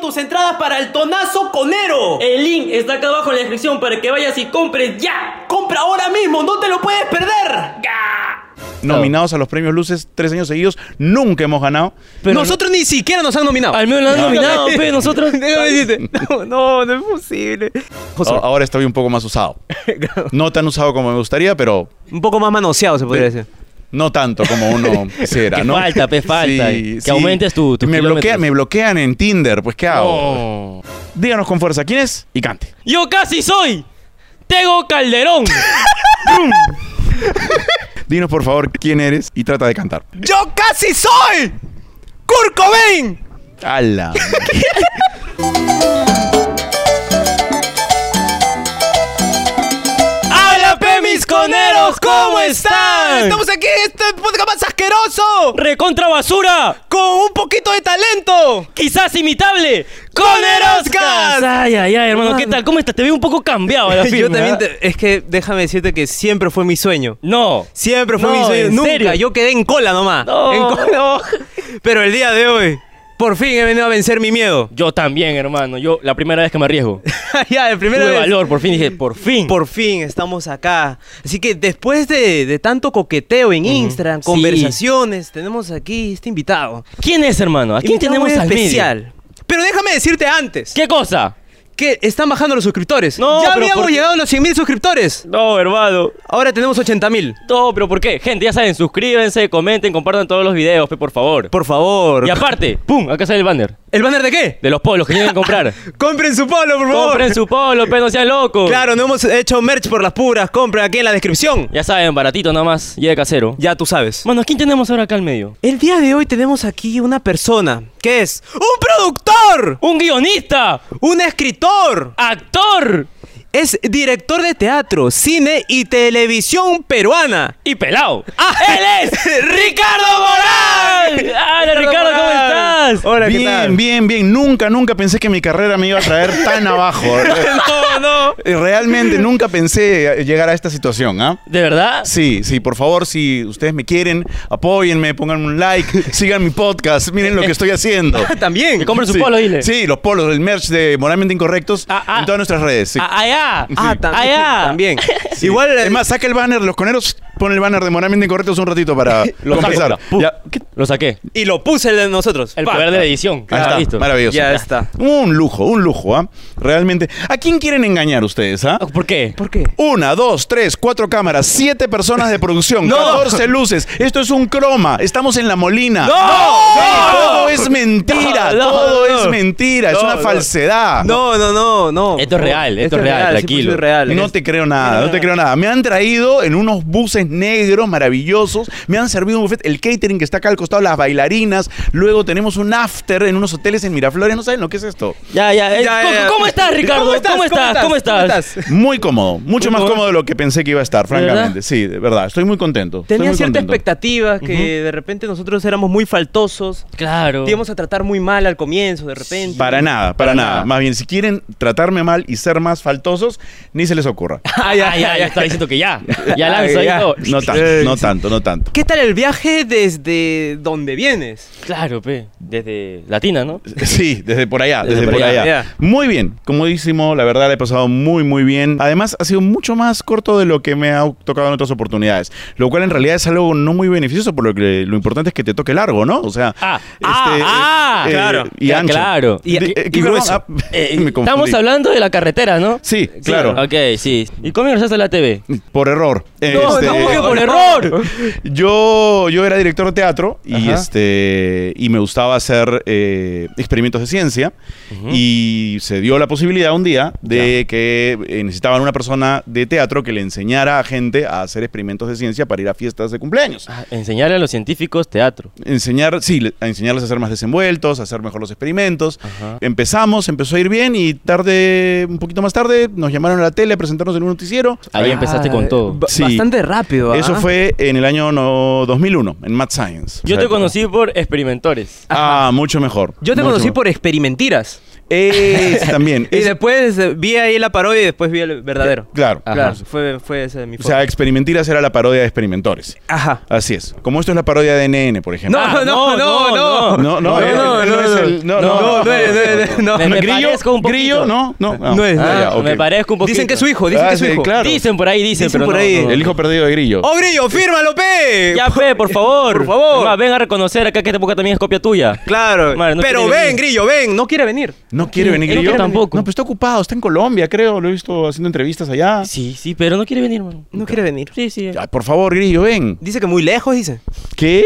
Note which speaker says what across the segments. Speaker 1: tus entradas para el tonazo conero.
Speaker 2: El link está acá abajo en la descripción para que vayas y compres ya.
Speaker 1: Compra ahora mismo, no te lo puedes perder.
Speaker 3: Nominados a los premios Luces tres años seguidos, nunca hemos ganado.
Speaker 4: Nosotros ni siquiera nos han nominado.
Speaker 2: Al menos lo han nominado, pe, nosotros.
Speaker 4: Déjame decirte. No, no, no es posible. José,
Speaker 3: A- Ahora estoy un poco más usado. No tan usado como me gustaría, pero
Speaker 4: un poco más manoseado se podría decir.
Speaker 3: no tanto como uno quisiera,
Speaker 2: Que
Speaker 3: ¿no?
Speaker 2: falta, pe, falta. Que aumentes tu- tus
Speaker 3: me,
Speaker 2: kilómetros.
Speaker 3: bloquea- me bloquean en Tinder, pues ¿qué hago?
Speaker 4: Oh.
Speaker 3: Díganos con fuerza quién es y cante.
Speaker 2: Yo casi soy Tego Calderón.
Speaker 3: Dinos por favor quién eres y trata de cantar.
Speaker 4: ¡Yo casi soy! ¡Kurt Cobain!
Speaker 3: ¡Hala!
Speaker 4: ¡Hola, pe, mis coneros! ¿Cómo están?
Speaker 2: Estamos
Speaker 4: Ah, aquí en este podcast más asqueroso.
Speaker 2: Recontra basura.
Speaker 4: Con un poquito de talento.
Speaker 2: Quizás imitable.
Speaker 4: ¡Coneroscas!
Speaker 2: Ay, ay, ay, hermano, ¿qué tal? ¿Cómo estás? Te veo un poco cambiado a la
Speaker 4: Yo
Speaker 2: firma,
Speaker 4: también
Speaker 2: ¿eh?
Speaker 4: te- Es que déjame decirte que siempre fue mi sueño.
Speaker 2: No.
Speaker 4: Siempre fue
Speaker 2: No,
Speaker 4: mi sueño.
Speaker 2: ¿en
Speaker 4: Nunca.
Speaker 2: serio?
Speaker 4: Yo quedé en cola nomás.
Speaker 2: No.
Speaker 4: En cola. Pero el día de hoy, por fin he venido a vencer mi miedo.
Speaker 2: Yo también, hermano. Yo la primera vez que me arriesgo.
Speaker 4: ya, de primera
Speaker 2: Tuve
Speaker 4: vez.
Speaker 2: valor, por fin dije, por fin.
Speaker 4: Por fin estamos acá. Así que después de, de tanto coqueteo en Instagram,
Speaker 2: Sí.
Speaker 4: conversaciones, tenemos aquí este invitado.
Speaker 2: ¿Quién es, hermano? ¿A quién
Speaker 4: Invitado
Speaker 2: tenemos
Speaker 4: muy
Speaker 2: al medio?
Speaker 4: especial. Pero déjame decirte antes
Speaker 2: ¿Qué cosa?
Speaker 4: que están bajando los suscriptores.
Speaker 2: No,
Speaker 4: ya
Speaker 2: pero
Speaker 4: habíamos
Speaker 2: ¿por qué?
Speaker 4: llegado a los 100.000 suscriptores.
Speaker 2: No, hermano.
Speaker 4: Ahora tenemos 80.000.
Speaker 2: No, pero ¿por qué? Gente, ya saben, suscríbanse, comenten, compartan todos los videos, pe, por favor.
Speaker 4: Por favor.
Speaker 2: Y aparte, ¡pum! Acá sale el banner.
Speaker 4: ¿El banner de qué?
Speaker 2: De los polos que tienen que comprar.
Speaker 4: Compren su polo, por favor.
Speaker 2: Compren su polo, pero no sean locos.
Speaker 4: Claro, no hemos hecho merch por las puras. Compren aquí en la descripción.
Speaker 2: Ya saben, baratito nada más. Llega casero.
Speaker 4: Ya tú sabes.
Speaker 2: Mano, ¿quién tenemos ahora acá al medio?
Speaker 4: El día de hoy tenemos aquí una persona que es un productor,
Speaker 2: ¡Un guionista!
Speaker 4: un escritor,
Speaker 2: ¡Actor!
Speaker 4: es director de teatro, cine y televisión peruana.
Speaker 2: Y pelado.
Speaker 4: ¡Ah!
Speaker 2: ¡Él es Ricardo Morán! ¡Hola, Ricardo, ¿cómo
Speaker 4: Morán!
Speaker 2: estás?
Speaker 4: Hola, ¿qué
Speaker 3: bien,
Speaker 4: tal?
Speaker 3: bien, bien. Nunca, nunca pensé que mi carrera me iba a traer tan abajo.
Speaker 2: No, no.
Speaker 3: Realmente nunca pensé llegar a esta situación, ¿ah?
Speaker 2: ¿De verdad?
Speaker 3: Sí, sí, por favor, si ustedes me quieren, apóyenme, pónganme un like, sigan mi podcast, miren lo que estoy haciendo.
Speaker 4: También.
Speaker 2: Que compren su
Speaker 3: Sí,
Speaker 2: polo, dile.
Speaker 3: Sí, los polos, el merch de Moralmente Incorrectos
Speaker 2: Ah, ah.
Speaker 3: en todas nuestras redes. sí.
Speaker 2: A- allá.
Speaker 4: Ah, tam-
Speaker 2: allá.
Speaker 4: también.
Speaker 3: Sí.
Speaker 4: Igual eh,
Speaker 3: es más, saca el banner, los coneros, pon el banner de Moralmente Incorrectos un ratito para
Speaker 2: Lo saco,
Speaker 3: compensar.
Speaker 2: pum.
Speaker 3: Ya, ¿qué?
Speaker 2: Lo saqué.
Speaker 4: y lo puse el de nosotros.
Speaker 2: El
Speaker 4: Pa.
Speaker 2: poder de la edición.
Speaker 3: Ahí está,
Speaker 2: listo.
Speaker 3: maravilloso.
Speaker 4: Ya está.
Speaker 3: Un lujo, un lujo, ¿ah? Realmente. ¿A quién quieren engañar ustedes, ah?
Speaker 2: Ah, ¿Por qué?
Speaker 4: ¿Por qué?
Speaker 3: Una, dos, tres, cuatro cámaras, siete personas de producción, 14 luces. Esto es un croma. Estamos en la molina.
Speaker 4: ¡No!
Speaker 3: Sí,
Speaker 4: ¡No!
Speaker 3: Todo es mentira.
Speaker 2: No, no,
Speaker 3: todo
Speaker 2: no.
Speaker 3: es mentira. es
Speaker 2: No,
Speaker 3: una
Speaker 2: no.
Speaker 3: falsedad.
Speaker 4: No, no, no, no.
Speaker 2: Esto es real, esto es real, tranquilo.
Speaker 4: Sí, es real.
Speaker 3: No te creo nada, no te creo nada. Me han traído en unos buses negros maravillosos, me han servido un buffet, el catering que está acá al costado, las bailarinas, luego tenemos un after en unos hoteles en Miraflores, no saben lo que es esto.
Speaker 2: Ya, ya. eh,
Speaker 4: Ya,
Speaker 2: ¿cómo,
Speaker 4: ya, ya.
Speaker 2: cómo estás, Ricardo? ¿Cómo estás? ¿Cómo estás?
Speaker 3: Muy cómodo, mucho más cómodo de lo que pensé que iba a estar,
Speaker 2: verdad?
Speaker 3: francamente. Sí, de verdad, estoy muy contento. estoy
Speaker 4: Tenía
Speaker 3: muy
Speaker 4: cierta
Speaker 3: contento.
Speaker 4: expectativa que de repepente nosotros éramos muy faltosos.
Speaker 2: Claro.
Speaker 4: Te íbamos a tratar muy mal al comienzo, de repente.
Speaker 3: Para nada, para,
Speaker 4: Para
Speaker 3: nada.
Speaker 4: nada.
Speaker 3: Más bien, si quieren tratarme mal y ser más faltosos, ni se les ocurra.
Speaker 2: Ah, ya, ya, ya. Está diciendo que ya. Ya lanza
Speaker 4: Ya,
Speaker 2: ahí
Speaker 4: ya.
Speaker 2: todo.
Speaker 3: No tanto, no tanto, no tanto.
Speaker 4: ¿Qué tal el viaje desde donde vienes?
Speaker 2: Claro, pe. Desde Latina, ¿no?
Speaker 3: Sí, desde por allá, desde, por, allá.
Speaker 4: ya.
Speaker 3: Muy bien, comodísimo, la verdad la he pasado muy muy bien. Además ha sido mucho más corto de lo que me ha tocado en otras oportunidades, lo cual en realidad es algo no muy beneficioso, por lo que lo importante es que te toque largo, ¿no? O sea,
Speaker 2: Ah, ah, ah,
Speaker 4: claro,
Speaker 3: Este, eh, y
Speaker 2: ya,
Speaker 3: ancho.
Speaker 2: claro.
Speaker 3: Y,
Speaker 4: Y-
Speaker 3: eh,
Speaker 4: y
Speaker 3: que-
Speaker 4: grueso.
Speaker 3: ah,
Speaker 2: Eh,
Speaker 3: me confundí.
Speaker 2: estamos hablando de la carretera, ¿no?
Speaker 3: Sí, claro.
Speaker 2: Ok, sí. ¿Y cómo ingresaste a la TV?
Speaker 3: Por error.
Speaker 2: No,
Speaker 3: Este,
Speaker 2: ¿cómo que por
Speaker 4: no.
Speaker 2: error?
Speaker 3: Yo, yo era director de teatro y
Speaker 2: Ajá.
Speaker 3: este y me gustaba hacer eh, experimentos de ciencia y se dio la posibilidad un día de que eh, necesitaban una persona de teatro que le enseñara a gente a hacer experimentos de ciencia para ir a fiestas de cumpleaños.
Speaker 2: Ah, Enseñarle a los científicos teatro.
Speaker 3: Enseñar, sí, le- a enseñarles a ser más desenvueltos, a hacer mejor los experimentos.
Speaker 2: Ajá.
Speaker 3: Empezamos, empezó a ir bien y tarde, un poquito más tarde, nos llamaron a la tele a presentarnos en un noticiero.
Speaker 2: Ahí empezaste con todo.
Speaker 4: Ah, ba-
Speaker 3: Sí.
Speaker 4: Bastante rápido. ¿ah?
Speaker 3: Eso fue en el año no- 2001, en Mad Science.
Speaker 2: Yo
Speaker 3: O sea, eh,
Speaker 2: te conocí por experimentores.
Speaker 3: Ah, mucho mejor.
Speaker 4: Yo te
Speaker 3: mucho
Speaker 4: conocí
Speaker 3: mejor.
Speaker 4: por experimentiras.
Speaker 3: Es también.
Speaker 4: Y
Speaker 3: es-
Speaker 4: después eh, vi ahí la parodia y después vi el verdadero.
Speaker 3: Claro.
Speaker 2: Ajá.
Speaker 4: Eh, Claro, fue, fue ese mi
Speaker 3: O sea,
Speaker 4: foco.
Speaker 3: Experimentiras era la parodia de Experimentores.
Speaker 4: Ajá.
Speaker 3: Así es. Como esto es la parodia de NN, por ejemplo. Ah,
Speaker 4: No, no, no, no,
Speaker 3: No,
Speaker 4: no.
Speaker 3: no, él- él no es el- no, no,
Speaker 4: no, no, no, no, no.
Speaker 2: Me- me
Speaker 3: grillo,
Speaker 2: parezco un
Speaker 3: grillo,
Speaker 2: poquito.
Speaker 3: no, no,
Speaker 4: No es-
Speaker 3: Ah,
Speaker 2: Ah,
Speaker 3: ya, ok.
Speaker 2: Me parezco un poquito.
Speaker 4: Dicen que es su hijo, dicen
Speaker 3: Ah,
Speaker 4: que es su
Speaker 3: sí,
Speaker 4: hijo.
Speaker 3: claro.
Speaker 2: Dicen por ahí, dicen,
Speaker 4: Dicen
Speaker 2: pero
Speaker 4: por
Speaker 2: no,
Speaker 4: ahí.
Speaker 2: no.
Speaker 3: El hijo perdido de Grillo.
Speaker 4: ¡Oh, Grillo, fírmalo, pe!
Speaker 2: Ya, fe, por favor.
Speaker 4: Por favor.
Speaker 2: Es más, ven a reconocer acá que esta época también es copia tuya.
Speaker 4: Claro.
Speaker 2: Madre, no
Speaker 4: pero
Speaker 2: quiere
Speaker 4: ven,
Speaker 2: venir.
Speaker 4: Grillo, ven. No quiere venir.
Speaker 3: No quiere
Speaker 2: Él
Speaker 3: venir
Speaker 2: no
Speaker 3: Grillo.
Speaker 2: quiere tampoco.
Speaker 3: No, pero está ocupado, está en Colombia, creo. Lo he visto haciendo entrevistas allá.
Speaker 2: Sí, sí, pero no quiere venir, mano.
Speaker 4: No quiere venir.
Speaker 2: Sí, sí.
Speaker 3: Ay, por favor, Grillo, ven.
Speaker 4: Dice que muy lejos, dice.
Speaker 3: ¿Qué?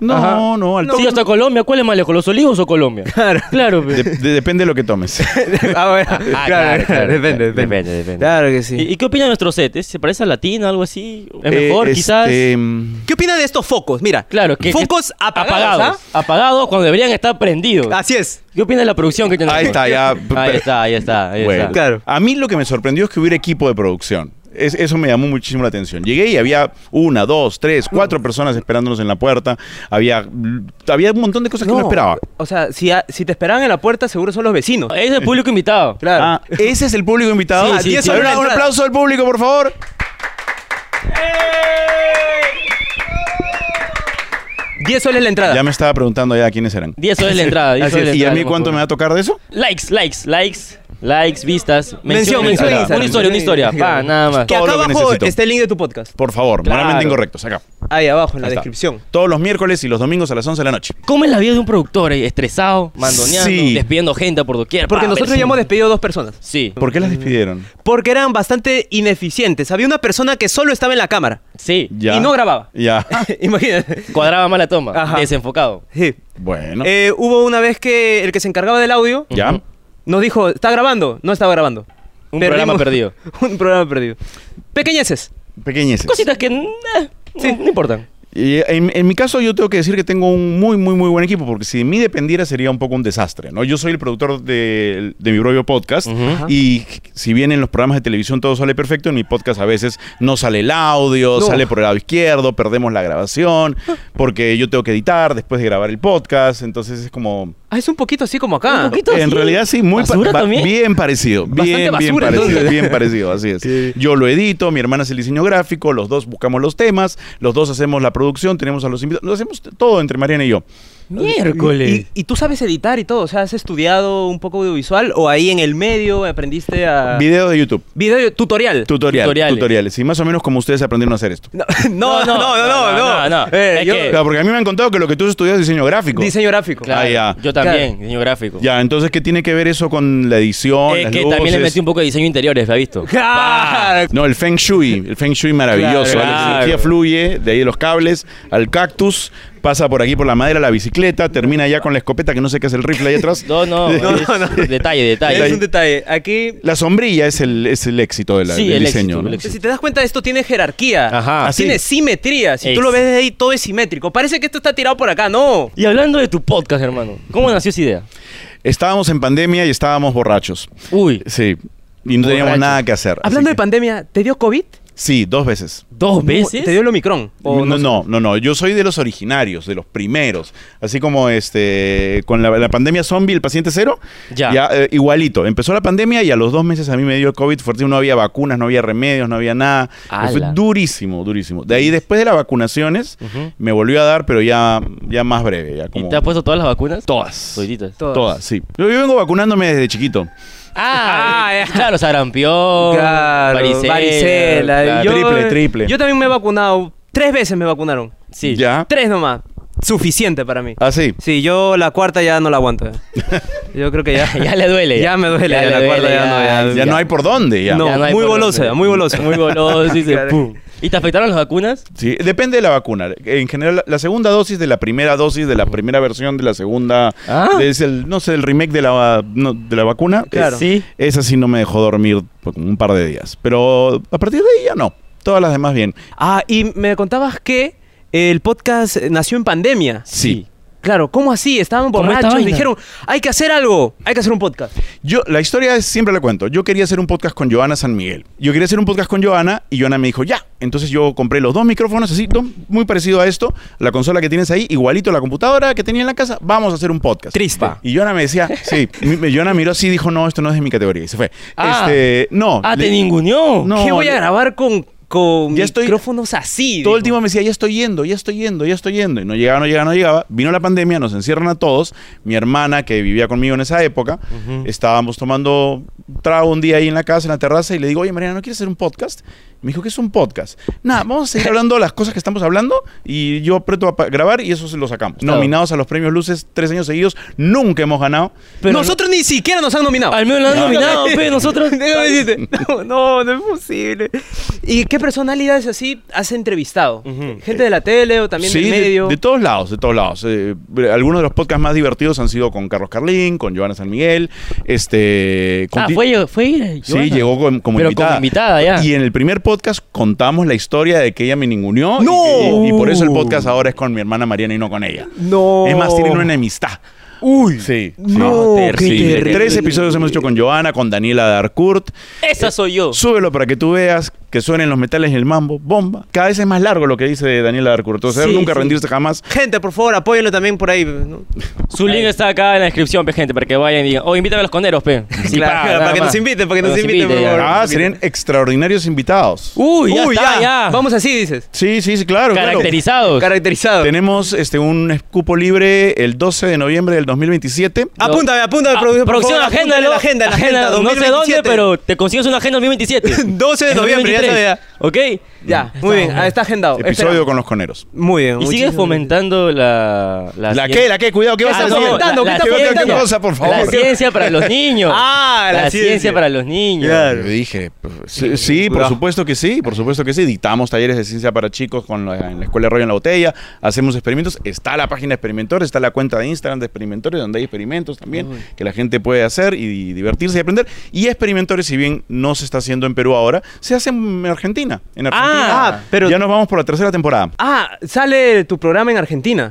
Speaker 3: No,
Speaker 2: Ajá.
Speaker 3: no, al
Speaker 2: Sí, hasta Colombia. ¿Cuál es más lejos, los olivos o Colombia?
Speaker 4: Claro.
Speaker 2: Claro, pe.
Speaker 3: De- de- depende de lo que tomes.
Speaker 4: Ah, bueno.
Speaker 2: Ah,
Speaker 4: claro, Depende, depende.
Speaker 2: Depende, depende.
Speaker 4: Claro que sí.
Speaker 2: ¿Y, y qué opina de nuestro set? ¿Es- ¿Se parece a latina, algo así? ¿Es
Speaker 3: Eh,
Speaker 2: mejor,
Speaker 3: este,
Speaker 2: quizás?
Speaker 3: mm,
Speaker 4: ¿Qué opina de estos focos? Mira,
Speaker 2: Claro, que. que-
Speaker 4: focos apagados.
Speaker 2: ¿ah? Apagados cuando deberían estar prendidos.
Speaker 4: ¿ah? Así es.
Speaker 2: ¿Qué opina de la producción que tenemos?
Speaker 3: Ahí está, ya.
Speaker 2: Ahí está, ahí está. Ahí
Speaker 3: Bueno,
Speaker 2: está.
Speaker 4: Claro.
Speaker 3: A mí lo que me sorprendió es que hubiera equipo de producción. Es- eso me llamó muchísimo la atención. Llegué y había una, dos, tres, cuatro
Speaker 4: Mm.
Speaker 3: personas esperándonos en la puerta. Había, había un montón de cosas que no esperaba.
Speaker 4: O sea, si, a- si te esperaban en la puerta, seguro son los vecinos.
Speaker 2: Es el público invitado.
Speaker 4: Claro.
Speaker 3: Ah, ese es el público invitado.
Speaker 4: Sí,
Speaker 3: Ah,
Speaker 4: sí,
Speaker 3: diez
Speaker 4: sí.
Speaker 3: horas,
Speaker 4: Una
Speaker 3: un
Speaker 4: entrada.
Speaker 3: aplauso al público, por favor.
Speaker 4: Diez 10 soles la entrada.
Speaker 3: Ya me estaba preguntando ya quiénes eran.
Speaker 2: 10 soles la entrada. 10
Speaker 3: Así
Speaker 2: soles
Speaker 3: es.
Speaker 2: la
Speaker 3: ¿Y a
Speaker 2: entrada,
Speaker 3: mí
Speaker 2: no
Speaker 3: cuánto me va a
Speaker 2: acuerdo.
Speaker 3: tocar de eso?
Speaker 2: Likes, likes, likes, likes, vistas.
Speaker 4: Mención,
Speaker 3: mención en
Speaker 2: Una
Speaker 3: Instagram.
Speaker 2: historia, una historia. Pa, nada más.
Speaker 4: Que
Speaker 3: todo
Speaker 4: acá
Speaker 3: lo que
Speaker 4: abajo
Speaker 3: necesito.
Speaker 4: está el link de tu podcast.
Speaker 3: Por favor,
Speaker 2: Claro.
Speaker 3: moralmente incorrectos, acá.
Speaker 4: Ahí abajo, en la
Speaker 3: Ahí está.
Speaker 4: descripción.
Speaker 3: Todos los miércoles y los domingos a las 11 de la noche.
Speaker 2: ¿Cómo es la vida de un productor eh? estresado, mandoneando,
Speaker 3: Sí.
Speaker 2: despidiendo gente por doquier?
Speaker 4: Porque
Speaker 2: pa,
Speaker 4: nosotros
Speaker 2: pero-
Speaker 4: ya hemos despedido dos personas.
Speaker 2: Sí,
Speaker 3: ¿Por qué las despidieron?
Speaker 4: Porque eran bastante ineficientes. Había una persona que solo estaba en la cámara.
Speaker 2: sí.
Speaker 3: Ya.
Speaker 4: Y no grababa.
Speaker 3: Ya.
Speaker 2: Ah.
Speaker 4: Imagínate.
Speaker 2: Cuadraba mala toma,
Speaker 4: Ajá.
Speaker 2: desenfocado.
Speaker 4: Sí.
Speaker 3: Bueno.
Speaker 4: Eh, hubo una vez que el que se encargaba del audio
Speaker 3: ya.
Speaker 4: nos dijo, ¿está grabando? No estaba grabando.
Speaker 2: Un programa perdido.
Speaker 4: un programa perdido. Pequeñeces.
Speaker 3: Pequeñeces.
Speaker 2: Cositas que eh,
Speaker 4: Sí.
Speaker 2: no, no importan.
Speaker 3: Y en, en mi caso yo tengo que decir que tengo un muy, muy, muy buen equipo, porque si de mí dependiera sería un poco un desastre, ¿no? Yo soy el productor de, de mi propio podcast
Speaker 2: Ujú.
Speaker 3: y si bien en los programas de televisión todo sale perfecto, en mi podcast a veces no sale el audio,
Speaker 4: No.
Speaker 3: sale por el lado izquierdo, perdemos la grabación, porque yo tengo que editar después de grabar el podcast, entonces es como...
Speaker 4: Ah, es un poquito así como acá.
Speaker 2: Un poquito
Speaker 3: En
Speaker 2: así.
Speaker 3: realidad sí, muy pa-
Speaker 2: Basura
Speaker 3: ba-
Speaker 2: también.
Speaker 3: bien parecido.
Speaker 4: Bastante
Speaker 3: Bien, bien
Speaker 4: basura,
Speaker 3: parecido,
Speaker 4: entonces.
Speaker 3: bien parecido, así es. Yo lo edito, mi hermana hace el diseño gráfico, los dos buscamos los temas, los dos hacemos la producción, tenemos a los invitados, lo hacemos todo entre Mariana y yo.
Speaker 2: Miércoles.
Speaker 4: Y, y tú sabes editar y todo, o sea, ¿has estudiado un poco audiovisual o ahí en el medio aprendiste a...
Speaker 3: Video de YouTube,
Speaker 4: Video tutorial.
Speaker 3: tutorial, tutoriales.
Speaker 2: Ah. Tutoriales.
Speaker 3: Y más o menos como ustedes aprendieron a hacer esto.
Speaker 4: no, no, no, no, no,
Speaker 2: no,
Speaker 4: no.
Speaker 2: no.
Speaker 4: Eh,
Speaker 2: Es
Speaker 4: yo-
Speaker 2: que-
Speaker 3: Claro, porque a mí me han contado que lo que tú estudias es diseño gráfico.
Speaker 4: Diseño gráfico.
Speaker 2: Claro,
Speaker 3: Ah, ya.
Speaker 2: Yo también, diseño gráfico.
Speaker 3: Ya, entonces, ¿qué tiene que ver eso con la edición?
Speaker 2: Es
Speaker 3: las
Speaker 2: que también le
Speaker 3: luces?
Speaker 2: metí un poco de diseño interiores, ¿la has visto?
Speaker 4: Claro.
Speaker 3: No, el Feng Shui, el Feng Shui maravilloso.
Speaker 2: Claro,
Speaker 3: La
Speaker 2: claro.
Speaker 3: energía fluye de ahí de los cables al cactus, pasa por aquí por la madera, la bicicleta, termina ya con la escopeta que no sé qué es el rifle ahí atrás.
Speaker 2: No, no,
Speaker 3: No,
Speaker 2: es-
Speaker 4: no, no.
Speaker 2: Detalle, detalle.
Speaker 4: Es un detalle. Aquí,
Speaker 3: La sombrilla es el, es el éxito de la-
Speaker 2: Sí,
Speaker 3: del
Speaker 2: el
Speaker 3: diseño.
Speaker 2: éxito,
Speaker 3: ¿no?
Speaker 2: el éxito.
Speaker 4: si te das cuenta, esto tiene jerarquía. Ah,
Speaker 2: Ajá.
Speaker 3: Así.
Speaker 4: Tiene simetría. Si tú lo
Speaker 2: Ex-
Speaker 4: ves desde ahí, todo es simétrico. Parece que esto está tirado por acá. No.
Speaker 2: Y hablando de tu podcast, hermano, ¿cómo nació esa idea?
Speaker 3: Estábamos en pandemia y estábamos borrachos.
Speaker 2: Uy,
Speaker 3: Sí. Y no teníamos
Speaker 2: Borrachos.
Speaker 3: nada que hacer. así
Speaker 4: Hablando de
Speaker 3: que-
Speaker 4: pandemia, ¿te dio COVID?
Speaker 3: Sí, dos veces.
Speaker 2: ¿dos veces?
Speaker 4: ¿Te dio el Omicron?
Speaker 3: No, no, no, no, Yo soy de los originarios, de los primeros. Así como este con la, la pandemia zombie, el paciente cero.
Speaker 2: Ya.
Speaker 3: eh, igualito. Empezó la pandemia y a los dos meses a mí me dio el COVID fuerte. No había vacunas, no había remedios, no había nada.
Speaker 2: Ala.
Speaker 3: Fue durísimo, durísimo. De ahí, después de las vacunaciones,
Speaker 2: Ujú.
Speaker 3: me volvió a dar, pero ya, ya más breve. Ya como,
Speaker 2: ¿Y te has puesto todas las vacunas? Todas.
Speaker 4: Todas.
Speaker 3: Todas, sí. Yo, yo vengo vacunándome desde chiquito.
Speaker 2: Ah,
Speaker 4: Ah,
Speaker 2: eh,
Speaker 4: ya.
Speaker 2: claro, sarampión,
Speaker 4: Claro, varicela.
Speaker 2: varicela. claro.
Speaker 4: Yo-
Speaker 3: Triple, triple.
Speaker 4: Yo también me he vacunado. Tres veces me vacunaron.
Speaker 2: Sí.
Speaker 3: Ya.
Speaker 4: Tres nomás. Suficiente para mí.
Speaker 3: Ah, sí.
Speaker 4: Sí, yo la cuarta ya no la aguanto. eh. Yo creo que ya.
Speaker 2: Ya le duele.
Speaker 4: Ya me duele, ya
Speaker 2: le
Speaker 4: la cuerda ya no, ya-
Speaker 3: Ya, no hay por dónde, ya.
Speaker 4: No.
Speaker 2: hay
Speaker 4: muy
Speaker 2: por
Speaker 4: golosa,
Speaker 2: dónde.
Speaker 4: muy golosa.
Speaker 2: Muy golosa, y se
Speaker 4: Claro.
Speaker 2: pum. ¿Y te afectaron las vacunas?
Speaker 3: Sí, depende de la vacuna. En general, la segunda dosis de la primera dosis de la primera versión de la segunda
Speaker 2: Ah.
Speaker 3: es el no sé el remake de la no, de la vacuna.
Speaker 4: Claro.
Speaker 3: Es-
Speaker 2: Sí.
Speaker 3: Esa sí no me dejó dormir por como un par de días, pero a partir de ahí ya no. Todas las demás bien.
Speaker 4: Ah, y me contabas que el podcast nació en pandemia.
Speaker 3: Sí.
Speaker 4: Claro, ¿cómo así? Estaban
Speaker 2: ¿Cómo esta
Speaker 4: borrachos,
Speaker 2: vaina?
Speaker 4: dijeron, hay que hacer algo, hay que hacer un podcast.
Speaker 3: Yo, la historia es, siempre la cuento. Yo quería hacer un podcast con Joana San Miguel. Yo quería hacer un podcast con Joana y Joana me dijo, ya. Entonces yo compré los dos micrófonos así, dos- muy parecido a esto, la consola que tienes ahí, igualito a la computadora que tenía en la casa, vamos a hacer un podcast.
Speaker 4: Triste.
Speaker 3: Va. Y Joana me decía, sí, mi- mi- Joana miró así y dijo, no, esto no es de mi categoría. Y se fue.
Speaker 2: Ah.
Speaker 3: Este, no.
Speaker 2: Ah,
Speaker 3: le-
Speaker 2: te ninguneó.
Speaker 3: No,
Speaker 4: ¿Qué voy a
Speaker 3: le-
Speaker 4: grabar con, con
Speaker 3: Ya estoy-
Speaker 4: micrófonos así?
Speaker 3: Todo el
Speaker 4: dijo.
Speaker 3: tiempo me decía, ya estoy yendo, ya estoy yendo, ya estoy yendo. Y no llegaba, no llegaba, no llegaba. Vino la pandemia, nos encierran a todos. Mi hermana, que vivía conmigo en esa época, estábamos tomando trago un día ahí en la casa, en la terraza, y le digo, oye, Mariana, ¿no quieres hacer un podcast? Me dijo, ¿qué es un podcast? Nada, vamos a seguir hablando las cosas que estamos hablando y yo aprieto a pa- grabar y eso se lo sacamos.
Speaker 2: Claro.
Speaker 3: Nominados a los premios Luces tres años seguidos, nunca hemos ganado.
Speaker 2: Pero
Speaker 4: Nosotros ni siquiera nos han nominado.
Speaker 2: Al menos lo han nominado, pe, nosotros-
Speaker 4: Déjame decirte. No, no, no es posible. ¿Y qué personalidades así has entrevistado?
Speaker 2: Ujú.
Speaker 4: ¿Gente de la tele o también
Speaker 3: Sí,
Speaker 4: del
Speaker 3: de-
Speaker 4: medio?
Speaker 3: De, todos lados, de todos lados. Eh, algunos de los podcasts más divertidos han sido con Carlos Carlín, con Joana San Miguel, este... con
Speaker 2: Ah,
Speaker 3: ti-
Speaker 2: fue, fue ella,
Speaker 3: Sí,
Speaker 2: Giovanna.
Speaker 3: llegó con- como
Speaker 2: Pero
Speaker 3: invitada.
Speaker 2: como invitada ya.
Speaker 3: Y en el primer podcast contamos la historia de que ella me ninguneó. y-
Speaker 4: ¡No!
Speaker 3: Y, y por eso el podcast ahora es con mi hermana Mariana y no con ella.
Speaker 4: No.
Speaker 3: Es más, tienen una enemistad.
Speaker 4: Uy.
Speaker 3: Sí.
Speaker 4: No,
Speaker 2: Sí.
Speaker 4: qué
Speaker 2: Sí.
Speaker 4: terrible.
Speaker 3: Tres episodios hemos hecho con Joana, con Daniela Darcourt.
Speaker 2: Esa soy yo.
Speaker 3: Súbelo para que tú veas que suenen los metales y el mambo. Bomba. Cada vez es más largo lo que dice Daniela Darcourt. Entonces,
Speaker 4: Sí,
Speaker 3: nunca
Speaker 4: sí.
Speaker 3: rendirse jamás.
Speaker 4: Gente, por favor, apóyenlo también por ahí. ¿no?
Speaker 2: Su link está acá en la descripción, pe, gente, para que vayan y digan, oh, invítame a los coneros, pe. Sí,
Speaker 4: Claro,
Speaker 2: pa,
Speaker 4: para
Speaker 2: nada
Speaker 4: que nos
Speaker 2: más.
Speaker 4: inviten, para que nos inviten, por
Speaker 2: ya.
Speaker 4: favor.
Speaker 3: Ah,
Speaker 4: mira.
Speaker 3: serían extraordinarios invitados.
Speaker 2: Uy, ya está, ya.
Speaker 4: Vamos así, dices.
Speaker 3: Sí, sí, sí, claro. claro.
Speaker 2: Caracterizados.
Speaker 4: Caracterizado.
Speaker 3: Tenemos este, un cupo libre el 12 de noviembre del 2027.
Speaker 4: Apúntame, apúntame,
Speaker 2: Ah,
Speaker 4: producción, por
Speaker 2: producción,
Speaker 4: favor,
Speaker 2: agenda,
Speaker 4: apúntale
Speaker 2: ¿no?
Speaker 4: la agenda, la agenda,
Speaker 2: No sé
Speaker 4: 2027.
Speaker 2: dónde, pero te consigues una agenda 2027.
Speaker 4: 12 de
Speaker 2: En
Speaker 4: noviembre,
Speaker 2: 2023,
Speaker 4: ya
Speaker 2: ¿Ok?
Speaker 4: Ya, muy bien, ah, está agendado.
Speaker 3: Episodio
Speaker 4: Espera.
Speaker 3: con los coneros.
Speaker 4: Muy bien.
Speaker 2: Y sigues
Speaker 4: muchísimas
Speaker 2: fomentando la...
Speaker 3: ¿La qué? ¿La qué? Cuidado, ¿qué vas a
Speaker 4: Ah, no,
Speaker 3: decir?
Speaker 4: no, fomentando? ¿Qué
Speaker 2: la
Speaker 4: estás
Speaker 2: ciencia-
Speaker 3: fomentando? ¿Qué cosa, por favor?
Speaker 2: La ciencia para los niños.
Speaker 4: Ah, la
Speaker 2: ciencia.
Speaker 4: ciencia.
Speaker 2: para los niños.
Speaker 4: Claro.
Speaker 3: Yo dije, pues, sí, sí, por supuesto que sí, por supuesto que sí. Dictamos talleres de ciencia para chicos con la, en la Escuela de Rollo en la Botella, hacemos experimentos. Está la página de Experimentores, está la cuenta de Instagram de Experimentores, donde hay experimentos también que la gente puede hacer y, divertirse y aprender. Y Experimentores, si bien no se está haciendo en Perú ahora, se hace en Argentina. En Argentina.
Speaker 4: ah, pero-
Speaker 3: Ya nos vamos por la tercera temporada.
Speaker 4: gracias. Ah, sale tu programa en Argentina.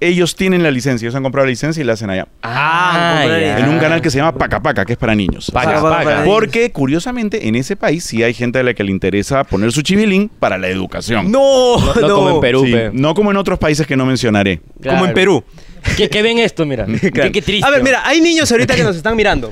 Speaker 3: Ellos tienen la licencia, ellos han comprado la licencia y la hacen allá.
Speaker 4: Ah,
Speaker 2: ya.
Speaker 3: en un canal que se llama Paca Paca, que es para niños.
Speaker 2: Paca,
Speaker 4: Paca,
Speaker 2: paca.
Speaker 4: paca.
Speaker 3: Porque curiosamente en ese país sí hay gente a la que le interesa poner su chivilín para la educación.
Speaker 4: No, no.
Speaker 2: No, no como en Perú,
Speaker 3: Sí,
Speaker 2: pe.
Speaker 3: no como en otros países que no mencionaré.
Speaker 2: Claro.
Speaker 4: Como en Perú.
Speaker 2: ¿Qué, qué ven esto, mira? qué, qué triste.
Speaker 4: A ver, mira, hay niños ahorita que nos están mirando.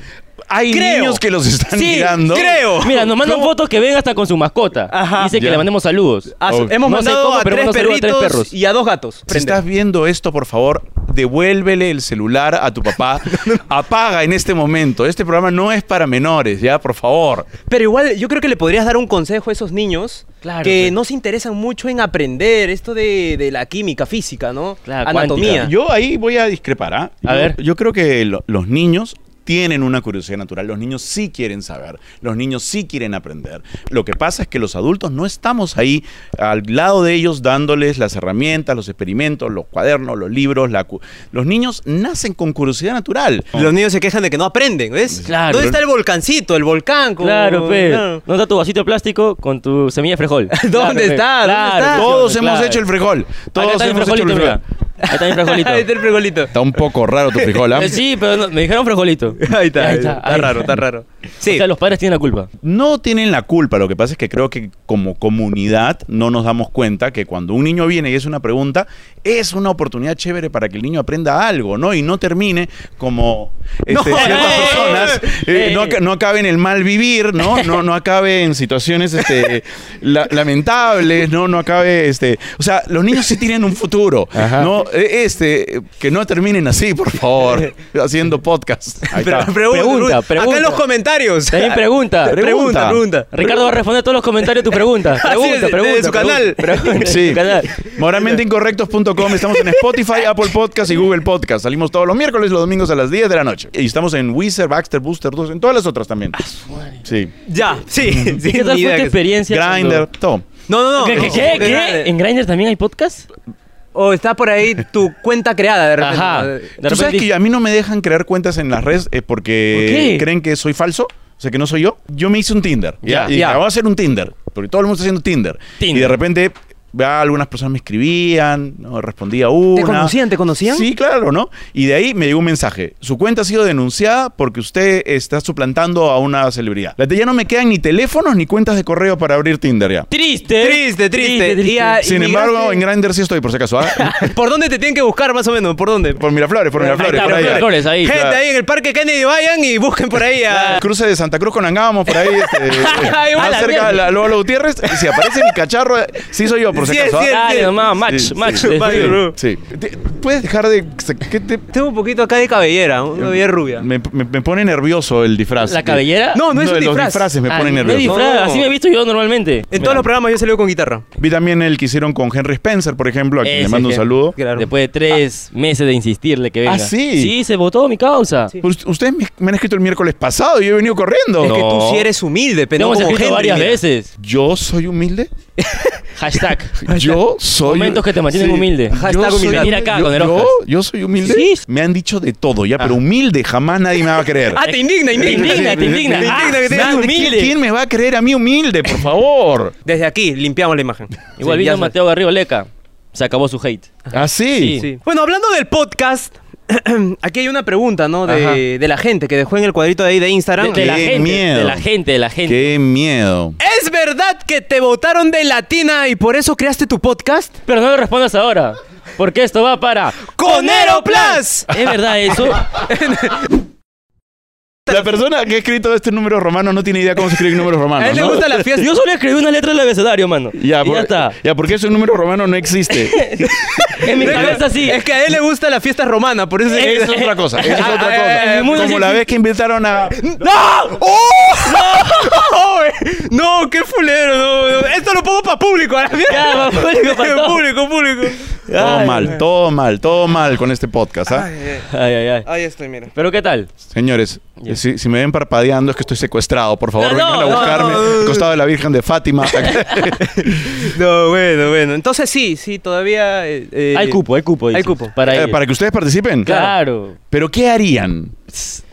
Speaker 3: Hay
Speaker 4: Creo.
Speaker 3: niños que los están
Speaker 2: Sí,
Speaker 3: mirando.
Speaker 4: creo.
Speaker 2: Mira, nos mandan fotos que ven hasta con su mascota.
Speaker 4: Ajá.
Speaker 2: Dice que
Speaker 3: Ya.
Speaker 2: le mandemos saludos.
Speaker 4: Ah,
Speaker 3: Oh.
Speaker 4: Hemos
Speaker 2: No sé
Speaker 4: mandado
Speaker 2: cómo,
Speaker 4: a,
Speaker 2: pero
Speaker 4: tres
Speaker 2: hemos mandado a tres
Speaker 4: perritos
Speaker 2: perros.
Speaker 4: y a dos gatos.
Speaker 3: Si estás viendo esto, por favor, devuélvele el celular a tu papá. Apaga en este momento. Este programa no es para menores, ya, por favor.
Speaker 4: Pero igual yo creo que le podrías dar un consejo a esos niños
Speaker 2: Claro,
Speaker 4: que
Speaker 2: pero-
Speaker 4: no se interesan mucho en aprender esto de, de la química física, ¿no?
Speaker 2: Claro,
Speaker 4: Anatomía.
Speaker 2: cuántica.
Speaker 3: Yo ahí voy a discrepar. ¿ah?
Speaker 2: A
Speaker 3: yo,
Speaker 2: ver.
Speaker 3: Yo creo que lo- los niños tienen una curiosidad natural. Los niños sí quieren saber. Los niños sí quieren aprender. Lo que pasa es que los adultos no estamos ahí al lado de ellos dándoles las herramientas, los experimentos, los cuadernos, los libros. La cu- los niños nacen con curiosidad natural.
Speaker 4: Los niños se quejan de que no aprenden, ¿ves?
Speaker 2: Claro.
Speaker 4: ¿Dónde está el volcancito, el volcán? Como-
Speaker 2: Claro, pues. pe.
Speaker 4: Claro.
Speaker 2: Nos da tu vasito de plástico con tu semilla de frijol.
Speaker 4: ¿Dónde
Speaker 2: Claro, pe.
Speaker 4: está? ¿Dónde está?
Speaker 3: Todos
Speaker 2: claro,
Speaker 3: hemos
Speaker 2: claro.
Speaker 3: hecho el frijol.
Speaker 2: Acá
Speaker 3: Todos
Speaker 2: está mi
Speaker 3: hemos hecho el
Speaker 2: frijolito,
Speaker 3: frijol.
Speaker 2: mira. Ahí está mi frijolito.
Speaker 4: Ahí está el frijolito.
Speaker 3: Está un poco raro tu frijol, ¿ah?
Speaker 2: Eh, Sí, pero no- me dijeron frijolito.
Speaker 4: Ahí está, ahí está.
Speaker 2: ahí
Speaker 4: raro, está raro. Sí.
Speaker 2: O sea, los padres tienen la culpa.
Speaker 3: No tienen la culpa, lo que pasa es que creo que como comunidad no nos damos cuenta que cuando un niño viene y es una pregunta, es una oportunidad chévere para que el niño aprenda algo, ¿no? Y no termine como este,
Speaker 4: No,
Speaker 3: ciertas
Speaker 2: eh,
Speaker 3: personas,
Speaker 2: eh,
Speaker 3: eh, no, aca- no acabe en el mal vivir, ¿no? No, no acabe en situaciones este, la- lamentables, ¿no? No acabe, este... O sea, los niños sí tienen un futuro,
Speaker 2: Ajá.
Speaker 3: ¿no? Eh, Este, que no terminen así, por favor, haciendo podcast. Ahí
Speaker 4: Pero-
Speaker 3: está.
Speaker 4: pregunta,
Speaker 2: Pregunta,
Speaker 4: Acá en
Speaker 2: pregunta.
Speaker 4: los comentarios.
Speaker 2: También pregunta.
Speaker 4: Ah, Pregunta, pregunta. Ah,
Speaker 2: Ricardo va a responder todos los comentarios de tu pregunta.
Speaker 4: Así
Speaker 2: Pregunta,
Speaker 4: es, desde
Speaker 2: pregunta.
Speaker 4: su
Speaker 2: pregunta,
Speaker 4: canal.
Speaker 2: pregunta,
Speaker 3: Sí.
Speaker 2: su canal.
Speaker 3: Moralmenteincorrectos.com. Estamos en Spotify, Apple Podcast y Google Podcast. Salimos todos los miércoles, los domingos a las 10 de la noche. Y estamos en Wizard, Baxter, Booster 2, en todas las otras también. Sí.
Speaker 4: Ya, sí. sí,
Speaker 2: ¿Qué
Speaker 4: ni
Speaker 2: tal fue
Speaker 4: idea
Speaker 2: tu
Speaker 4: que-
Speaker 2: experiencia?
Speaker 3: Grinder,
Speaker 2: cuando-
Speaker 3: todo.
Speaker 4: No, no, no.
Speaker 2: ¿Qué, qué, qué? qué? ¿En Grindr también hay podcast?
Speaker 4: O está por ahí tu cuenta creada de repente.
Speaker 2: Ajá.
Speaker 4: ¿no?
Speaker 2: De
Speaker 3: ¿Tú sabes
Speaker 2: repente-
Speaker 3: que a mí no me dejan crear cuentas en las redes eh,
Speaker 2: ¿Por
Speaker 3: porque
Speaker 2: qué?
Speaker 3: creen que soy falso? O sea, que no soy yo. Yo me hice un Tinder.
Speaker 2: Ya,
Speaker 3: y
Speaker 2: ya.
Speaker 3: dije, "Ah, voy a hacer un Tinder. Porque todo el mundo está haciendo Tinder.
Speaker 2: Tinder.
Speaker 3: Y de repente ya algunas personas me escribían, ¿no? respondía una.
Speaker 4: conocían? ¿Te conocían?
Speaker 3: Sí, claro, ¿no? Y de ahí me llegó un mensaje. Su cuenta ha sido denunciada porque usted está suplantando a una celebridad. La- Ya no me quedan ni teléfonos ni cuentas de correo para abrir Tinder ya.
Speaker 2: Triste.
Speaker 4: Triste, triste. Y a-
Speaker 3: Sin embargo,
Speaker 4: inmigrante-
Speaker 3: en Grindr sí estoy, por si acaso. ¿ah?
Speaker 4: ¿Por dónde te tienen que buscar más o menos? ¿Por dónde?
Speaker 3: por Miraflores, por
Speaker 2: Ahí
Speaker 3: Miraflores.
Speaker 2: está,
Speaker 3: por ahí.
Speaker 2: Miraflores, ahí.
Speaker 4: Gente
Speaker 3: claro.
Speaker 4: ahí en el parque Kennedy vayan y busquen por ahí a...
Speaker 3: Cruce de Santa Cruz con Angamos, por ahí, este,
Speaker 2: Ay,
Speaker 3: más
Speaker 2: mala
Speaker 3: cerca
Speaker 2: mierda.
Speaker 3: de la Lola Gutiérrez. Y si aparece mi cacharro, sí soy yo, por si
Speaker 4: Sí,
Speaker 3: acaso. ¿ah?
Speaker 4: sí,
Speaker 2: Dale nomás, match,
Speaker 3: Sí,
Speaker 2: match.
Speaker 3: sí.
Speaker 2: de
Speaker 4: Vale,
Speaker 2: frente.
Speaker 4: bro.
Speaker 3: Sí. Te- ¿Puedes dejar de... que te-
Speaker 4: Tengo un poquito acá de cabellera, una cabellera rubia.
Speaker 3: me, me- me pone nervioso el disfraz.
Speaker 2: ¿La cabellera?
Speaker 4: No, no es un
Speaker 3: los
Speaker 4: disfraz.
Speaker 3: disfraces me
Speaker 2: Ah,
Speaker 3: ponen
Speaker 2: no
Speaker 3: nervioso.
Speaker 2: disfraz, Así me he visto yo normalmente.
Speaker 4: En todos los programas yo he salido con guitarra.
Speaker 3: Vi también el que hicieron con Henry Spencer, por ejemplo, a quien le
Speaker 2: Ese
Speaker 3: mando un
Speaker 2: que-
Speaker 3: saludo.
Speaker 4: Claro. Ah.
Speaker 2: Después de tres meses de insistirle que venga.
Speaker 3: Ah, ¿sí?
Speaker 2: Sí, se votó mi causa.
Speaker 3: Pues, Us- Ustedes me, me han escrito el miércoles pasado y yo he venido corriendo.
Speaker 4: Es que tú sí eres humilde,
Speaker 2: Te
Speaker 4: pero no
Speaker 2: hemos
Speaker 4: como
Speaker 2: escrito
Speaker 4: Henry,
Speaker 2: varias
Speaker 4: mira.
Speaker 2: veces.
Speaker 3: ¿Yo soy humilde?
Speaker 2: Hashtag.
Speaker 3: Yo soy...
Speaker 2: Momentos que te mantienen humilde.
Speaker 3: Yo
Speaker 4: Hashtag
Speaker 3: soy-
Speaker 4: humildad.
Speaker 2: Mira acá,
Speaker 3: yo,
Speaker 2: con el
Speaker 3: yo-
Speaker 2: Oscar.
Speaker 3: yo soy humilde.
Speaker 2: Sí. Ah.
Speaker 3: Me han dicho de todo ya, pero humilde jamás nadie me va a creer.
Speaker 4: Ah, te indigna,
Speaker 2: Te
Speaker 4: indigna.
Speaker 2: indigna, te indigna.
Speaker 4: Te indigna
Speaker 2: Ah,
Speaker 4: que te
Speaker 2: nada,
Speaker 4: digan
Speaker 2: humilde.
Speaker 3: ¿Quién, quién me va a creer a mí humilde, por favor?
Speaker 4: Desde aquí limpiamos la imagen.
Speaker 2: Igual
Speaker 4: Sí,
Speaker 2: vino
Speaker 4: ya sabes.
Speaker 2: Mateo Garrido Leca. Se acabó su hate.
Speaker 3: ¿Ah, sí?
Speaker 2: Sí.
Speaker 4: Bueno, hablando del podcast, aquí hay una pregunta, ¿no?
Speaker 3: Ajá.
Speaker 4: De, de la gente que dejó en el cuadrito de ahí de
Speaker 2: De,
Speaker 4: Instagram.
Speaker 2: de la
Speaker 3: Qué
Speaker 2: gente,
Speaker 3: miedo.
Speaker 2: de la gente, de la gente.
Speaker 3: Qué miedo.
Speaker 4: ¿Es verdad que te votaron de Latina y por eso creaste tu podcast?
Speaker 2: Pero no lo respondas ahora. Porque esto va para.
Speaker 4: ¡Conero Plus!
Speaker 2: ¿Es verdad eso?
Speaker 3: La persona que ha escrito este número romano no tiene idea cómo se escriben números
Speaker 4: A
Speaker 3: romanos.
Speaker 4: él le
Speaker 3: ¿no?
Speaker 4: gusta la fiesta.
Speaker 2: Yo solo escribí una letra del abecedario, mano.
Speaker 3: Ya,
Speaker 2: y
Speaker 3: por-
Speaker 2: ya está.
Speaker 3: ya, porque ese número romano no existe.
Speaker 2: En mi cabeza sí.
Speaker 4: Es que a él le gusta la fiesta romana, por eso... se-
Speaker 3: Eso es otra cosa. Eso es
Speaker 4: Ah,
Speaker 3: otra
Speaker 4: eh, eh,
Speaker 3: cosa.
Speaker 4: eh,
Speaker 2: mundo
Speaker 3: Como
Speaker 2: sí
Speaker 3: la
Speaker 2: existe.
Speaker 3: vez que invitaron a.
Speaker 4: ¡No! ¡Oh! ¡No! ¡No! ¡Qué fulero! No, no. Esto lo pongo para público. a la mierda.
Speaker 2: Ya, pa' público, pa' todo.
Speaker 4: público, público.
Speaker 3: Todo
Speaker 2: Ay,
Speaker 3: mal, todo mal, todo mal con este podcast. ¿ah?
Speaker 2: Ay, ay, ay.
Speaker 4: Ahí estoy, mira.
Speaker 2: Pero ¿qué tal?
Speaker 3: Señores, si, si me ven parpadeando es que estoy secuestrado. Por favor,
Speaker 2: No,
Speaker 3: vengan a
Speaker 2: no,
Speaker 3: buscarme.
Speaker 4: no, no.
Speaker 3: al Costado de la Virgen de Fátima.
Speaker 4: No, bueno, bueno. Entonces sí, sí, todavía... eh, eh,
Speaker 2: Hay cupo, hay cupo.
Speaker 4: hay
Speaker 2: dice.
Speaker 4: cupo.
Speaker 2: Para,
Speaker 3: Eh,
Speaker 2: ir.
Speaker 3: para que ustedes participen.
Speaker 2: Claro.
Speaker 3: Pero ¿qué harían?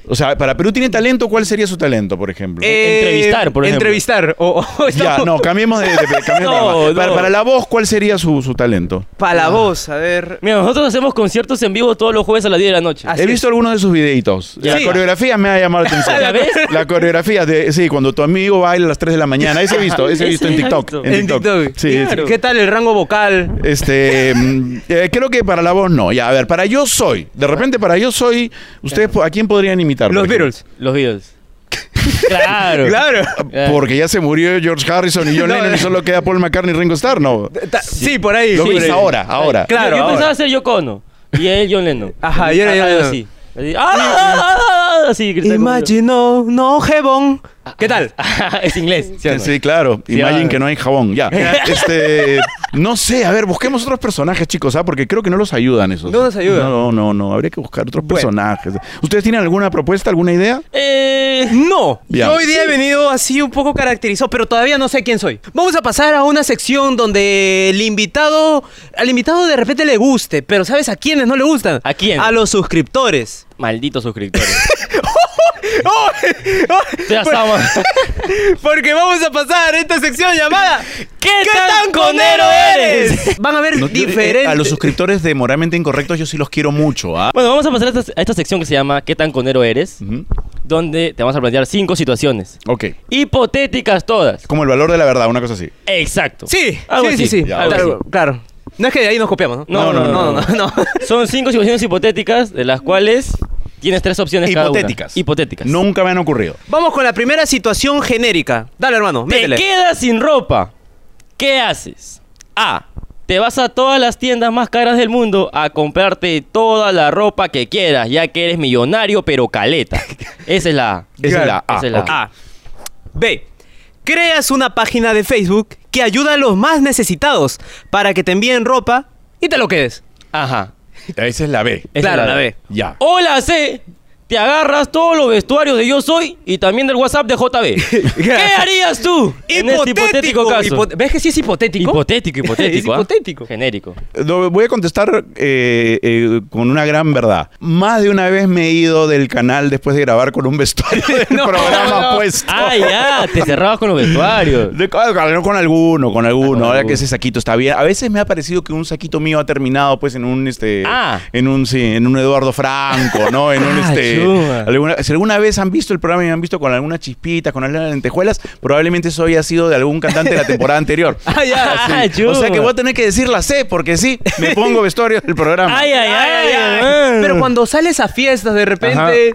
Speaker 3: O sea, para Perú tiene talento, ¿cuál sería su talento, por ejemplo?
Speaker 4: eh, pues
Speaker 2: Entrevistar, por ejemplo.
Speaker 4: Entrevistar. O, o- o
Speaker 3: ya,
Speaker 4: estamos-
Speaker 3: no, cambiemos de, de- de- cambiemos de
Speaker 2: No,
Speaker 3: programa. Para,
Speaker 2: no.
Speaker 3: para la voz, ¿cuál sería su, su talento?
Speaker 4: Para la voz, a ver...
Speaker 2: Mira, nosotros hacemos conciertos en vivo todos los jueves a las 10 de la noche.
Speaker 4: Así
Speaker 3: He
Speaker 4: es.
Speaker 3: visto algunos de sus videitos.
Speaker 2: Ya.
Speaker 3: La
Speaker 2: Sí.
Speaker 3: coreografía me ha llamado la atención.
Speaker 2: ¿Ya ves?
Speaker 3: La coreografía de, sí, cuando tu amigo baila a las 3 de la mañana. Ese he visto, ese he
Speaker 2: Ese
Speaker 3: visto en
Speaker 2: he
Speaker 3: TikTok.
Speaker 2: visto.
Speaker 3: En TikTok. Sí, sí.
Speaker 2: Claro.
Speaker 4: ¿Qué tal el rango vocal?
Speaker 3: Este, mm, eh, creo que para la voz no. Ya, a ver, para yo soy. De repente para yo soy, ustedes po- a quién podrían imitar?
Speaker 4: Los
Speaker 3: por ejemplo?
Speaker 4: Beatles.
Speaker 2: Los videos. claro.
Speaker 4: Claro.
Speaker 2: Beatles.
Speaker 3: Ah, Porque ya se murió George Harrison y John
Speaker 4: No,
Speaker 3: Lennon y
Speaker 4: eh.
Speaker 3: solo queda Paul McCartney y Ringo Starr, no.
Speaker 4: Ta- Sí, por ahí.
Speaker 3: Los
Speaker 4: Sí, por
Speaker 3: Beatles
Speaker 4: ahí.
Speaker 3: ahora, ahora.
Speaker 4: Claro,
Speaker 2: Yo, yo
Speaker 4: ahora.
Speaker 2: pensaba ser yo Cono. Y él John Lennon.
Speaker 4: Ajá, yo era
Speaker 2: Ah,
Speaker 4: John
Speaker 2: algo
Speaker 4: Lennon.
Speaker 2: así. Así, ah, ah, ah, ah, así gritar conmigo.
Speaker 4: Imagine no, no heaven. ¿Qué tal?
Speaker 2: Ah, es inglés. ¿sí o no?
Speaker 3: Sí, claro.
Speaker 2: Sí,
Speaker 3: Imagine
Speaker 2: ah.
Speaker 3: que no hay jabón. Ya. Este, no sé, a ver, busquemos otros personajes, chicos, ¿ah? Porque creo que no los ayudan esos.
Speaker 4: No nos ayudan.
Speaker 3: No, no, no, no. Habría que buscar otros
Speaker 4: Bueno.
Speaker 3: personajes. ¿Ustedes tienen alguna propuesta, alguna idea?
Speaker 4: Eh, no.
Speaker 3: Ya.
Speaker 4: Yo hoy día he venido así un poco caracterizado, pero todavía no sé quién soy. Vamos a pasar a una sección donde el invitado, al invitado de repente le guste, pero ¿sabes a quiénes no le gustan?
Speaker 2: ¿A quién?
Speaker 4: A los suscriptores.
Speaker 2: Malditos suscriptores.
Speaker 4: ¡Oh! ¡Oh!
Speaker 2: ya
Speaker 4: Por-
Speaker 2: estamos.
Speaker 4: Porque vamos a pasar a esta sección llamada
Speaker 2: ¿Qué tan conero eres?
Speaker 4: Van a ver
Speaker 3: No, yo, eh,
Speaker 4: diferentes.
Speaker 3: A los suscriptores de Moralmente Incorrectos yo sí los quiero mucho, ¿ah?
Speaker 2: bueno, vamos a pasar a esta, a esta sección que se llama ¿Qué tan conero eres?
Speaker 3: Ujú.
Speaker 2: Donde te vamos a plantear cinco situaciones.
Speaker 3: Ok.
Speaker 2: Hipotéticas todas.
Speaker 3: Como el valor de la verdad, una cosa así.
Speaker 2: Exacto.
Speaker 4: Sí,
Speaker 2: Algo
Speaker 4: sí, sí,
Speaker 2: así.
Speaker 4: sí.
Speaker 3: Ya,
Speaker 2: Algo
Speaker 3: ok.
Speaker 2: así.
Speaker 4: Claro, claro. No es que de ahí nos copiamos, ¿no?
Speaker 2: No, no, no, no,
Speaker 4: no, no.
Speaker 2: Son cinco situaciones hipotéticas, de las cuales tienes tres opciones cada una.
Speaker 3: Hipotéticas.
Speaker 2: Hipotéticas.
Speaker 3: Nunca me han ocurrido.
Speaker 4: Vamos con la primera situación genérica. Dale, hermano,
Speaker 2: Te
Speaker 4: métele.
Speaker 2: quedas sin ropa. ¿Qué haces? A. Te vas a todas las tiendas más caras del mundo a comprarte toda la ropa que quieras, ya que eres millonario, pero caleta. Esa es la A.
Speaker 3: Esa es la A.
Speaker 2: Esa es la
Speaker 3: ok.
Speaker 4: A. Ah. B. Creas una página de Facebook que ayuda a los más necesitados para que te envíen ropa y te lo quedes.
Speaker 2: Ajá.
Speaker 3: Esa es la B.
Speaker 2: Esa
Speaker 4: claro,
Speaker 2: es
Speaker 4: la B.
Speaker 3: Ya.
Speaker 2: O la C. te agarras todos los vestuarios de Yo Soy y también del WhatsApp de JB. ¿Qué harías tú en este hipotético caso?
Speaker 4: hipo- ¿Ves que sí es hipotético?
Speaker 2: Hipotético, hipotético.
Speaker 4: Es
Speaker 2: ¿ah?
Speaker 4: hipotético.
Speaker 2: Genérico.
Speaker 3: Lo voy a contestar eh, eh, con una gran verdad. Más de una vez me he ido del canal después de grabar con un vestuario del
Speaker 4: No,
Speaker 3: programa
Speaker 4: no.
Speaker 3: puesto.
Speaker 2: Ah, ya, te cerrabas con los vestuarios.
Speaker 3: De- ah, claro, con alguno, con alguno. Ahora
Speaker 2: alguno.
Speaker 3: que ese saquito está bien. A veces me ha parecido que un saquito mío ha terminado, pues, en un este.
Speaker 2: Ah.
Speaker 3: En un sí, en un Eduardo Franco, ¿no? En un
Speaker 2: Ah,
Speaker 3: este.
Speaker 2: chuma.
Speaker 3: alguna- si alguna vez han visto el programa y me han visto con algunas chispitas, con algunas lentejuelas, probablemente eso haya sido de algún cantante de la temporada anterior.
Speaker 4: Ah, ya.
Speaker 2: Ah,
Speaker 3: Sí. O sea que voy a tener que decir la C, porque sí, me pongo vestuario del programa.
Speaker 2: Ay, ay, ay, ay, ay.
Speaker 4: Pero cuando sales a fiestas de repente,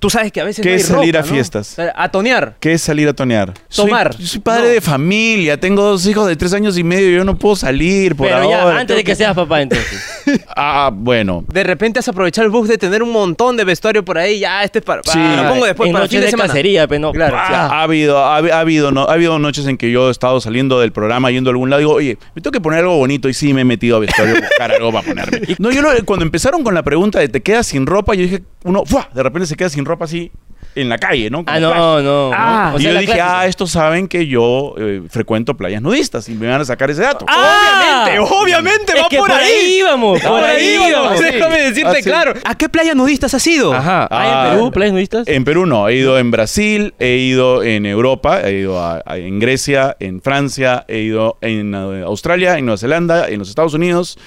Speaker 4: tú sabes que a veces
Speaker 3: ¿Qué
Speaker 4: no hay
Speaker 3: es salir
Speaker 4: ropa,
Speaker 3: a
Speaker 4: ¿no?
Speaker 3: fiestas?
Speaker 4: A tonear.
Speaker 3: ¿Qué es salir a tonear? Soy-
Speaker 4: Tomar.
Speaker 3: Soy, padre
Speaker 4: No.
Speaker 3: de familia, tengo dos hijos de tres años y medio, yo no puedo salir por
Speaker 2: Pero
Speaker 3: ahora.
Speaker 2: ya, antes de
Speaker 3: tengo
Speaker 2: que seas papá, entonces.
Speaker 3: Ah, bueno.
Speaker 4: De repente has aprovechado el bug de tener un montón de vestuario por ahí. Ya, este es para...
Speaker 3: Sí.
Speaker 4: ah, lo pongo después
Speaker 2: en
Speaker 4: para
Speaker 2: noches
Speaker 4: el fin de
Speaker 2: de
Speaker 4: semana.
Speaker 2: cacería, pero no.
Speaker 4: Claro.
Speaker 3: O sea, ha habido, ha, ha habido, no, ha habido noches en que yo he estado saliendo del programa yendo a algún lado y digo, oye, me tengo que poner algo bonito y sí me he metido a vestuario a buscar algo para ponerme. No, yo lo- cuando empezaron con la pregunta de te quedas sin ropa, yo dije, uno, ¡fua! de repente se queda sin ropa así en la calle, ¿no? Como
Speaker 2: Ah,
Speaker 3: flash.
Speaker 2: no, no.
Speaker 4: Ah.
Speaker 2: O
Speaker 3: y
Speaker 2: sea,
Speaker 3: yo
Speaker 2: la
Speaker 3: dije,
Speaker 2: clásica.
Speaker 3: ah, estos saben que yo eh, frecuento playas nudistas y me van a sacar ese dato.
Speaker 2: Ah.
Speaker 4: Obviamente, obviamente,
Speaker 2: Es
Speaker 4: va
Speaker 2: que
Speaker 4: por, ahí.
Speaker 2: íbamos,
Speaker 4: Por ahí,
Speaker 2: íbamos.
Speaker 4: vamos,
Speaker 3: sí.
Speaker 4: déjame decirte
Speaker 3: Ah, sí.
Speaker 4: claro. ¿A qué playa nudistas has ido?
Speaker 2: Ajá. Ah,
Speaker 3: Ah.
Speaker 2: en Perú, playas nudistas.
Speaker 3: En Perú no, he ido en Brasil, he ido en Europa, he ido a- a- en Grecia, en Francia, he ido en eh, Australia, en Nueva Zelanda, en los Estados Unidos,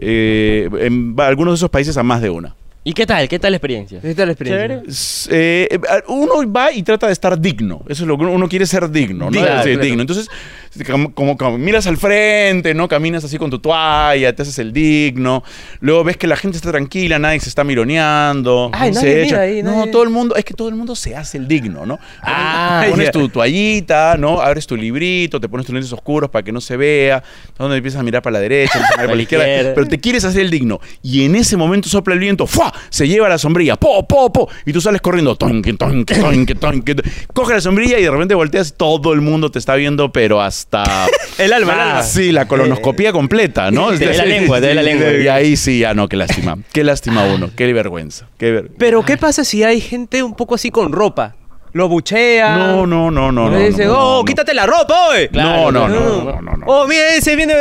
Speaker 3: eh, en va- algunos de esos países a más de una.
Speaker 2: ¿Y qué tal? ¿Qué tal la experiencia?
Speaker 4: ¿Qué tal la experiencia?
Speaker 3: S- eh, eh, uno va y trata de estar digno, eso es lo que uno, uno quiere ser digno, ¿no?
Speaker 2: Digno,
Speaker 3: Sí,
Speaker 2: claro.
Speaker 3: digno. Entonces, como, como- como miras al frente, ¿no? Caminas así con tu toalla, te haces el digno, luego ves que la gente está tranquila, nadie se está mironeando,
Speaker 4: Ay,
Speaker 3: no
Speaker 4: nadie
Speaker 3: se
Speaker 4: mira
Speaker 3: echa.
Speaker 4: ahí,
Speaker 3: no,
Speaker 4: nadie-
Speaker 3: todo el mundo, es que todo el mundo se hace el digno, ¿no?
Speaker 2: Ah,
Speaker 3: Pones
Speaker 2: ya.
Speaker 3: tu toallita, ¿no? Abres tu librito, te pones tus lentes oscuros para que no se vea, donde empiezas a mirar para la derecha, empiezas a mirar para la izquierda,
Speaker 2: izquierda.
Speaker 3: pero te quieres hacer el digno. Y en ese momento sopla el viento, ¡fua! Se lleva la sombrilla, ¡po, po, po! Y tú sales corriendo, tonque, tonque, tonque, tonque. Coge la sombrilla y de repente volteas, todo el mundo te está viendo, pero hasta.
Speaker 4: El alma, el
Speaker 3: Ah,
Speaker 4: alma.
Speaker 3: Sí, la colonoscopía completa, ¿no?
Speaker 2: Te ve la lengua, te ve la lengua.
Speaker 3: Y ahí sí, ya no, qué lástima. Qué lástima uno, qué vergüenza. Qué ver-
Speaker 4: Pero ¿qué pasa si hay gente un poco así con ropa? Lo buchea.
Speaker 3: No, no, no, no.
Speaker 4: le
Speaker 3: no,
Speaker 4: dice,
Speaker 3: no,
Speaker 4: oh,
Speaker 3: no, no.
Speaker 4: quítate la ropa, oye.
Speaker 2: Claro,
Speaker 3: no, no,
Speaker 2: claro.
Speaker 3: no, no, no, no.
Speaker 4: Oh, mira, ese viene.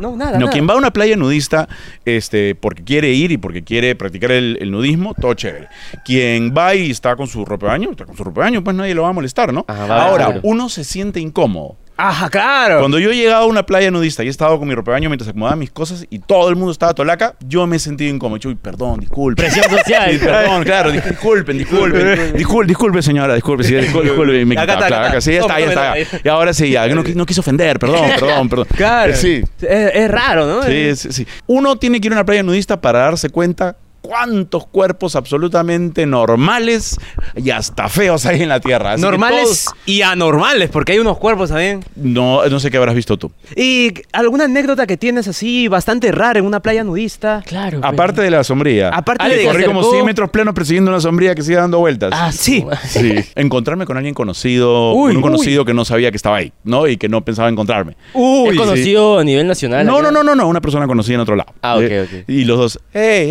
Speaker 4: No, nada.
Speaker 3: No,
Speaker 4: nada.
Speaker 3: quien va a una playa nudista este, porque quiere ir y porque quiere practicar el, el nudismo, todo chévere. Quien va y está con su ropa de baño, está con su ropa de baño, pues nadie lo va a molestar, ¿no?
Speaker 2: Ajá, va,
Speaker 3: Ahora,
Speaker 2: seguro.
Speaker 3: uno se siente incómodo.
Speaker 4: Ajá, claro.
Speaker 3: Cuando yo he llegado a una playa nudista y he estado con mi ropa de baño mientras acomodaba mis cosas y todo el mundo estaba tolaca, yo me he sentido incómodo. Yo, uy, perdón, disculpe.
Speaker 2: Presión social.
Speaker 3: Sí, perdón, claro, dis- disculpen, disculpen. Disculpe, disculpe señora, disculpe, sí, disculpe, disculpe. Me,
Speaker 4: Acá está,
Speaker 3: ah, claro,
Speaker 4: acá
Speaker 3: acá, sí, ya
Speaker 4: está.
Speaker 3: está, ya está.
Speaker 4: Tómame,
Speaker 3: Y ahora sí, ya, no, qui- no quise ofender, perdón, perdón, perdón.
Speaker 4: Claro.
Speaker 3: Eh, Sí,
Speaker 4: Es, es raro, ¿no?
Speaker 3: Sí, sí, sí. Uno tiene que ir a una playa nudista para darse cuenta cuántos cuerpos absolutamente normales y hasta feos hay en la tierra. Así que
Speaker 4: Normales
Speaker 3: todos-
Speaker 4: y anormales, porque hay unos cuerpos también.
Speaker 3: no, no sé qué habrás visto tú.
Speaker 4: ¿Y alguna anécdota que tienes así bastante rara en una playa nudista?
Speaker 2: Claro. pues.
Speaker 3: Aparte de la sombría.
Speaker 4: Aparte
Speaker 3: Que
Speaker 4: de que
Speaker 3: corrí
Speaker 4: se
Speaker 3: como
Speaker 4: acercó-
Speaker 3: 100 metros plano persiguiendo una sombría que sigue dando vueltas.
Speaker 2: Ah,
Speaker 4: Sí.
Speaker 3: Sí. Encontrarme con alguien conocido, con
Speaker 4: Uy,
Speaker 3: un
Speaker 4: uy.
Speaker 3: conocido que no sabía que estaba ahí, ¿no? Y que no pensaba encontrarme.
Speaker 2: ¿Es conocido a nivel nacional?
Speaker 3: No, no, no, no, no, una persona conocida en otro lado.
Speaker 2: Ah, ok,
Speaker 3: Eh,
Speaker 2: ok.
Speaker 3: Y los dos, hey,
Speaker 4: Eh,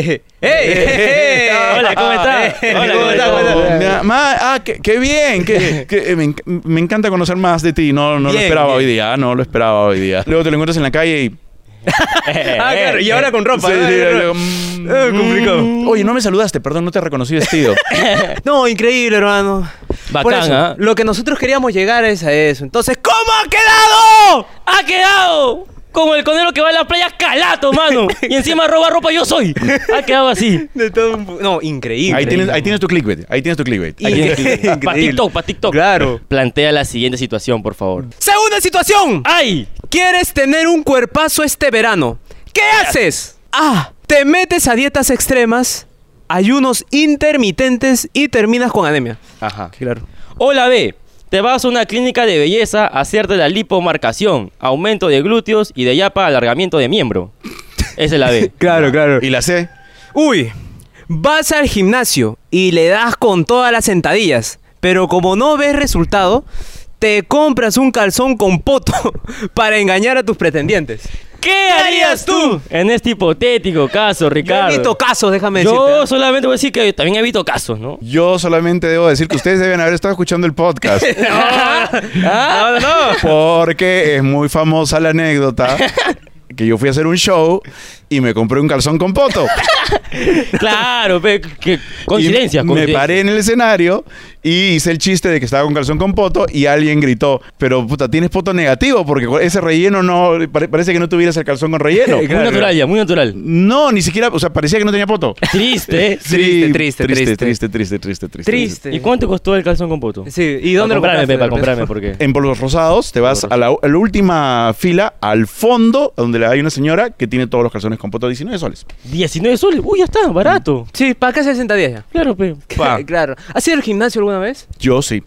Speaker 3: hey,
Speaker 4: ¡Ey! ¡Ey! ey, ey.
Speaker 2: Hola, ¿cómo estás?
Speaker 4: Eh,
Speaker 2: Hola,
Speaker 4: ¿cómo
Speaker 2: ¿cómo
Speaker 4: estás?
Speaker 2: estás?
Speaker 4: Hola.
Speaker 3: Mi mamá, ah, qué, qué bien, que me, enc- me encanta conocer más de ti. No, no lo
Speaker 4: Bien,
Speaker 3: esperaba
Speaker 4: bien.
Speaker 3: hoy día, no lo esperaba hoy día. Luego te lo encuentras en la calle y.
Speaker 2: Eh,
Speaker 4: Ah, claro, y ahora con ropa.
Speaker 3: Sí,
Speaker 4: ¿no?
Speaker 3: sí,
Speaker 4: Con
Speaker 3: luego,
Speaker 4: ropa.
Speaker 3: mm,
Speaker 4: Eh, complicado.
Speaker 3: mm. Oye, no me saludaste, perdón, no te reconocí vestido.
Speaker 4: No, increíble, hermano.
Speaker 2: Bacán,
Speaker 4: Por eso,
Speaker 2: ¿ah?
Speaker 4: Lo que nosotros queríamos llegar es a eso. Entonces, ¿cómo ha quedado?
Speaker 2: ¡Ha quedado! Como el conero que va a la playa calato, mano. Y encima roba ropa yo soy. Ha quedado así.
Speaker 4: De todo un pu- No, increíble.
Speaker 3: ahí, tienes, ahí tienes tu clickbait, ahí tienes tu clickbait.
Speaker 4: Ahí tienes- Increíble.
Speaker 2: Para TikTok, para TikTok.
Speaker 4: Claro.
Speaker 2: Plantea la siguiente situación, por favor.
Speaker 4: Segunda situación.
Speaker 2: ¡Ay!
Speaker 4: ¿Quieres tener un cuerpazo este verano? ¿Qué haces? A. Te metes a dietas extremas, ayunos intermitentes y terminas con anemia.
Speaker 2: Ajá.
Speaker 4: Claro.
Speaker 2: Hola B. Te vas a una clínica de belleza a hacerte la lipomarcación, aumento de glúteos y de yapa alargamiento de miembro. Esa es la B.
Speaker 4: Claro, claro.
Speaker 3: Y la C.
Speaker 4: Uy, vas al gimnasio y le das con todas las sentadillas, pero como no ves resultado, te compras un calzón con poto para engañar a tus pretendientes.
Speaker 2: ¿Qué harías tú en este hipotético caso,
Speaker 4: Yo
Speaker 2: Ricardo?
Speaker 4: he visto casos, déjame
Speaker 2: Yo
Speaker 4: decirte. ¿eh?
Speaker 2: solamente voy a decir que también he visto casos, ¿no?
Speaker 3: Yo solamente debo decir que ustedes deben haber estado escuchando el podcast.
Speaker 2: Ah,
Speaker 3: Porque es muy famosa la anécdota que yo fui a hacer un show y me compré un calzón con poto.
Speaker 2: Claro, pe- que,
Speaker 3: Y
Speaker 2: coincidencias.
Speaker 3: Me
Speaker 2: coincidencias.
Speaker 3: paré en el escenario y hice el chiste de que estaba con calzón con poto y alguien gritó, pero puta, tienes poto negativo porque ese relleno no, pare- parece que no tuvieras el calzón con relleno.
Speaker 2: Muy natural ya, muy natural.
Speaker 3: No, ni siquiera, o sea, parecía que no tenía poto.
Speaker 2: Triste. ¿eh?
Speaker 4: Triste,
Speaker 3: Sí,
Speaker 4: triste,
Speaker 3: triste,
Speaker 4: triste.
Speaker 3: triste, triste, triste, triste.
Speaker 4: Triste.
Speaker 2: ¿Y cuánto costó el calzón con poto?
Speaker 4: Sí, ¿y dónde lo
Speaker 2: para comprarme,
Speaker 4: compraste?
Speaker 2: pe, para comprarme, porque...
Speaker 3: En Polvos Rosados te vas a la, a la última fila, al fondo, donde hay una señora que tiene todos los calzones con poto 19 soles.
Speaker 2: 19 soles. Uy, ya está, barato.
Speaker 4: Sí, para acá 60 días ya.
Speaker 2: Claro, pe.
Speaker 3: Pa.
Speaker 4: Claro. ¿Has ido al gimnasio alguna vez?
Speaker 3: Yo sí.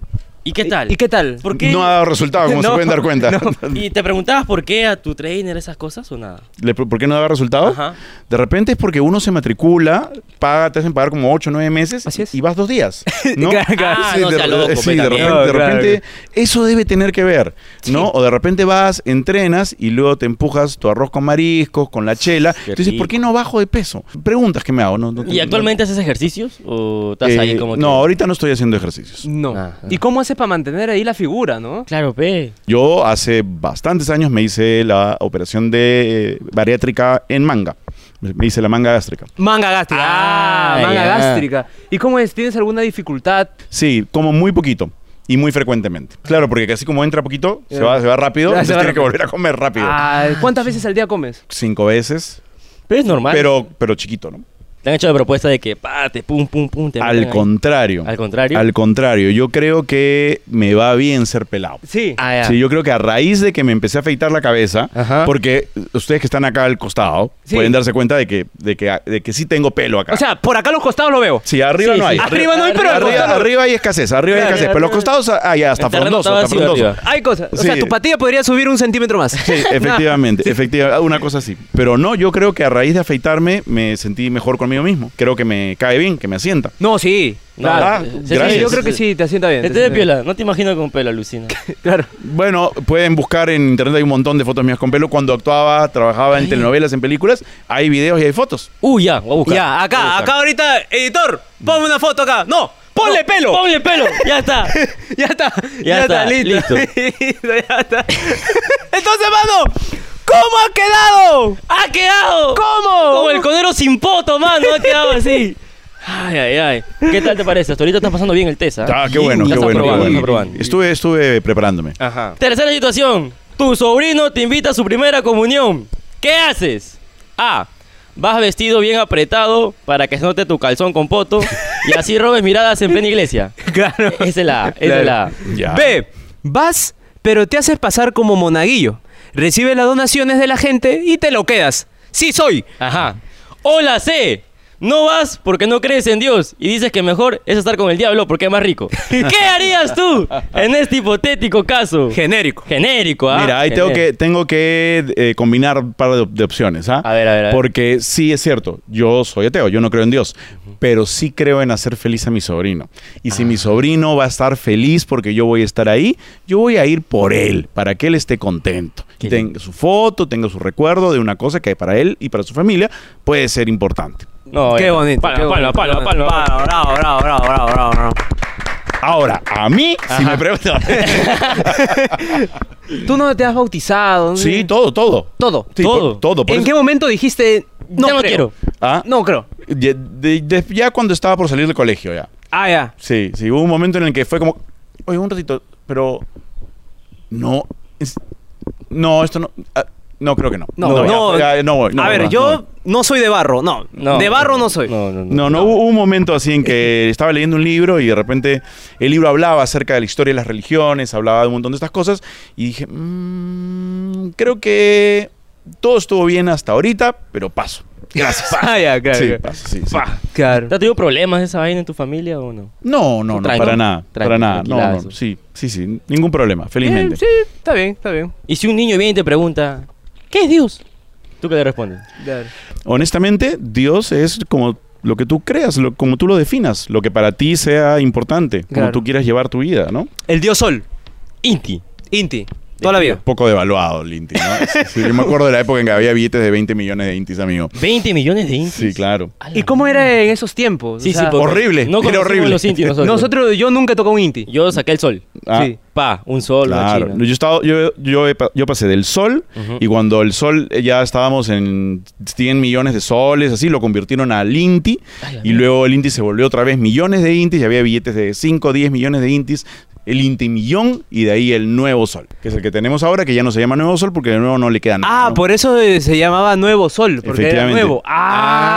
Speaker 2: ¿Y qué tal?
Speaker 4: ¿Y qué tal?
Speaker 2: ¿Por qué?
Speaker 3: No ha dado resultado, como se
Speaker 4: No,
Speaker 3: pueden dar cuenta.
Speaker 2: ¿Y te preguntabas por qué a tu trainer esas cosas o nada?
Speaker 3: Le- ¿Por qué no daba resultado?
Speaker 2: Ajá.
Speaker 3: De repente es porque uno se matricula, paga, te hacen pagar como 8 o 9 meses
Speaker 4: Así es.
Speaker 3: y vas dos días. ¿no?
Speaker 4: Claro,
Speaker 2: claro. Ah, no
Speaker 3: de,
Speaker 2: sea loco,
Speaker 3: sí,
Speaker 2: pe,
Speaker 3: de
Speaker 2: también.
Speaker 3: repente, de
Speaker 4: No, claro.
Speaker 3: repente eso debe tener que ver, ¿no? O de repente vas, entrenas y luego te empujas tu arroz con mariscos, con la chela.
Speaker 2: Qué
Speaker 3: Entonces, ¿por
Speaker 2: rico.
Speaker 3: qué no bajo de peso? Preguntas que me hago. No, no-
Speaker 2: ¿Y
Speaker 3: no-
Speaker 2: actualmente haces ejercicios o estás
Speaker 3: Eh,
Speaker 2: ahí como que-
Speaker 3: No, ahorita no estoy haciendo ejercicios.
Speaker 4: No.
Speaker 2: Ah, ah.
Speaker 4: ¿Y cómo haces para mantener ahí la figura, no?
Speaker 2: Claro, pe.
Speaker 3: Yo hace bastantes años me hice la operación de eh, bariátrica en manga. Me me hice la manga gástrica.
Speaker 4: Manga gástrica.
Speaker 2: Ah, ya.
Speaker 4: manga gástrica. ¿Y cómo es? ¿Tienes alguna dificultad?
Speaker 3: Sí, como muy poquito y muy frecuentemente. Claro, porque casi como entra poquito, se va, se va rápido,
Speaker 4: Ya, se
Speaker 3: entonces
Speaker 4: va
Speaker 3: tiene que
Speaker 4: rápido.
Speaker 3: volver a comer rápido.
Speaker 4: Ah, ¿Cuántas veces al día comes?
Speaker 3: Cinco veces,
Speaker 2: Pero es normal.
Speaker 3: pero, pero chiquito, ¿no?
Speaker 2: Te han hecho la propuesta de que pate, pum, pum, pum. Te meten
Speaker 3: Al
Speaker 2: ahí.
Speaker 3: contrario.
Speaker 2: Al contrario.
Speaker 3: Al contrario. Yo creo que me va bien ser pelado.
Speaker 4: Sí.
Speaker 2: Ah, ya.
Speaker 3: Sí, yo creo que a raíz de que me empecé a afeitar la cabeza,
Speaker 2: Ajá.
Speaker 3: porque ustedes que están acá al costado
Speaker 4: Sí.
Speaker 3: pueden darse cuenta de que, de, que, de que sí tengo pelo acá.
Speaker 4: O sea, por acá a los costados lo veo.
Speaker 3: sí, arriba
Speaker 2: sí,
Speaker 3: no
Speaker 2: sí.
Speaker 3: hay.
Speaker 4: Arriba no hay, pero al
Speaker 3: Arriba,
Speaker 4: costado-
Speaker 3: arriba hay escasez, arriba hay
Speaker 4: Claro,
Speaker 3: escasez. Pero los
Speaker 4: arriba-
Speaker 3: costados, ah, ya, hasta
Speaker 2: El terreno
Speaker 3: frondoso,
Speaker 2: estaba
Speaker 3: está
Speaker 2: así de
Speaker 3: frondoso.
Speaker 2: arriba.
Speaker 4: Hay cosas. O sea,
Speaker 3: Sí.
Speaker 4: tu patilla podría subir un centímetro más.
Speaker 3: Sí, efectivamente, efectivamente, Ah, una cosa así. Pero no, yo creo que a raíz de afeitarme me sentí mejor conmigo mismo. Creo que me cae bien, que me asienta.
Speaker 4: No, sí.
Speaker 2: No,
Speaker 4: claro.
Speaker 3: Ah,
Speaker 2: sí, sí,
Speaker 4: Sí,
Speaker 3: gracias.
Speaker 4: yo creo que sí, te asienta bien. te
Speaker 2: Este de
Speaker 4: asienta bien.
Speaker 2: piola, no te imagino con pelo, alucina.
Speaker 4: Claro.
Speaker 3: Bueno, pueden buscar en internet, hay un montón de fotos mías con pelo. Cuando actuaba, trabajaba en telenovelas, en películas, hay videos y hay fotos.
Speaker 2: Uy, ya, voy a buscar.
Speaker 4: Ya,
Speaker 3: Voy a
Speaker 4: acá,
Speaker 3: buscar.
Speaker 4: acá ahorita, editor, ponme una foto acá. No, ponle
Speaker 2: No,
Speaker 4: pelo.
Speaker 2: ¡Ponle pelo! ¡Ya está!
Speaker 4: Ya está, ya,
Speaker 2: está,
Speaker 4: está,
Speaker 2: listo.
Speaker 4: listo. Listo, ya está. Entonces, mano, ¿cómo ha quedado?
Speaker 2: ¡Ha quedado!
Speaker 4: ¿Cómo?
Speaker 2: Como el conero sin poto, mano, ha quedado así. Ay, ay, ay. ¿Qué tal te parece? Hasta ahorita estás pasando bien el test, ¿ah?
Speaker 3: Ah, qué bueno, qué
Speaker 2: Estás
Speaker 3: bueno, qué
Speaker 2: aprobando,
Speaker 3: bueno.
Speaker 2: estás aprobando.
Speaker 3: Estuve, estuve preparándome.
Speaker 4: Ajá.
Speaker 2: Tercera situación. Tu sobrino te invita a su primera comunión. ¿Qué haces? A. Vas vestido bien apretado para que se note tu calzón con poto y así robes miradas en plena iglesia.
Speaker 4: Claro.
Speaker 2: Esa es la A, esa es la A.
Speaker 3: Ya.
Speaker 4: B, vas, pero te haces pasar como monaguillo. Recibes las donaciones de la gente y te lo quedas. Sí, soy.
Speaker 2: Ajá. O la C. No vas porque no crees en Dios y dices que mejor es estar con el diablo porque es más rico. ¿Qué harías tú en este hipotético caso?
Speaker 4: Genérico.
Speaker 2: Genérico, ¿ah?
Speaker 3: Mira, ahí tengo que, tengo que eh, combinar un par de, op- de opciones, ¿ah?
Speaker 2: A ver, a ver, a ver.
Speaker 3: Porque sí es cierto, yo soy ateo, yo no creo en Dios, pero sí creo en hacer feliz a mi sobrino. Y si
Speaker 2: Ah.
Speaker 3: mi sobrino va a estar feliz porque yo voy a estar ahí, yo voy a ir por él, para que él esté contento.
Speaker 2: Qué
Speaker 3: Tenga su foto, tenga su recuerdo de una cosa que para él y para su familia puede ser importante.
Speaker 2: No,
Speaker 4: Qué
Speaker 2: ya.
Speaker 4: bonito.
Speaker 2: Palma,
Speaker 4: qué
Speaker 2: palma,
Speaker 4: bonito,
Speaker 2: palma,
Speaker 4: qué
Speaker 2: palma.
Speaker 4: bonito. Bravo, bravo, bravo, bravo, bravo, bravo.
Speaker 3: Ahora, a mí, si me preguntan...
Speaker 4: Tú no te has bautizado. ¿no?
Speaker 3: sí, todo, todo.
Speaker 4: Todo.
Speaker 3: Sí,
Speaker 2: Todo.
Speaker 3: por- todo. por
Speaker 4: ¿En
Speaker 3: eso-
Speaker 4: qué momento dijiste no,
Speaker 2: Ya no
Speaker 4: creo.
Speaker 2: quiero.
Speaker 3: Ah,
Speaker 4: No creo.
Speaker 3: ya- de- de- ya cuando estaba por salir del colegio, ya.
Speaker 4: Ah, ya.
Speaker 3: Sí, sí, hubo un momento en el que fue como, oye, un ratito, pero no, es- no, esto no, ah, no creo que no.
Speaker 4: No, no, eh,
Speaker 3: no, ya, ya, no voy, no
Speaker 4: A ver,
Speaker 3: voy,
Speaker 4: yo
Speaker 3: no
Speaker 4: no. soy de barro, no.
Speaker 2: No.
Speaker 4: de barro no soy.
Speaker 2: No, no, no.
Speaker 3: No, no, hubo un momento así en que estaba leyendo un libro y de repente el libro hablaba acerca de la historia de las religiones, hablaba de un montón de estas cosas y dije, "Mm, creo que todo estuvo bien hasta ahorita, pero paso. Gracias.
Speaker 4: Ah, ya, claro.
Speaker 3: Sí,
Speaker 4: claro.
Speaker 3: paso, sí, sí.
Speaker 4: Claro.
Speaker 2: ¿Te has tenido problemas esa vaina en tu familia o no?
Speaker 3: No, no, no,
Speaker 2: Tranquilo,
Speaker 3: para nada, para
Speaker 2: tranquilo,
Speaker 3: nada. No, no,
Speaker 2: tranquilazo.
Speaker 3: sí, sí, sí, ningún problema, felizmente.
Speaker 4: Eh, sí, está bien, está bien.
Speaker 2: Y si un niño viene y te pregunta, ¿qué es Dios? ¿Tú qué le respondes?
Speaker 3: Honestamente, Dios es como lo que tú creas, lo- como tú lo definas, lo que para ti sea importante, como
Speaker 4: Claro.
Speaker 3: tú quieras llevar tu vida, ¿no?
Speaker 4: El dios sol,
Speaker 2: Inti.
Speaker 4: Inti. Toda la vida.
Speaker 3: Poco devaluado el Inti, ¿no? Sí, yo me acuerdo de la época en que había billetes de 20 millones de Intis, amigo.
Speaker 2: 20 millones de intis.
Speaker 3: Sí, claro.
Speaker 2: A la
Speaker 4: ¿Y cómo era en esos tiempos? O
Speaker 2: Sí, sí,
Speaker 4: sea,
Speaker 2: porque
Speaker 3: horrible,
Speaker 2: No
Speaker 3: era
Speaker 2: conocimos
Speaker 3: horrible.
Speaker 2: los intis nosotros.
Speaker 4: Nosotros, yo nunca toqué un Inti.
Speaker 2: Yo saqué el sol.
Speaker 3: Ah,
Speaker 4: Sí.
Speaker 2: Pa, un sol,
Speaker 3: Claro.
Speaker 2: una
Speaker 3: Yo,
Speaker 2: china.
Speaker 3: estaba, yo, yo, he pa- yo pasé del sol y cuando el sol eh, ya estábamos en 100 millones de soles, así, lo convirtieron al Inti
Speaker 2: Ay, la
Speaker 3: y luego el Inti se volvió otra vez millones de Intis y había billetes de 5, 10 millones de Intis. El Inti millón y de ahí el nuevo sol, que es el que tenemos ahora, que ya no se llama nuevo sol porque de nuevo no le queda nada.
Speaker 4: Ah,
Speaker 3: ¿no?
Speaker 4: por eso eh, se llamaba Nuevo Sol, porque era
Speaker 3: Efectivamente.
Speaker 4: nuevo.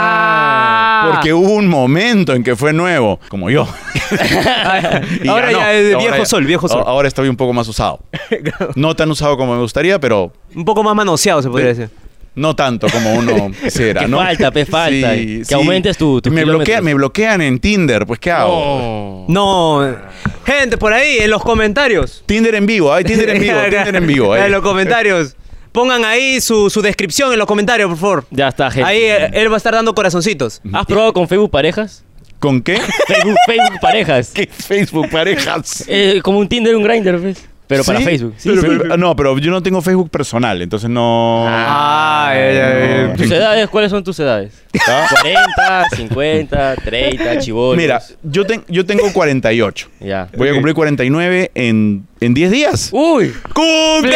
Speaker 4: Ah,
Speaker 3: Porque hubo un momento en que fue nuevo, como yo. Y
Speaker 4: ahora
Speaker 3: no.
Speaker 4: ya es
Speaker 3: Ahora
Speaker 4: viejo
Speaker 3: ya- Oh,
Speaker 4: sol, viejo sol.
Speaker 3: a- Ahora estoy un poco más usado. No tan usado como me gustaría, pero
Speaker 4: Un poco más manoseado se podría
Speaker 3: Sí.
Speaker 4: decir.
Speaker 3: no tanto como uno quisiera,
Speaker 2: Que
Speaker 3: ¿no?
Speaker 2: falta, pe, falta. eh. Que aumentes tu- tus
Speaker 3: me, bloquea,
Speaker 2: kilómetros. Oh.
Speaker 3: me bloquean en Tinder, pues ¿qué hago?
Speaker 2: No.
Speaker 4: No, gente, por ahí, en los comentarios.
Speaker 3: Tinder en vivo, hay Tinder en vivo, Tinder en vivo. eh. ahí.
Speaker 4: en los comentarios. Pongan ahí su, su descripción en los comentarios, por favor.
Speaker 2: Ya está, gente.
Speaker 4: Ahí eh, él va a estar dando corazoncitos.
Speaker 2: ¿Has probado con Facebook parejas?
Speaker 3: ¿Con qué?
Speaker 2: Facebook, Facebook parejas.
Speaker 3: ¿Qué Facebook parejas?
Speaker 2: Eh, como un Tinder, un Grindr, ¿ves? Pero para
Speaker 3: ¿Sí?
Speaker 2: Facebook. Sí,
Speaker 3: Pero-
Speaker 2: sí.
Speaker 3: pero- no, pero yo no tengo Facebook personal, entonces no.
Speaker 4: Ah, ya, ya,
Speaker 2: ¿Tus
Speaker 3: No.
Speaker 2: edades? ¿Cuáles son tus edades?
Speaker 3: ¿Ah?
Speaker 2: 40, 50, 30, chivolos.
Speaker 3: Mira, yo, ten- yo tengo 48.
Speaker 2: Ya.
Speaker 3: Voy a cumplir 49 en, en 10 días.
Speaker 2: Uy.
Speaker 4: ¡Cumpleaños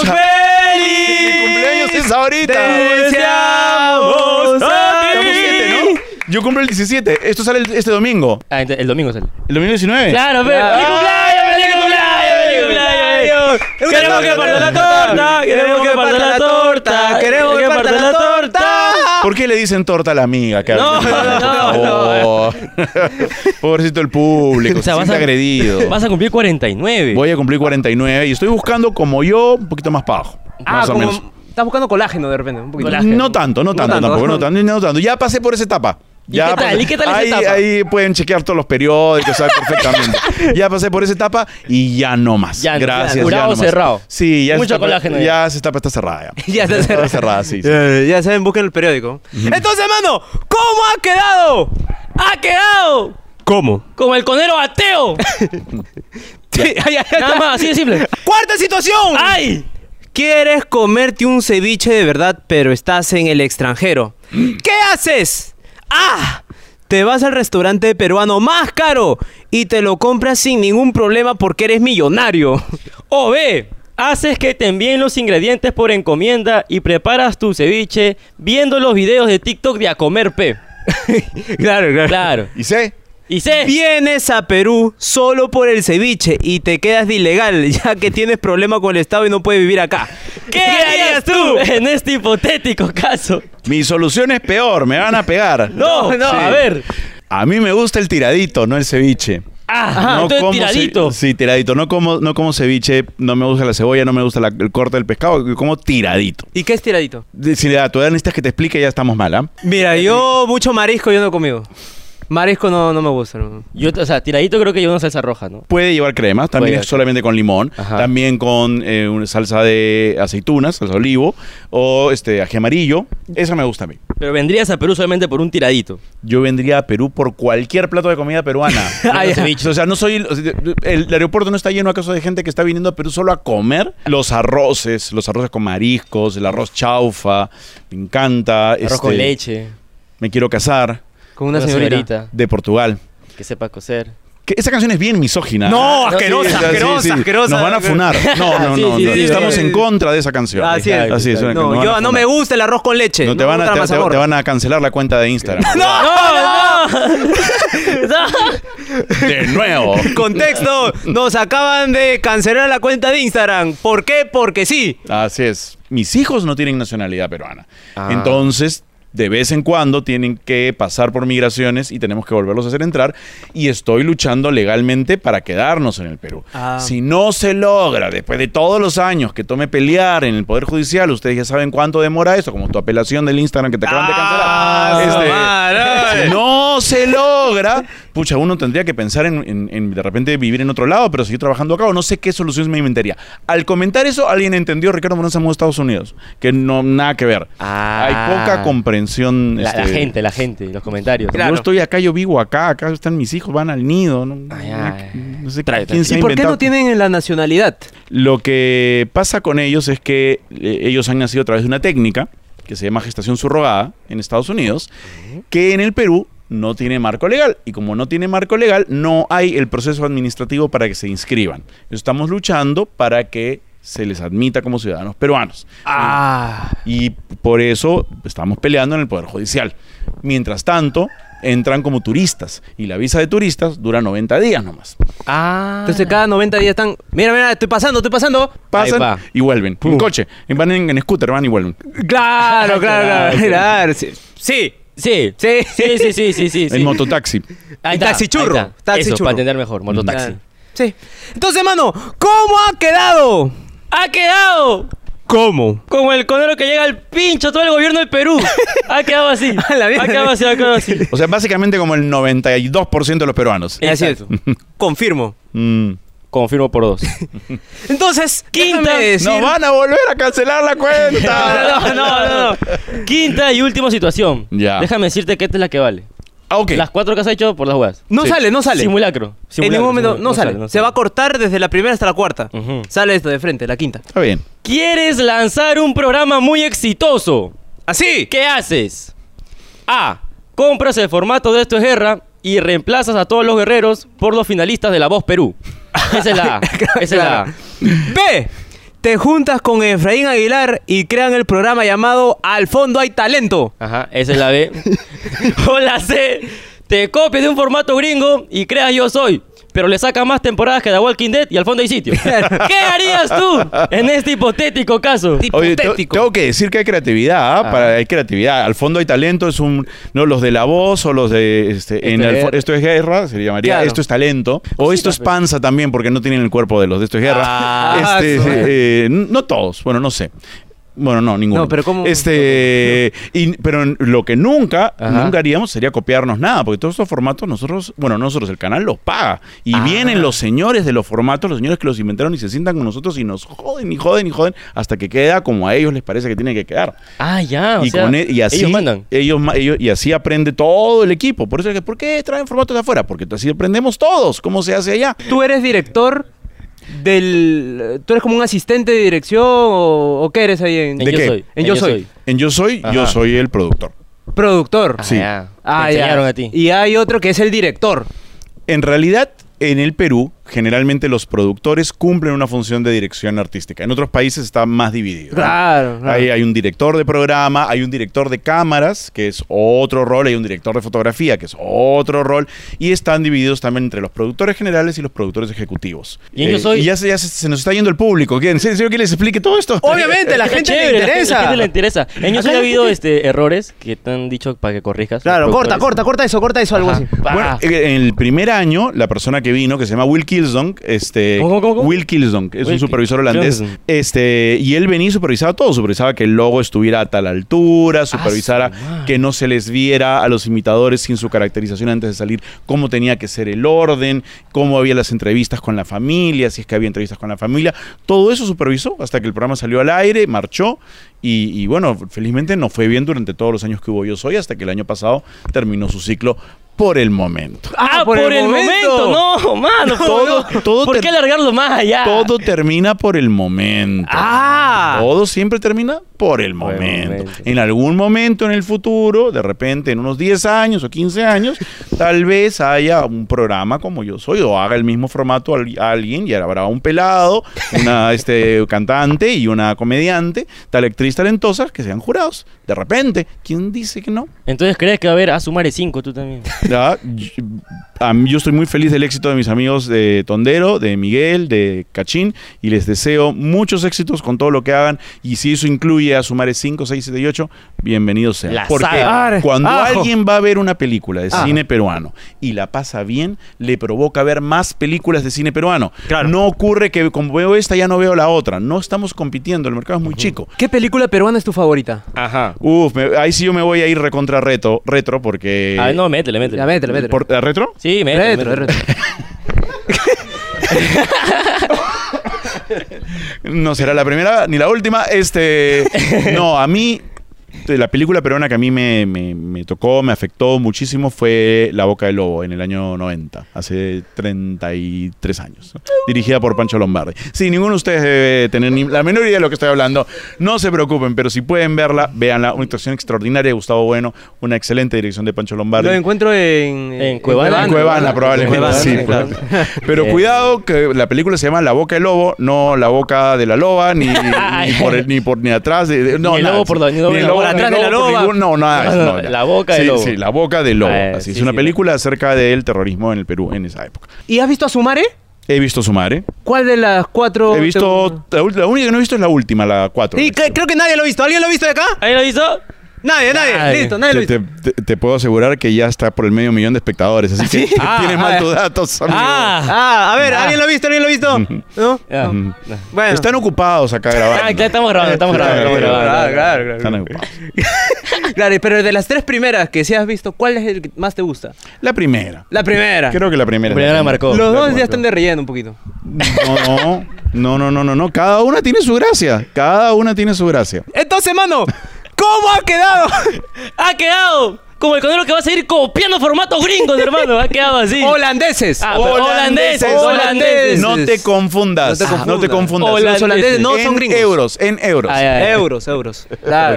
Speaker 3: Chucha.
Speaker 4: feliz!
Speaker 3: Mi cumpleaños es ahorita.
Speaker 4: Te deseamos a
Speaker 3: Estamos
Speaker 4: ti.
Speaker 3: siete, ¿no? Yo cumplo el 17. Esto sale el- este domingo.
Speaker 2: Ah, ent- el domingo sale.
Speaker 3: ¿El domingo 19?
Speaker 2: Claro, pero.
Speaker 4: Claro.
Speaker 2: ¡Feliz cumpleaños! ¡Feliz cumpleaños! ¡Feliz cumpleaños!
Speaker 4: Queremos que parta la torta, queremos que parta la torta, queremos que parta la torta.
Speaker 3: ¿Por qué le dicen torta a la amiga? Que
Speaker 4: No, no, no.
Speaker 3: Oh. Pobrecito el público,
Speaker 2: O sea,
Speaker 3: se
Speaker 2: vas
Speaker 3: siente
Speaker 2: a-
Speaker 3: agredido.
Speaker 2: Vas a cumplir 49.
Speaker 3: Voy a cumplir 49 y estoy buscando, como yo, un poquito más bajo.
Speaker 4: Ah,
Speaker 3: más o menos.
Speaker 4: como estás buscando colágeno de repente, un poquito.
Speaker 2: Colágeno.
Speaker 3: No tanto, no tanto,
Speaker 4: tanto.
Speaker 3: tampoco, no tanto, no tanto. Ya pasé por esa etapa.
Speaker 2: ¿Y
Speaker 3: Ya
Speaker 2: qué tal?
Speaker 3: pasé-
Speaker 2: ¿Y qué tal esa
Speaker 3: ahí,
Speaker 2: etapa?
Speaker 3: Ahí pueden chequear todos los periódicos, saben perfectamente. ya pasé por esa etapa y ya no más.
Speaker 2: Ya no,
Speaker 3: Gracias.
Speaker 2: claro.
Speaker 3: ya
Speaker 2: Jurado
Speaker 3: no más.
Speaker 2: cerrado.
Speaker 3: Sí, ya
Speaker 2: Mucho
Speaker 3: esa etapa-
Speaker 2: colágeno
Speaker 3: Ya,
Speaker 2: ya.
Speaker 3: esa etapa está cerrada. Ya,
Speaker 4: Ya está
Speaker 3: está
Speaker 4: cerrado.
Speaker 3: cerrada, sí. sí.
Speaker 4: Ya, ya saben, busquen el periódico. Entonces, mano, ¿cómo ha quedado?
Speaker 2: ¡Ha quedado!
Speaker 4: ¿Cómo?
Speaker 2: Como el conero ateo. Nada más, Ah. así de simple.
Speaker 4: Cuarta situación.
Speaker 2: ¡Ay!
Speaker 4: ¿Quieres comerte un ceviche de verdad, pero estás en el extranjero? ¿Qué haces? ¡Ah! Te vas al restaurante peruano más caro y te lo compras sin ningún problema porque eres millonario.
Speaker 2: O B, haces que te envíen los ingredientes por encomienda y preparas tu ceviche viendo los videos de TikTok de a comer P.
Speaker 4: claro,
Speaker 2: Claro.
Speaker 3: ¿Y sé?
Speaker 2: Y C,
Speaker 4: Vienes a Perú solo por el ceviche y te quedas de ilegal, ya que tienes problema con el Estado y no puedes vivir acá.
Speaker 2: ¿qué harías tú en este hipotético caso?
Speaker 3: Mi solución es peor, me van a pegar.
Speaker 2: No, no,
Speaker 3: Sí.
Speaker 2: a ver.
Speaker 3: A mí me gusta el tiradito, no el ceviche.
Speaker 2: Ah,
Speaker 3: No
Speaker 2: entonces
Speaker 3: como
Speaker 2: tiradito.
Speaker 3: ce- Sí, tiradito. No como, no como ceviche, no me gusta la cebolla, no me gusta la- el corte del pescado, como tiradito.
Speaker 4: ¿Y qué es tiradito?
Speaker 3: De- Si la todavía necesitas que te explique, ya estamos mal, ¿ah?
Speaker 4: Mira, yo mucho marisco yo no he comido. Marisco no, no me gusta. no.
Speaker 2: Yo, o sea, tiradito creo que lleva una salsa roja, ¿no?
Speaker 3: Puede llevar crema, también
Speaker 2: Puede.
Speaker 3: es solamente con limón,
Speaker 2: Ajá.
Speaker 3: también con eh, una salsa de aceitunas, salsa de olivo o este ají amarillo. Esa me gusta a mí.
Speaker 2: Pero vendrías a Perú solamente por un tiradito.
Speaker 3: Yo vendría a Perú por cualquier plato de comida peruana.
Speaker 2: Ah, ya.
Speaker 3: O sea, no soy o sea, el, el aeropuerto no está lleno acaso de gente que está viniendo a Perú solo a comer los arroces, los arroces con mariscos, el arroz chaufa, me encanta,
Speaker 2: Arroz
Speaker 3: este,
Speaker 2: con leche.
Speaker 3: me quiero casar
Speaker 4: Con una, señorita.
Speaker 3: de Portugal.
Speaker 2: que sepa coser.
Speaker 3: Que esa canción es bien misógina.
Speaker 4: No,
Speaker 3: Ah,
Speaker 4: asquerosa,
Speaker 3: sí, sí, sí,
Speaker 4: asquerosa,
Speaker 3: sí.
Speaker 4: asquerosa.
Speaker 3: Nos van a funar. No, no,
Speaker 2: Sí,
Speaker 3: no.
Speaker 2: sí,
Speaker 3: no.
Speaker 2: sí,
Speaker 3: Estamos
Speaker 4: sí.
Speaker 3: en contra de esa canción.
Speaker 4: Así es.
Speaker 3: Así es,
Speaker 2: No,
Speaker 3: una-
Speaker 4: No,
Speaker 3: nos van a
Speaker 4: yo no me
Speaker 3: funar.
Speaker 4: gusta el arroz con leche.
Speaker 3: No te van, a,
Speaker 4: me gusta la
Speaker 3: te- te-
Speaker 4: mazamorra.
Speaker 3: te van a cancelar la cuenta de Instagram. De nuevo.
Speaker 4: Contexto, nos acaban de cancelar la cuenta de Instagram. ¿Por qué? Porque sí.
Speaker 3: Así es. Mis hijos no tienen nacionalidad peruana.
Speaker 2: Ah.
Speaker 3: Entonces, de vez en cuando tienen que pasar por migraciones y tenemos que volverlos a hacer entrar. Y estoy luchando legalmente para quedarnos en el Perú.
Speaker 4: Ah.
Speaker 3: Si no se logra, después de todos los años que tome pelear en el Poder Judicial, ustedes ya saben cuánto demora eso, como tu apelación del Instagram que te acaban
Speaker 4: Ah,
Speaker 3: de cancelar.
Speaker 4: su
Speaker 3: Este,
Speaker 4: madre.
Speaker 3: si no se logra, pucha, uno tendría que pensar en, en- en de repente vivir en otro lado, pero seguir trabajando acá o no sé qué soluciones me inventaría. Al comentar eso, alguien entendió, Ricardo Morón se mudó a Estados Unidos, que no, nada que ver.
Speaker 2: Ah.
Speaker 3: Hay poca comprensión.
Speaker 2: La, la
Speaker 3: este,
Speaker 2: gente, la gente, los comentarios.
Speaker 3: Yo estoy acá, yo vivo acá, acá están mis hijos, van al nido. No,
Speaker 2: Ay,
Speaker 3: no-
Speaker 2: ay.
Speaker 3: No sé
Speaker 2: Trae,
Speaker 3: quién
Speaker 2: trae.
Speaker 3: se ha
Speaker 4: ¿Y por qué
Speaker 3: inventado.
Speaker 4: no tienen la nacionalidad?
Speaker 3: Lo que pasa con ellos es que eh, ellos han nacido a través de una técnica que se llama gestación surrogada en Estados Unidos, que en el Perú no tiene marco legal. Y como no tiene marco legal, no hay el proceso administrativo para que se inscriban. Estamos luchando para que se les admita como ciudadanos peruanos.
Speaker 4: Ah.
Speaker 3: Y por eso estamos peleando en el Poder Judicial. Mientras tanto, entran como turistas. Y la visa de turistas dura 90 días nomás.
Speaker 2: Ah.
Speaker 4: Entonces cada 90 días están... Mira, mira, estoy pasando, estoy pasando.
Speaker 2: Ahí
Speaker 3: Pasan
Speaker 2: va.
Speaker 3: y vuelven. En coche. Van en, en scooter, van y vuelven.
Speaker 4: Claro, claro, claro. claro, Sí. Sí.
Speaker 2: Sí.
Speaker 4: Sí.
Speaker 2: Sí, sí, sí, sí, sí, sí.
Speaker 3: En mototaxi.
Speaker 2: Ahí
Speaker 4: Y
Speaker 2: está,
Speaker 4: taxi
Speaker 2: ahí
Speaker 4: churro,
Speaker 2: está.
Speaker 4: taxi
Speaker 2: Eso,
Speaker 4: churro.
Speaker 2: para entender mejor, mototaxi.
Speaker 4: Sí. Entonces, mano, ¿cómo ha quedado?
Speaker 2: Ah. ¡Ha quedado!
Speaker 4: ¿Cómo?
Speaker 2: Como el conero que llega al pincho todo el gobierno del Perú. Ha quedado así.
Speaker 4: A la mierda.
Speaker 2: ha quedado así, ha quedado así.
Speaker 3: O sea, básicamente como el 92% de los peruanos.
Speaker 2: Eh,
Speaker 4: Así es.
Speaker 2: Exacto.
Speaker 4: Confirmo.
Speaker 3: Mm.
Speaker 2: Confirmo por dos.
Speaker 4: Entonces, quinta
Speaker 2: Déjame
Speaker 4: decir...
Speaker 3: ¡Nos van a volver a cancelar la cuenta!
Speaker 2: No, no, no, no. Quinta y última situación.
Speaker 3: Ya.
Speaker 2: Déjame decirte que esta es la que vale.
Speaker 3: Ah, ok.
Speaker 2: Las cuatro que has hecho por las huevas.
Speaker 4: No
Speaker 3: Sí.
Speaker 4: sale, no sale.
Speaker 2: Simulacro.
Speaker 4: en
Speaker 2: Simulacro,
Speaker 4: ningún momento
Speaker 2: simulacro.
Speaker 4: no, sale. Se va a cortar desde la primera hasta la cuarta.
Speaker 2: Ujú.
Speaker 4: Sale esto de frente, la quinta.
Speaker 3: Está bien.
Speaker 2: ¿Quieres lanzar un programa muy exitoso?
Speaker 4: Así.
Speaker 2: ¿Qué haces? A. Compras el formato de esto es guerra y reemplazas a todos los guerreros por los finalistas de La Voz Perú. Esa es la A. Esa es la A.
Speaker 4: B. Te juntas con Efraín Aguilar y crean el programa llamado Al fondo hay talento.
Speaker 2: Ajá, esa es la B. o la C. Te copias de un formato gringo y creas Yo Soy, pero le sacas más temporadas que The Walking Dead y al fondo hay sitio. ¿Qué harías tú en este hipotético caso?
Speaker 3: Oye, te-
Speaker 4: Hipotético.
Speaker 3: tengo que decir que hay creatividad, ¿ah?
Speaker 2: Ah.
Speaker 3: Para, hay creatividad. Al fondo hay talento, es un... No, los de La Voz o los de... Este, en
Speaker 2: Esto es
Speaker 3: el fo-
Speaker 2: guerra. pues.
Speaker 3: esto es guerra, se le llamaría.
Speaker 4: Claro.
Speaker 3: Esto es talento. O esto es panza también, porque no tienen el cuerpo de los de esto es guerra.
Speaker 4: Ah,
Speaker 3: Este,
Speaker 4: eso.
Speaker 3: eh, no todos, bueno, no sé. Bueno, no, ninguno.
Speaker 4: No, pero ¿cómo?
Speaker 3: Este, y- pero lo que nunca,
Speaker 2: Ajá.
Speaker 3: nunca haríamos sería copiarnos nada, porque todos estos formatos nosotros, bueno, nosotros, el canal los paga. Y
Speaker 2: Ah.
Speaker 3: vienen los señores de los formatos, los señores que los inventaron y se sientan con nosotros y nos joden y joden y joden hasta que queda como a ellos les parece que tiene que quedar.
Speaker 2: Ah, ya. o
Speaker 3: y,
Speaker 2: sea,
Speaker 3: con e- y así,
Speaker 2: Ellos mandan.
Speaker 3: ellos ma- ellos- y así aprende todo el equipo. Por eso es que, ¿por qué traen formatos de afuera? Porque así aprendemos todos cómo se hace allá.
Speaker 4: ¿Tú eres director del... ¿Tú eres como un asistente de dirección o, o qué eres ahí en...
Speaker 2: En
Speaker 3: ¿De
Speaker 2: Yo
Speaker 3: qué?
Speaker 2: Soy.
Speaker 4: En Yo Soy.
Speaker 3: En Yo Soy, yo
Speaker 2: Ajá.
Speaker 3: soy el productor.
Speaker 4: Productor.
Speaker 2: Ah,
Speaker 3: Sí.
Speaker 2: ya.
Speaker 4: Ah,
Speaker 2: Te
Speaker 4: ya.
Speaker 2: enseñaron a ti.
Speaker 4: Y hay otro que es el director.
Speaker 3: En realidad, en el Perú, generalmente los productores cumplen una función de dirección artística. En otros países está más dividido. ¿no?
Speaker 4: Claro, claro.
Speaker 3: Hay, hay un director de programa, hay un director de cámaras, que es otro rol, hay un director de fotografía, que es otro rol, y están divididos también entre los productores generales y los productores ejecutivos. Eh,
Speaker 2: ¿Y en Yo Soy?
Speaker 3: y ya, se, ya se- se nos está yendo el público. ¿Quién- ¿En serio que les explique todo esto?
Speaker 4: Obviamente, la
Speaker 2: Está
Speaker 4: gente le
Speaker 2: chévere, la
Speaker 4: interesa.
Speaker 2: gente- La gente le interesa. En Yo
Speaker 4: Acá
Speaker 2: Soy ha
Speaker 4: la
Speaker 2: habido
Speaker 4: gente-
Speaker 2: este, errores que te han dicho para que corrijas.
Speaker 4: Claro,
Speaker 2: los
Speaker 4: corta, corta,
Speaker 2: productores.
Speaker 4: corta eso, corta eso, algo
Speaker 2: Ajá.
Speaker 4: así.
Speaker 2: Pa.
Speaker 3: Bueno, eh, en el primer año, la persona que vino, que se llama Will Kilsdon, este,
Speaker 2: ¿Cómo, cómo, cómo, cómo?
Speaker 3: Will Kilsdon, es
Speaker 2: Will
Speaker 3: un supervisor holandés,
Speaker 2: Kilsdon.
Speaker 3: este, y él venía y supervisaba todo, supervisaba que el logo estuviera a tal altura, supervisara
Speaker 2: Ah, su madre.
Speaker 3: que no se les viera a los imitadores sin su caracterización antes de salir, cómo tenía que ser el orden, cómo había las entrevistas con la familia, si es que había entrevistas con la familia, todo eso supervisó hasta que el programa salió al aire, marchó. Y, y bueno, felizmente no fue bien durante todos los años que hubo Yo Soy, hasta que el año pasado terminó su ciclo por el momento.
Speaker 2: Ah, por, el momento. No, mano.
Speaker 3: Todo-
Speaker 2: por-
Speaker 3: todo
Speaker 2: ¿Por
Speaker 3: te-
Speaker 2: qué alargarlo más allá?
Speaker 3: Todo termina por el momento.
Speaker 4: Ah.
Speaker 3: Todo siempre termina por el
Speaker 2: Por el
Speaker 3: momento.
Speaker 2: momento.
Speaker 3: En algún momento en el futuro, de repente en unos 10 años o 15 años, tal vez haya un programa como yo soy o haga el mismo formato al- a alguien y habrá un pelado, una este, cantante y una comediante, tal actriz talentosa que sean jurados. De repente, ¿quién dice que no?
Speaker 2: Entonces crees que va a haber a sumar 5 tú también.
Speaker 3: Ya, yo, a mí- yo estoy muy feliz del éxito de mis amigos de Tondero, de Miguel, de Cachín, y les deseo muchos éxitos con todo lo que hagan. Y si eso incluye a Sumares 5, 6, 7 y 8, bienvenidos sean.
Speaker 2: La
Speaker 3: Porque
Speaker 2: saga.
Speaker 3: cuando
Speaker 4: Ajo.
Speaker 3: alguien va a ver una película de
Speaker 4: Ah.
Speaker 3: cine peruano y la pasa bien, le provoca ver más películas de cine peruano.
Speaker 4: Claro.
Speaker 3: No ocurre que como veo esta ya no veo la otra. No estamos compitiendo, el mercado es muy chico.
Speaker 4: ¿Qué película peruana es tu favorita?
Speaker 2: Ajá.
Speaker 3: Uf, me- ahí sí yo me voy a ir recontra reto, retro porque... eh,
Speaker 2: Ah, no, métele, métele.
Speaker 4: La métele, métele.
Speaker 3: Por- ¿a ¿Retro?
Speaker 2: Sí, métele.
Speaker 4: Retro,
Speaker 2: métele.
Speaker 4: retro.
Speaker 3: No será la primera ni la última. Este. No, a mí. la película peruana que a mí me, me- me tocó, me afectó muchísimo fue La Boca del Lobo en el año 90, hace 33 años, ¿no? dirigida por Pancho Lombardi. Sí, ninguno de ustedes debe tener ni la menor idea de lo que estoy hablando. No se preocupen, pero si pueden verla, véanla. Una actuación extraordinaria de Gustavo Bueno, una excelente dirección de Pancho Lombardi.
Speaker 4: Lo encuentro en...
Speaker 2: En Cuevana.
Speaker 3: En Cuevana,
Speaker 2: Cuevana,
Speaker 3: probablemente.
Speaker 2: Cuevana,
Speaker 3: sí,
Speaker 2: claro. Eh.
Speaker 3: probablemente. Pero
Speaker 2: Bien.
Speaker 3: cuidado que la película se llama La Boca del Lobo, no La Boca de la Loba, ni, ni por el- ni por ni atrás de, de- no,
Speaker 2: Ni el
Speaker 3: nada.
Speaker 2: lobo por- ni el lobo
Speaker 3: Ni el
Speaker 2: por
Speaker 3: lobo,
Speaker 2: atrás
Speaker 3: ni el
Speaker 2: de la
Speaker 3: lobo por
Speaker 2: loba.
Speaker 3: ningún- no, nada.
Speaker 2: No,
Speaker 3: no,
Speaker 2: no,
Speaker 3: ya.
Speaker 2: La Boca del
Speaker 3: Sí,
Speaker 2: lobo.
Speaker 3: Sí, La Boca del Lobo.
Speaker 2: Eh,
Speaker 3: Así es
Speaker 2: sí,
Speaker 3: una
Speaker 2: sí.
Speaker 3: película acerca del terrorismo en el Perú en esa época.
Speaker 4: ¿Y has visto a Sumare?
Speaker 3: He visto Sumare.
Speaker 4: ¿Cuál de las
Speaker 2: Oh,
Speaker 4: cuatro?
Speaker 3: He
Speaker 4: te
Speaker 3: visto
Speaker 4: gusta?
Speaker 3: la, ul- la única que no he visto es la última, la 4.
Speaker 4: Sí, cre- creo que nadie lo ha visto. ¿Alguien lo ha visto de acá?
Speaker 2: ¿Ahí lo hizo?
Speaker 4: Nadie, nadie.
Speaker 2: Nadie.
Speaker 4: Listo, nadie lo ha
Speaker 3: Te,
Speaker 4: visto.
Speaker 3: te- te- te puedo asegurar que ya está por el medio millón de espectadores, así que
Speaker 2: Ah,
Speaker 3: tienes
Speaker 2: ah,
Speaker 3: mal tus datos, amigo.
Speaker 2: Ah.
Speaker 4: Ah, a ver, ¿alguien lo ha visto? ¿Alguien lo ha visto? ¿No?
Speaker 2: Ya.
Speaker 4: No. Bueno.
Speaker 3: Están ocupados acá grabando.
Speaker 2: Ah, ya estamos grabando, estamos
Speaker 3: Sí,
Speaker 2: grabando. Estamos
Speaker 3: claro,
Speaker 2: grabando.
Speaker 4: claro, claro, claro.
Speaker 3: Están ocupados.
Speaker 4: Claro, pero de las tres primeras que sí has visto, ¿cuál es el que más te gusta?
Speaker 3: La primera.
Speaker 4: La primera.
Speaker 3: Creo que la primera.
Speaker 2: La primera marcó.
Speaker 4: Los
Speaker 3: La
Speaker 4: dos
Speaker 3: primera.
Speaker 4: ya están de relleno un poquito.
Speaker 3: No, no, no, no, no, no. Cada una tiene su gracia. Cada una tiene su gracia.
Speaker 4: Entonces, mano, ¿cómo ha quedado?
Speaker 2: Ha quedado como el conero que va a seguir copiando formatos gringos, hermano. Ha quedado así.
Speaker 4: Holandeses. Oh,
Speaker 2: Ah, holandeses,
Speaker 4: holandeses.
Speaker 3: No te confundas.
Speaker 4: No te confundas.
Speaker 3: No te confundas.
Speaker 4: Hola- Los holandeses no
Speaker 3: en
Speaker 4: son gringos.
Speaker 3: euros, en euros.
Speaker 2: Ay, ay, ay.
Speaker 4: Euros, euros.
Speaker 2: Claro.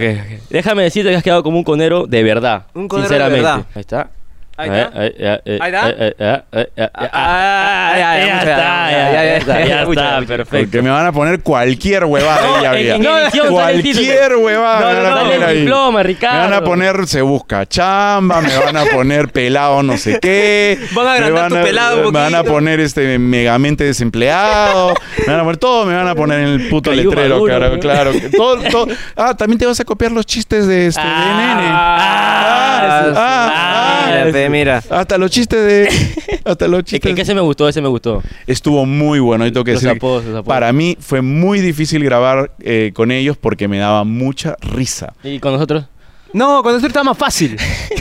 Speaker 2: Déjame decirte que has quedado como un conero de verdad.
Speaker 4: Un conero de
Speaker 2: sinceramente.
Speaker 4: verdad.
Speaker 2: Ahí está.
Speaker 4: Ahí está.
Speaker 2: Ahí eh,
Speaker 4: Ahí está.
Speaker 2: está. Ahí
Speaker 4: Ah, ya, ya, muchas
Speaker 2: está.
Speaker 4: gracias. Ya, ya,
Speaker 2: eh, Ya
Speaker 4: ya,
Speaker 2: está. Ya
Speaker 4: muchas
Speaker 2: está.
Speaker 4: gracias.
Speaker 2: Perfecto.
Speaker 3: Porque me van a poner cualquier huevada. ahí,
Speaker 2: No,
Speaker 3: habría.
Speaker 2: en edición sale el título.
Speaker 3: Cualquier huevada.
Speaker 2: No,
Speaker 3: me
Speaker 2: no,
Speaker 3: van a
Speaker 2: no, sale
Speaker 3: poner
Speaker 2: el
Speaker 3: ahí.
Speaker 2: diploma, Ricardo.
Speaker 3: Me van a poner se busca chamba, me van a poner pelado no sé qué.
Speaker 4: Van a
Speaker 3: me
Speaker 4: agrandar tu pelado un
Speaker 3: Me van a
Speaker 4: poquito.
Speaker 3: poner este megamente desempleado. me van a poner todo, me van a poner en el puto
Speaker 2: Cayó
Speaker 3: letrero,
Speaker 2: Maduro,
Speaker 3: claro,
Speaker 2: ¿no?
Speaker 3: claro. que todo, todo. Ah, también te vas a copiar los chistes de este de nene.
Speaker 4: Ah,
Speaker 2: Ah,
Speaker 3: Ah, ah,
Speaker 2: ah,
Speaker 4: mira, pe, mira.
Speaker 3: Hasta los chistes de. Hasta los
Speaker 2: Es que,
Speaker 3: chistes.
Speaker 2: que ese me gustó, ese me gustó.
Speaker 3: Estuvo muy bueno. Y tengo que
Speaker 2: Los
Speaker 3: decir,
Speaker 2: apodos, los apodos.
Speaker 3: para mí fue muy difícil grabar eh, con ellos porque me daba mucha risa.
Speaker 2: ¿Y con nosotros?
Speaker 4: No, cuando esto está más fácil.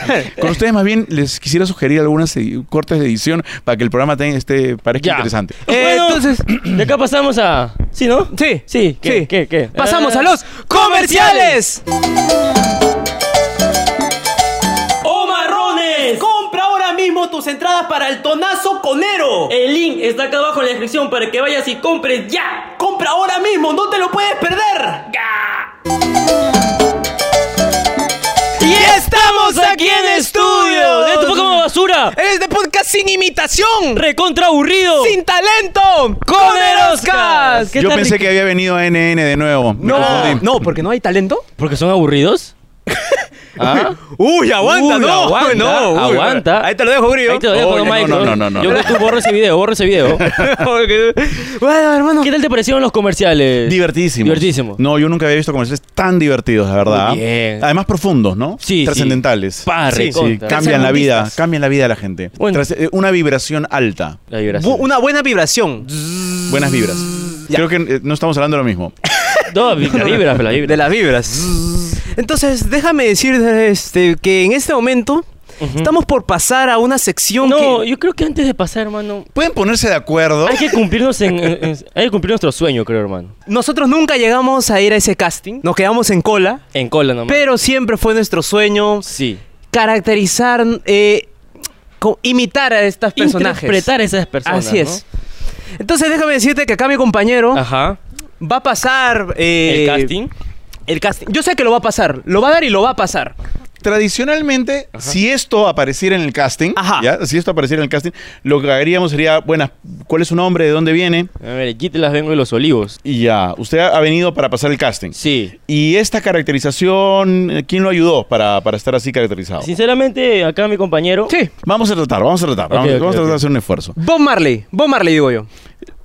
Speaker 2: Eh.
Speaker 3: Con ustedes más bien les quisiera sugerir algunas edi- cortes de edición para que el programa tenga este parezca
Speaker 2: Ya.
Speaker 3: interesante.
Speaker 4: Eh,
Speaker 2: Bueno,
Speaker 4: entonces-
Speaker 2: de acá pasamos a. ¿Sí, no?
Speaker 4: Sí.
Speaker 2: Sí, ¿qué? ¿Qué? ¿Qué?
Speaker 4: Pasamos
Speaker 2: Eh,
Speaker 4: a los comerciales.
Speaker 1: ¡Oh marrones! Compra ahora mismo tus entradas para el tonazo conero.
Speaker 5: El link está acá abajo en la descripción para que vayas y compres ya.
Speaker 1: Compra ahora mismo, no te lo puedes perder.
Speaker 4: Y estamos
Speaker 2: Aquí en estudio. Esto fue como basura.
Speaker 4: Es de podcast sin imitación.
Speaker 2: Recontra aburrido.
Speaker 4: Eh, Sin talento.
Speaker 2: Con
Speaker 4: Con
Speaker 2: el
Speaker 4: el
Speaker 2: Oscar. ¿Qué
Speaker 3: Yo
Speaker 2: tal,
Speaker 3: pensé
Speaker 2: Ricky?
Speaker 3: que había venido a NN de nuevo. Me
Speaker 4: No,
Speaker 3: confundí.
Speaker 4: no, porque no hay talento.
Speaker 2: ¿Porque son aburridos? ¿Ah?
Speaker 4: Uy,
Speaker 2: Uy, aguanta, aguanta.
Speaker 4: Ahí te lo dejo, Grillo.
Speaker 2: Ahí te lo dejo,
Speaker 3: Oye,
Speaker 2: don
Speaker 3: no,
Speaker 2: Mike,
Speaker 3: no,
Speaker 2: ¿no?
Speaker 3: no, no, no.
Speaker 2: Yo creo que tú borro ese video, borro ese video. ¿Qué
Speaker 4: bueno, hermano.
Speaker 2: tal te parecieron los comerciales?
Speaker 3: Divertísimos.
Speaker 2: Divertísimo.
Speaker 3: No, yo nunca había visto comerciales tan divertidos, la verdad.
Speaker 2: Muy bien.
Speaker 3: Además profundos, ¿no?
Speaker 2: Sí, sí.
Speaker 3: Trascendentales.
Speaker 2: Pa,
Speaker 3: Sí, sí,
Speaker 2: recontra.
Speaker 3: cambian la vida, cambian la vida de la gente.
Speaker 2: Bueno.
Speaker 3: Tras- eh, una vibración alta.
Speaker 2: La vibración.
Speaker 4: Bu- una buena vibración.
Speaker 3: Buenas vibras.
Speaker 4: Ya.
Speaker 3: Creo que eh, no estamos hablando de lo mismo.
Speaker 2: No, vi- la vibra, la vibra.
Speaker 4: De las vibras. Entonces, déjame decir este, que en este momento estamos por pasar a una sección
Speaker 2: No,
Speaker 4: que...
Speaker 2: yo creo que antes de pasar, hermano,
Speaker 3: Pueden ponerse de acuerdo.
Speaker 2: hay que cumplirnos en, en- en- hay que cumplir nuestro sueño, creo, hermano.
Speaker 4: Nosotros nunca llegamos a ir a ese casting. Nos quedamos en cola.
Speaker 2: En cola nomás.
Speaker 4: Pero siempre fue nuestro sueño
Speaker 2: sí.
Speaker 4: caracterizar, eh, co- imitar a estos personajes.
Speaker 2: Interpretar a esas personas.
Speaker 4: Así es. Entonces déjame decirte que acá mi compañero
Speaker 2: ¿no? Ajá.
Speaker 4: va a pasar... eh,
Speaker 2: El casting.
Speaker 4: El casting. Yo sé que lo va a pasar. Lo va a dar y lo va a pasar.
Speaker 3: Tradicionalmente, si esto apareciera en el casting,
Speaker 4: Ajá.
Speaker 3: ¿ya? si esto apareciera en el casting, lo que haríamos sería, buenas, ¿cuál es su nombre? ¿De dónde viene?
Speaker 2: A ver, aquí te las vengo de los olivos.
Speaker 3: Y ya, usted ha ha venido para pasar el casting.
Speaker 2: Sí.
Speaker 3: Y esta caracterización, eh, ¿quién lo ayudó para, para estar así caracterizado?
Speaker 2: Sinceramente, acá mi compañero.
Speaker 4: Sí.
Speaker 3: Vamos a tratar, vamos a tratar, vamos,
Speaker 2: ok,
Speaker 3: vamos a tratar de
Speaker 2: ok.
Speaker 3: hacer un esfuerzo.
Speaker 4: Bob Marley. Bob Marley digo yo.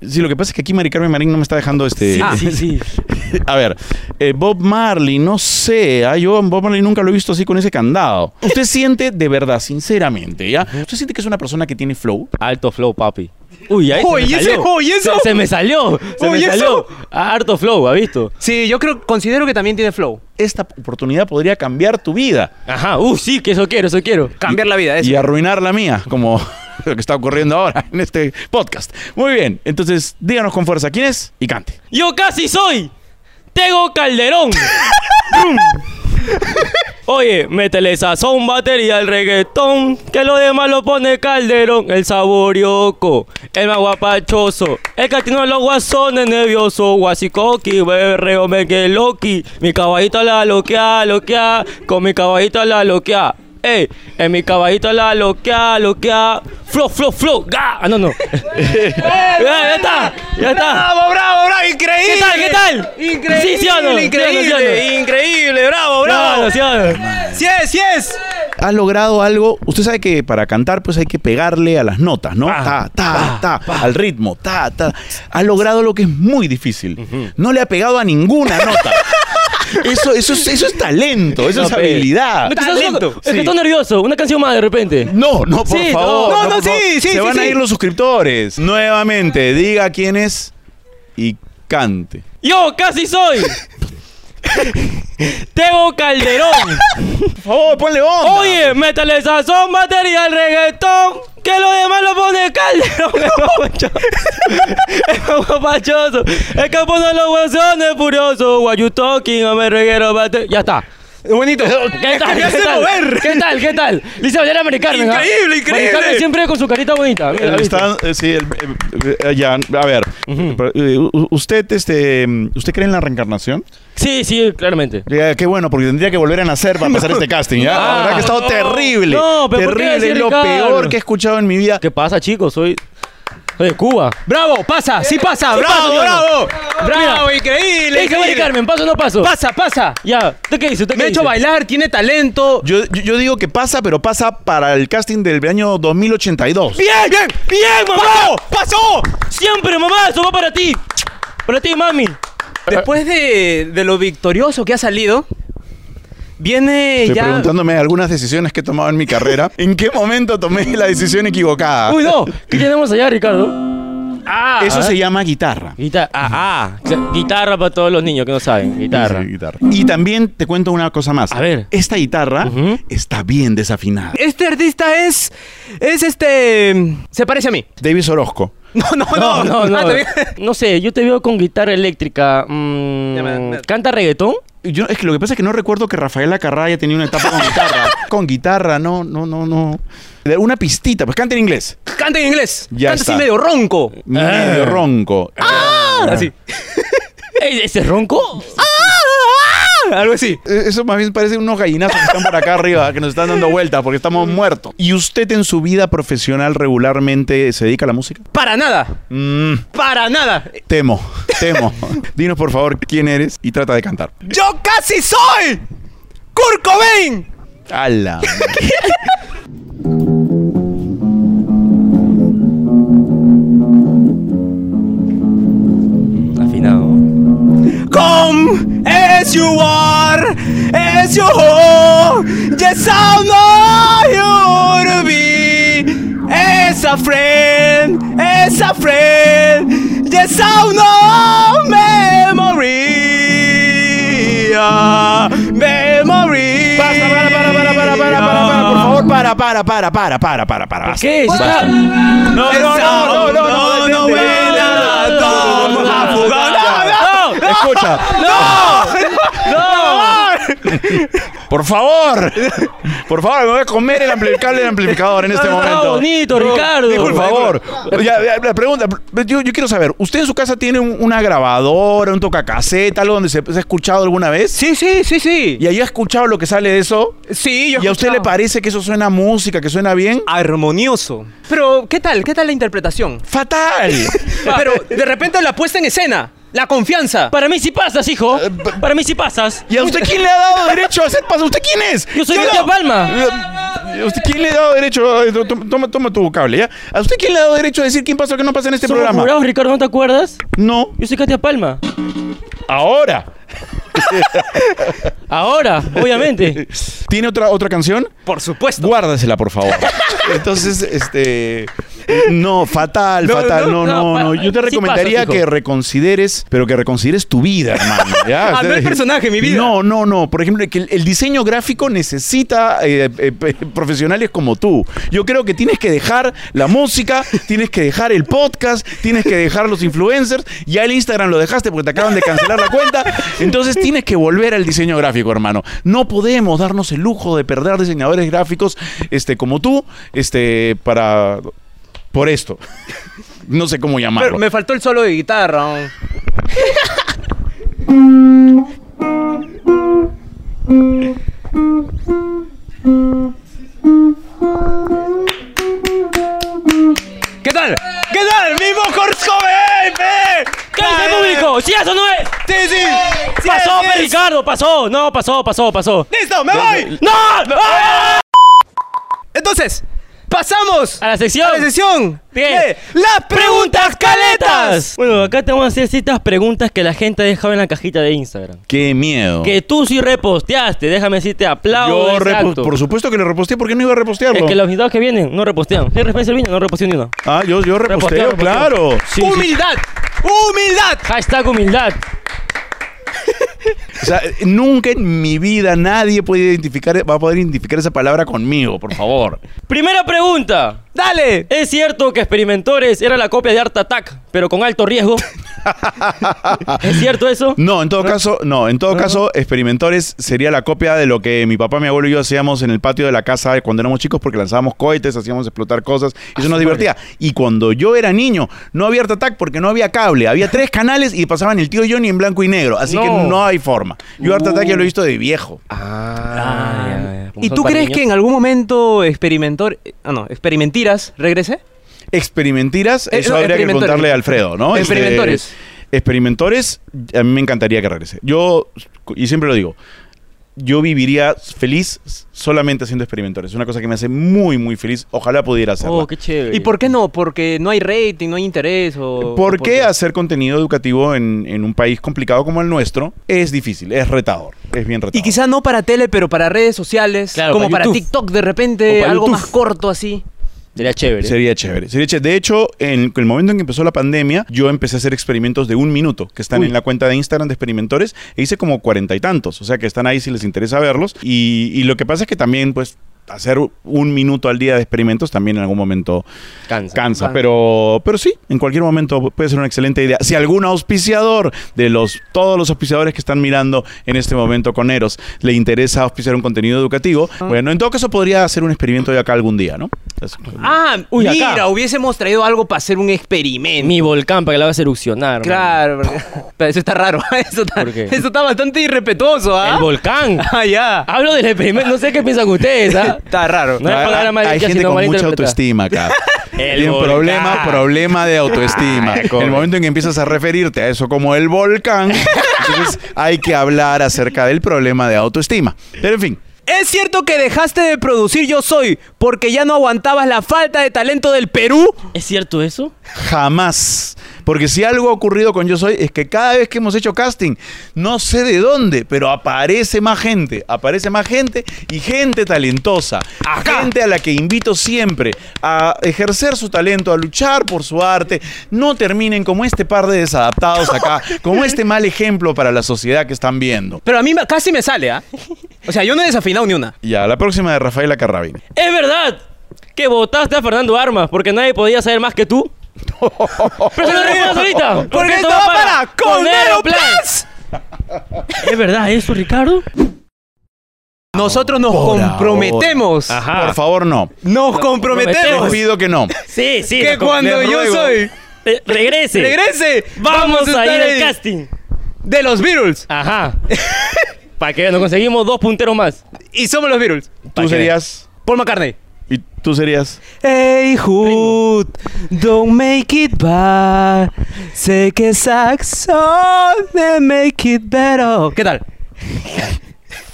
Speaker 3: Sí, lo que pasa es que aquí Mari Carmen Marín no me está dejando este...
Speaker 2: Sí,
Speaker 4: Ah.
Speaker 2: sí, sí.
Speaker 3: A ver, eh, Bob Marley, no sé, ah, yo a Bob Marley nunca lo he visto así con ese candado. Usted siente de verdad, sinceramente, ¿ya? ¿Usted siente que es una persona que tiene flow?
Speaker 2: Alto flow, papi. Uy, ahí
Speaker 4: Uy,
Speaker 2: se me
Speaker 4: ese-
Speaker 2: salió.
Speaker 4: uy, eso.
Speaker 2: Se, se me salió. Se
Speaker 4: Uy,
Speaker 2: me
Speaker 4: eso.
Speaker 2: salió. Harto flow, ¿ha visto?
Speaker 4: Sí, yo creo, considero que también tiene flow.
Speaker 3: Esta oportunidad podría cambiar tu vida.
Speaker 2: Ajá, uh, sí, que eso quiero, eso quiero.
Speaker 4: Cambiar la vida. eso.
Speaker 3: y arruinar la mía, como lo que está ocurriendo ahora en este podcast. Muy bien, entonces díganos con fuerza quién es y cante.
Speaker 2: Yo casi soy Tego Calderón. Oye, métele sazón, batería al reggaetón, que lo demás lo pone Calderón, el saborioco, el más guapachoso, el catino de los guasones nervioso, guasicoqui, berreo, loqui, mi caballito la loquea, loquea, con mi caballito la loquea, ey, en mi caballito la loquea, loquea, flo, flo, flo, ga, ah, no, no, ya, ya está, ya está.
Speaker 4: Bravo, bravo, bravo, increíble.
Speaker 2: ¿Qué tal, qué tal?
Speaker 4: Increíble,
Speaker 2: Sí, sí o no, sí o no, sí o no.
Speaker 4: increíble, increíble, bravo, bravo.
Speaker 2: Bravo, ¿sí o no?
Speaker 4: Sí es, sí es.
Speaker 3: has logrado algo. Usted sabe que para cantar, pues hay que pegarle a las notas, ¿no? ta, ta, ta, al ritmo, ta, ta. Has logrado lo que es muy difícil. No le ha pegado a ninguna nota. Eso, eso, es, eso es talento, eso
Speaker 2: No,
Speaker 3: es
Speaker 2: pe.
Speaker 3: habilidad.
Speaker 2: No, quizás
Speaker 4: Talento.
Speaker 2: Es
Speaker 3: Sí.
Speaker 2: que estoy nervioso. Una canción más de repente.
Speaker 3: No, no, por
Speaker 2: Sí,
Speaker 3: favor.
Speaker 4: no, no,
Speaker 3: por
Speaker 4: sí,
Speaker 3: favor.
Speaker 4: sí,
Speaker 3: Se
Speaker 4: sí,
Speaker 3: van a
Speaker 4: sí.
Speaker 3: ir los suscriptores. Nuevamente, diga quién es y cante.
Speaker 2: Yo casi soy. Teo Calderón.
Speaker 3: Por favor, ponle onda.
Speaker 2: Oye, métale sazón, batería al reggaetón. Que lo demás lo pone Calderón. Es guapachoso. Es guapachoso. Es que pone los huesones furiosos. What you talking, hombre, reguero, bate. Ya está.
Speaker 4: Bonito.
Speaker 2: ¿Qué tal?
Speaker 4: Me
Speaker 2: ¿Qué
Speaker 4: hace
Speaker 2: tal?
Speaker 4: mover.
Speaker 2: ¿Qué tal? ¿Qué tal? Dice Valeria Maricarmen. ¿ah?
Speaker 4: Increíble, increíble.
Speaker 2: Maricarmen siempre con su carita bonita. Mira,
Speaker 3: El
Speaker 2: ¿viste?
Speaker 3: estado- eh, sí, el- eh, eh, ya, a ver. Eh, u- Usted, este, ¿usted cree en la reencarnación?
Speaker 2: Sí, sí, claramente.
Speaker 3: Eh, qué bueno, porque tendría que volver a nacer para pasar este casting. ¿ya?
Speaker 2: Ah,
Speaker 3: la verdad que ha estado
Speaker 2: no.
Speaker 3: terrible.
Speaker 2: No, pero ¿por qué
Speaker 3: terrible.
Speaker 2: decir,
Speaker 3: Es lo
Speaker 2: Ricardo?
Speaker 3: peor que he escuchado en mi vida.
Speaker 2: ¿Qué pasa, chicos? Soy, soy de Cuba.
Speaker 4: Bravo, pasa, sí pasa, bravo,
Speaker 2: pasa,
Speaker 4: bravo. Bravo,
Speaker 2: Mira.
Speaker 4: increíble.
Speaker 2: ¿Qué dice Mari
Speaker 4: increíble.
Speaker 2: Carmen? ¿Paso o no paso?
Speaker 4: Pasa, pasa.
Speaker 2: Ya, ¿usted qué dice? ¿Usted qué
Speaker 4: Me ha hecho
Speaker 2: dice?
Speaker 4: bailar, tiene talento.
Speaker 3: Yo, yo- yo digo que pasa, pero pasa para el casting del año 2082.
Speaker 4: Bien, bien,
Speaker 2: ¡Bien, mamá!
Speaker 4: bravo, pasó.
Speaker 2: ¡Siempre, mamá! ¡Eso va para ti! ¡Para ti, mami!
Speaker 4: Después de, de lo victorioso que ha salido, viene
Speaker 3: Estoy
Speaker 4: ya.
Speaker 3: preguntándome algunas decisiones que he tomado en mi carrera. ¿En qué momento tomé la decisión equivocada?
Speaker 2: ¡Uy, no! ¿Qué tenemos allá, Ricardo? ¡Ah!
Speaker 3: Eso se llama guitarra.
Speaker 2: Guitarra. ¡Ah, ah! O sea, Guitarra para todos los niños que no saben. Guitarra.
Speaker 3: Sí, guitarra. Y también te cuento una cosa más.
Speaker 2: A ver.
Speaker 3: Esta guitarra
Speaker 2: Ujú.
Speaker 3: está bien desafinada.
Speaker 4: Este artista es. Es este. Se parece a mí.
Speaker 3: Davis Orozco.
Speaker 4: No, no,
Speaker 2: No,
Speaker 4: no.
Speaker 2: no, no.
Speaker 4: Ah, también-
Speaker 2: no sé, yo te veo con guitarra eléctrica. Mm,
Speaker 4: Ya, me- me-
Speaker 2: ¿Canta reggaetón?
Speaker 3: Yo, es que lo que pasa es que no recuerdo que Rafael Acarrá haya tenido una etapa con guitarra. con guitarra, no, no, no, no. De Una pistita, pues canta en inglés.
Speaker 2: Ah.
Speaker 4: Canta en inglés.
Speaker 3: Ya
Speaker 4: Canta
Speaker 3: está.
Speaker 4: así medio ronco.
Speaker 3: Medio ronco.
Speaker 4: Así. Ah,
Speaker 2: ¿Ey, ¿Ese es ronco?
Speaker 4: Algo así.
Speaker 3: Eh, Eso más bien parece unos gallinazos que están por acá arriba, que nos están dando vueltas porque estamos muertos. ¿Y usted en su vida profesional regularmente se dedica a la música?
Speaker 4: Para nada.
Speaker 3: Mm,
Speaker 4: Para nada.
Speaker 3: temo, temo. Dinos por favor quién eres y trata de cantar.
Speaker 4: ¡Yo casi soy! ¡Kurt Cobain!
Speaker 3: ¡Hala!
Speaker 2: Afinado.
Speaker 4: Come as you are, as you are. Yes, I know you to be. As a friend, as a friend. Yes, I know memory. ah, Memory.
Speaker 3: Basta, para, para, para, para, para, para, para, por favor, para, para, para, para, para, para, para. basta.
Speaker 2: ¿Qué?
Speaker 3: Basta. No, no, no, no, no, no, no,
Speaker 2: Ah,
Speaker 4: no,
Speaker 2: no,
Speaker 3: no,
Speaker 4: no,
Speaker 3: no, Escucha. Por favor. Por favor, me voy a comer el amplificable del amplificador en este
Speaker 2: Está
Speaker 3: momento.
Speaker 2: bonito, Ricardo.
Speaker 3: Por favor. Ya, ya, la pregunta, yo, yo quiero saber, ¿usted en su casa tiene un- una grabadora, un tocacaseta, algo donde se, se ha escuchado alguna vez?
Speaker 4: Sí, sí, sí, sí.
Speaker 3: ¿Y ahí ha escuchado lo que sale de eso?
Speaker 4: Sí, yo
Speaker 3: ¿Y a usted le parece que eso suena a música, que suena bien?
Speaker 2: Ah.
Speaker 4: armonioso. Pero, ¿qué tal? ¿Qué tal la interpretación?
Speaker 3: ¡Fatal!
Speaker 4: Pero de repente la puesta en escena, la confianza.
Speaker 2: Para mí sí pasas, hijo. Para mí sí pasas.
Speaker 3: ¿Y a usted quién le ha dado derecho a hacer paso? ¿Usted quién es?
Speaker 2: Yo soy
Speaker 3: Ya
Speaker 2: Cristian
Speaker 3: no.
Speaker 2: Palma.
Speaker 3: Eh, ¿Usted quién le ha dado derecho? Eh, to- Toma, toma tu vocable, ¿ya? ¿A usted quién le ha dado derecho a decir quién pasó o qué no pasa en este
Speaker 2: Somos
Speaker 3: programa?
Speaker 2: jurados, Ricardo, ¿no te acuerdas?
Speaker 3: No,
Speaker 2: Yo soy Katia Palma.
Speaker 3: ahora.
Speaker 2: Ahora, obviamente.
Speaker 3: ¿Tiene otra, otra canción?
Speaker 4: Por supuesto.
Speaker 3: Guárdasela, por favor. Entonces, este. No, fatal,
Speaker 4: No,
Speaker 3: fatal.
Speaker 4: no,
Speaker 3: No, no,
Speaker 2: no,
Speaker 3: no.
Speaker 2: pa-
Speaker 3: Yo te
Speaker 2: sí
Speaker 3: recomendaría
Speaker 2: paso, hijo.
Speaker 3: que reconsideres, pero que reconsideres tu vida, hermano. ¿ya?
Speaker 4: Ah, no el personaje, mi vida.
Speaker 3: No, no, no. Por ejemplo, que el, el diseño gráfico necesita eh, eh, pe- profesionales como tú. Yo creo que tienes que dejar la música, tienes que dejar el podcast, tienes que dejar los influencers. Ya el Instagram lo dejaste porque te acaban de cancelar la cuenta. Entonces tienes que volver al diseño gráfico, hermano. No podemos darnos el lujo de perder diseñadores gráficos este, como tú, este, para. por esto. No sé cómo
Speaker 4: Pero
Speaker 3: llamarlo.
Speaker 4: me faltó el solo de guitarra. ¿no? ¿Qué tal? ¿Qué tal? ¡Vivo Corscoven!
Speaker 2: ¿Qué dice el público? ¡Sí, eso no es!
Speaker 4: ¡Sí, sí! sí
Speaker 2: ¡Pasó,
Speaker 4: así es.
Speaker 2: pe, Ricardo! ¡Pasó! No, pasó, pasó, pasó.
Speaker 4: ¡Listo! ¡Me voy!
Speaker 2: ¡No! ¡Ah!
Speaker 4: Entonces, pasamos
Speaker 2: A la sección.
Speaker 4: a la sesión
Speaker 2: ¿Qué?
Speaker 4: de las preguntas caletas.
Speaker 2: Bueno, acá te vamos a hacer ciertas preguntas que la gente ha dejado en la cajita de Instagram.
Speaker 3: Qué miedo.
Speaker 2: Que tú sí reposteaste, déjame decirte aplaudo.
Speaker 3: Yo
Speaker 2: de ese
Speaker 3: repo-
Speaker 2: acto.
Speaker 3: por supuesto que lo reposteé, ¿por qué no iba a repostearlo?
Speaker 2: Es que los invitados que vienen no repostean. Henry Spencer vino, no reposteó ni uno.
Speaker 3: Ah, yo, yo
Speaker 2: Reposteo,
Speaker 3: reposteo,
Speaker 2: reposteo.
Speaker 3: claro.
Speaker 2: Sí, sí.
Speaker 4: humildad, humildad.
Speaker 2: Hashtag humildad.
Speaker 3: O sea, nunca en mi vida nadie puede identificar, va a poder identificar esa palabra conmigo, por favor.
Speaker 2: Primera pregunta.
Speaker 4: Dale.
Speaker 2: ¿Es cierto que Experimentores era la copia de Art Attack, pero con alto riesgo? ¿Es cierto eso?
Speaker 3: No, en todo caso, no, en todo caso, experimentores sería la copia de lo que mi papá, mi abuelo y yo hacíamos en el patio de la casa cuando éramos chicos, porque lanzábamos cohetes, hacíamos explotar cosas, y eso nos divertía. Y cuando yo era niño, no había Art Attack porque no había cable, había tres canales y pasaban el tío Johnny en blanco y negro, así que
Speaker 2: No.
Speaker 3: no hay forma. Yo Art Attack ya lo he visto de viejo.
Speaker 4: Ah,
Speaker 2: Ah,
Speaker 4: ¿Y tú crees que en algún momento experimentor, ah no, experimentiras regrese?
Speaker 3: Experimentiras,
Speaker 4: Eh,
Speaker 3: eso
Speaker 4: no,
Speaker 3: habría que
Speaker 4: experimentores.
Speaker 3: contarle a Alfredo, ¿no? Este,
Speaker 4: Experimentores.
Speaker 3: experimentores, a mí me encantaría que regrese. Yo, y siempre lo digo, yo viviría feliz solamente haciendo experimentores. Es una cosa que me hace muy, muy feliz. Ojalá pudiera hacerlo.
Speaker 2: Oh, qué chévere.
Speaker 4: ¿Y por qué no? Porque no hay rating, no hay interés o
Speaker 3: ¿Por
Speaker 4: o
Speaker 3: qué hacer contenido educativo en, en un país complicado como el nuestro? Es difícil, es retador, es bien retador.
Speaker 4: Y quizá no para tele, pero para redes sociales,
Speaker 2: Claro,
Speaker 4: como
Speaker 2: para
Speaker 4: para,
Speaker 2: YouTube.
Speaker 4: TikTok de
Speaker 2: O
Speaker 4: repente,
Speaker 2: para
Speaker 4: algo
Speaker 2: YouTube.
Speaker 4: más corto así.
Speaker 2: Sería chévere.
Speaker 3: Sería chévere. Sería chévere. De hecho, en el momento en que empezó la pandemia, yo empecé a hacer experimentos de un minuto que están en la cuenta de Instagram de experimentores e hice como cuarenta y tantos. O sea que están ahí si les interesa verlos. Y, y lo que pasa es que también, pues, hacer un minuto al día de experimentos también en algún momento
Speaker 2: Cansa.
Speaker 3: cansa.
Speaker 4: Cansa.
Speaker 3: Pero, pero sí, en cualquier momento puede ser una excelente idea. Si algún auspiciador de los todos los auspiciadores que están mirando en este momento con Eros le interesa auspiciar un contenido educativo, bueno, en todo caso podría hacer un experimento de acá algún día, ¿no? Entonces,
Speaker 4: Ah,
Speaker 2: Mm. Uy,
Speaker 4: mira,
Speaker 2: acá.
Speaker 4: hubiésemos traído algo para hacer un experimento.
Speaker 2: Mi volcán para que la vas a erupcionar.
Speaker 4: Claro, porque- pero eso está raro. Eso está,
Speaker 2: ¿Por qué?
Speaker 4: eso está bastante irrespetuoso, ¿ah?
Speaker 2: El volcán.
Speaker 4: Ah, ya.
Speaker 2: Hablo del experimento, no sé qué piensan ustedes, ¿ah?
Speaker 4: Está raro.
Speaker 2: No es
Speaker 3: hay-
Speaker 2: palabra
Speaker 3: hay-
Speaker 2: mágica,
Speaker 3: hay gente
Speaker 2: sino
Speaker 3: con mucha
Speaker 2: malinterpretada.
Speaker 3: autoestima acá.
Speaker 2: El
Speaker 3: Tiene un
Speaker 2: volcán. Ah,
Speaker 3: problema, problema de autoestima. En el momento en que empiezas a referirte a eso como el volcán, entonces hay que hablar acerca del problema de autoestima. Pero en fin,
Speaker 4: ¿Es cierto que dejaste de producir Yo Soy porque ya no aguantabas la falta de talento del Perú?
Speaker 2: ¿Es cierto eso?
Speaker 3: jamás. Porque si algo ha ocurrido con Yo Soy es que cada vez que hemos hecho casting, no sé de dónde, pero aparece más gente, aparece más gente y gente talentosa. Gente a la que invito siempre a ejercer su talento, a luchar por su arte. No terminen como este par de desadaptados acá, como este mal ejemplo para la sociedad que están viendo.
Speaker 4: Pero a mí me- casi me sale, ¿ah? O sea, yo no he desafinado ni una.
Speaker 3: Ya, la próxima de Rafaela Carrabini.
Speaker 2: ¡Es verdad! Que votaste a Fernando Armas porque nadie podía saber más que tú. ¡Pero se lo respondas ahorita!
Speaker 4: Porque
Speaker 2: esto
Speaker 4: esto va para Conero Plus.
Speaker 2: ¿Es verdad eso, Ricardo?
Speaker 4: Nosotros nos comprometemos.
Speaker 2: Ajá.
Speaker 3: Por favor, no.
Speaker 4: Nos comprometemos
Speaker 2: Prometemos.
Speaker 4: que
Speaker 3: Pido que no.
Speaker 2: Sí, sí. nos com-
Speaker 4: cuando
Speaker 3: les
Speaker 4: yo
Speaker 3: ruego.
Speaker 4: soy
Speaker 2: Eh, regrese.
Speaker 4: regrese,
Speaker 2: Vamos, a
Speaker 4: estar
Speaker 2: ir al
Speaker 4: ahí
Speaker 2: casting.
Speaker 4: de los Beatles
Speaker 2: Ajá. para que nos conseguimos dos punteros más.
Speaker 4: y somos los Beatles.
Speaker 3: Tú serías...
Speaker 4: Paul McCartney.
Speaker 3: Y tú serías...
Speaker 4: Hey Hood, don't make it bad. Sé que Saxon they make it better. ¿Qué tal?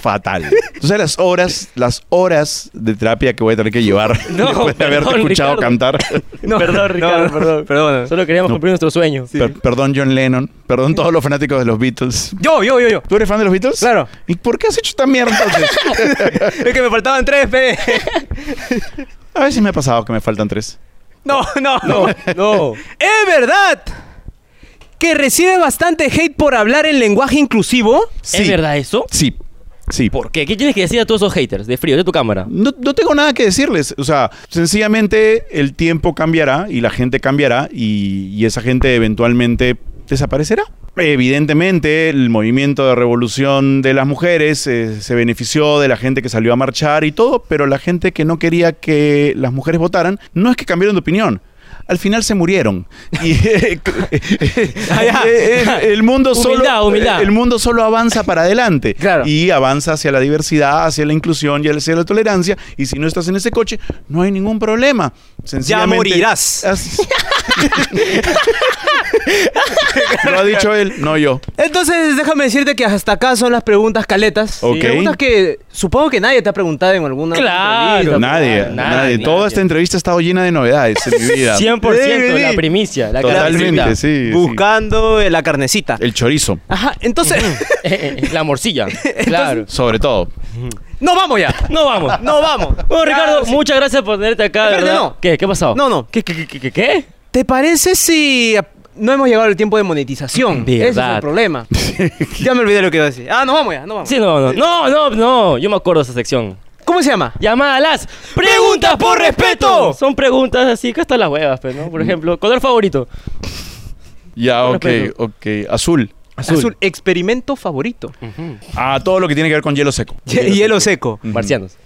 Speaker 3: fatal. Tú sabes las horas, las horas de terapia que voy a tener que llevar
Speaker 2: No,
Speaker 3: después de haberte
Speaker 2: perdón,
Speaker 3: escuchado
Speaker 2: Ricardo.
Speaker 3: cantar.
Speaker 4: No,
Speaker 2: Perdón, Ricardo, perdón.
Speaker 4: perdón.
Speaker 2: Solo queríamos cumplir nuestro sueño.
Speaker 3: Per- perdón, John Lennon. Perdón, todos los fanáticos de los Beatles.
Speaker 4: Yo, yo, yo, yo.
Speaker 3: ¿Tú eres fan de los Beatles?
Speaker 4: Claro.
Speaker 3: ¿Y por qué has hecho esta mierda entonces?
Speaker 4: Es que me faltaban tres, pe.
Speaker 3: A veces me ha pasado que me faltan tres.
Speaker 4: No, no, no.
Speaker 2: No.
Speaker 4: ¿Es verdad que recibe bastante hate por hablar en lenguaje inclusivo?
Speaker 3: Sí.
Speaker 2: ¿Es verdad eso?
Speaker 3: Sí, sí.
Speaker 2: ¿Por qué? ¿Qué tienes que decir a todos esos haters de frío de tu cámara?
Speaker 3: No, no tengo nada que decirles. O sea, sencillamente el tiempo cambiará y la gente cambiará y, y esa gente eventualmente desaparecerá. Evidentemente, el movimiento de revolución de las mujeres eh, se benefició de la gente que salió a marchar y todo, pero la gente que no quería que las mujeres votaran, no es que cambiaron de opinión. Al final se murieron. Y, eh,
Speaker 4: Ah, ya.
Speaker 3: eh, eh, el mundo solo
Speaker 2: Humildad, humildad.
Speaker 3: el mundo solo avanza para adelante
Speaker 4: Claro.
Speaker 3: y avanza hacia la diversidad, hacia la inclusión y hacia la tolerancia. Y si no estás en ese coche, no hay ningún problema. Sencillamente-
Speaker 4: morirás.
Speaker 3: As- Lo ha dicho él, no yo.
Speaker 4: Entonces, déjame decirte que hasta acá son las preguntas caletas.
Speaker 3: Ok.
Speaker 4: Preguntas que supongo que nadie te ha preguntado en alguna.
Speaker 2: Claro.
Speaker 4: entrevista.
Speaker 3: Nadie,
Speaker 2: nadie,
Speaker 3: nadie. Toda
Speaker 2: nadie.
Speaker 3: esta entrevista ha estado llena de novedades en mi vida.
Speaker 2: 100% la
Speaker 3: Sí,
Speaker 2: primicia. La
Speaker 3: Totalmente,
Speaker 2: carnecita.
Speaker 3: sí. sí.
Speaker 4: Buscando eh, la carnecita.
Speaker 3: El chorizo,
Speaker 4: Ajá, entonces.
Speaker 2: Eh, eh, La morcilla. Claro.
Speaker 3: sobre todo.
Speaker 4: ¡No vamos ya!
Speaker 2: No vamos.
Speaker 4: ¡No vamos!
Speaker 2: Bueno, Ricardo,
Speaker 4: Ya, sí.
Speaker 2: muchas gracias por tenerte acá.
Speaker 4: Espérate,
Speaker 2: ¿verdad?
Speaker 4: no.
Speaker 2: ¿Qué? ¿Qué ha pasado?
Speaker 4: No, no.
Speaker 2: ¿Qué? ¿Qué? ¿Qué? ¿Qué? qué?
Speaker 4: ¿Te parece si a- no hemos llegado al tiempo de monetización?
Speaker 2: Verdad.
Speaker 4: Ese es el problema. ya me olvidé lo que iba a decir. Ah, no vamos ya, no vamos.
Speaker 2: Sí, no, no. No, no, no. Yo me acuerdo de esa sección.
Speaker 4: ¿Cómo se llama?
Speaker 2: Llamada a las preguntas por respeto. Son preguntas así que hasta las huevas, pues, ¿no? Por ejemplo, color favorito.
Speaker 3: Ya,
Speaker 2: Con
Speaker 3: ok,
Speaker 2: respeto.
Speaker 3: ok. Azul.
Speaker 2: Azul.
Speaker 4: experimento favorito.
Speaker 3: A todo lo que tiene que ver con hielo seco.
Speaker 4: Ye- Hielo seco.
Speaker 2: Mm. Marcianos.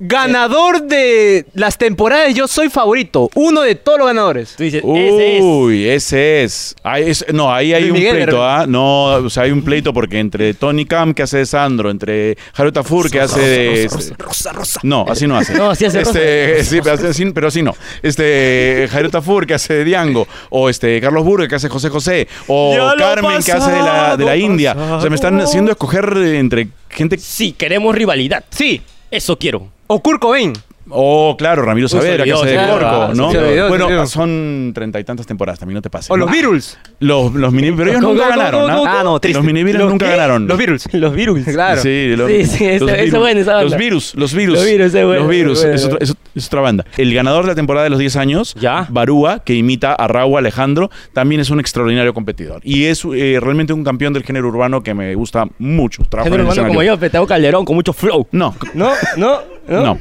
Speaker 4: Ganador de las temporadas Yo Soy Favorito. Uno de todos los ganadores.
Speaker 2: Tú dices, ese es.
Speaker 3: Uy, ese es. Ahí es- No, ahí hay
Speaker 4: Luis
Speaker 3: un
Speaker 4: Miguel, de
Speaker 3: pleito,
Speaker 4: repente.
Speaker 3: ¿ah? No, o sea, hay un pleito porque entre Tony Cam, que hace de Sandro, entre Harold Tafur, que hace de. este
Speaker 4: Rosa, rosa.
Speaker 3: No, así no hace.
Speaker 2: No, así hace
Speaker 3: Este, sí, pero así, pero así no. Este, Jairo Tafur, que hace de Diango. O este, Carlos Burger, que hace José José. O
Speaker 4: Ya lo
Speaker 3: Carmen, que hace de la, de la
Speaker 4: pasado,
Speaker 3: India. O sea, me están
Speaker 4: pasado.
Speaker 3: haciendo escoger entre gente.
Speaker 2: Sí, queremos rivalidad.
Speaker 4: Sí.
Speaker 2: Eso quiero.
Speaker 4: O Kurt Cobain.
Speaker 3: Oh, claro, Ramiro
Speaker 2: se
Speaker 3: Savera, que
Speaker 2: olvidó,
Speaker 3: hace
Speaker 2: se
Speaker 3: de
Speaker 2: olvidó,
Speaker 3: Porco,
Speaker 2: se
Speaker 3: ¿no?
Speaker 4: olvidó, se olvidó.
Speaker 3: Bueno, son treinta y tantas temporadas, también no te pases.
Speaker 4: O los
Speaker 3: ¿no?
Speaker 4: Beatles.
Speaker 3: Los, Ah. los mini, pero ellos
Speaker 2: Go,
Speaker 3: nunca
Speaker 2: go, go,
Speaker 3: ganaron,
Speaker 2: go, go,
Speaker 3: ¿ah?
Speaker 4: Ah, no, triste.
Speaker 3: Los mini virus
Speaker 4: ¿Los
Speaker 3: nunca
Speaker 4: qué?
Speaker 3: ganaron. Ah,
Speaker 4: Los Beatles.
Speaker 2: Los virus.
Speaker 4: Claro.
Speaker 3: Sí, los,
Speaker 2: Sí, sí, esa-
Speaker 3: los
Speaker 2: esa
Speaker 3: virus.
Speaker 2: buena, esa
Speaker 3: los
Speaker 2: banda.
Speaker 3: virus, los virus.
Speaker 2: Los virus, esa buena,
Speaker 3: Los virus,
Speaker 2: buena,
Speaker 3: es, otra,
Speaker 2: buena.
Speaker 3: es ot- es otra banda. El ganador de la temporada de los 10 años,
Speaker 2: Ya.
Speaker 3: Barúa, que imita a Raúl Alejandro, también es un extraordinario competidor. Y es eh, realmente un campeón del género urbano que me gusta mucho. Trabajo
Speaker 2: Gente
Speaker 3: en el
Speaker 2: urbano como
Speaker 3: escenario.
Speaker 2: yo, pero tengo calderón con mucho flow.
Speaker 3: No,
Speaker 2: No, no, no.
Speaker 3: no.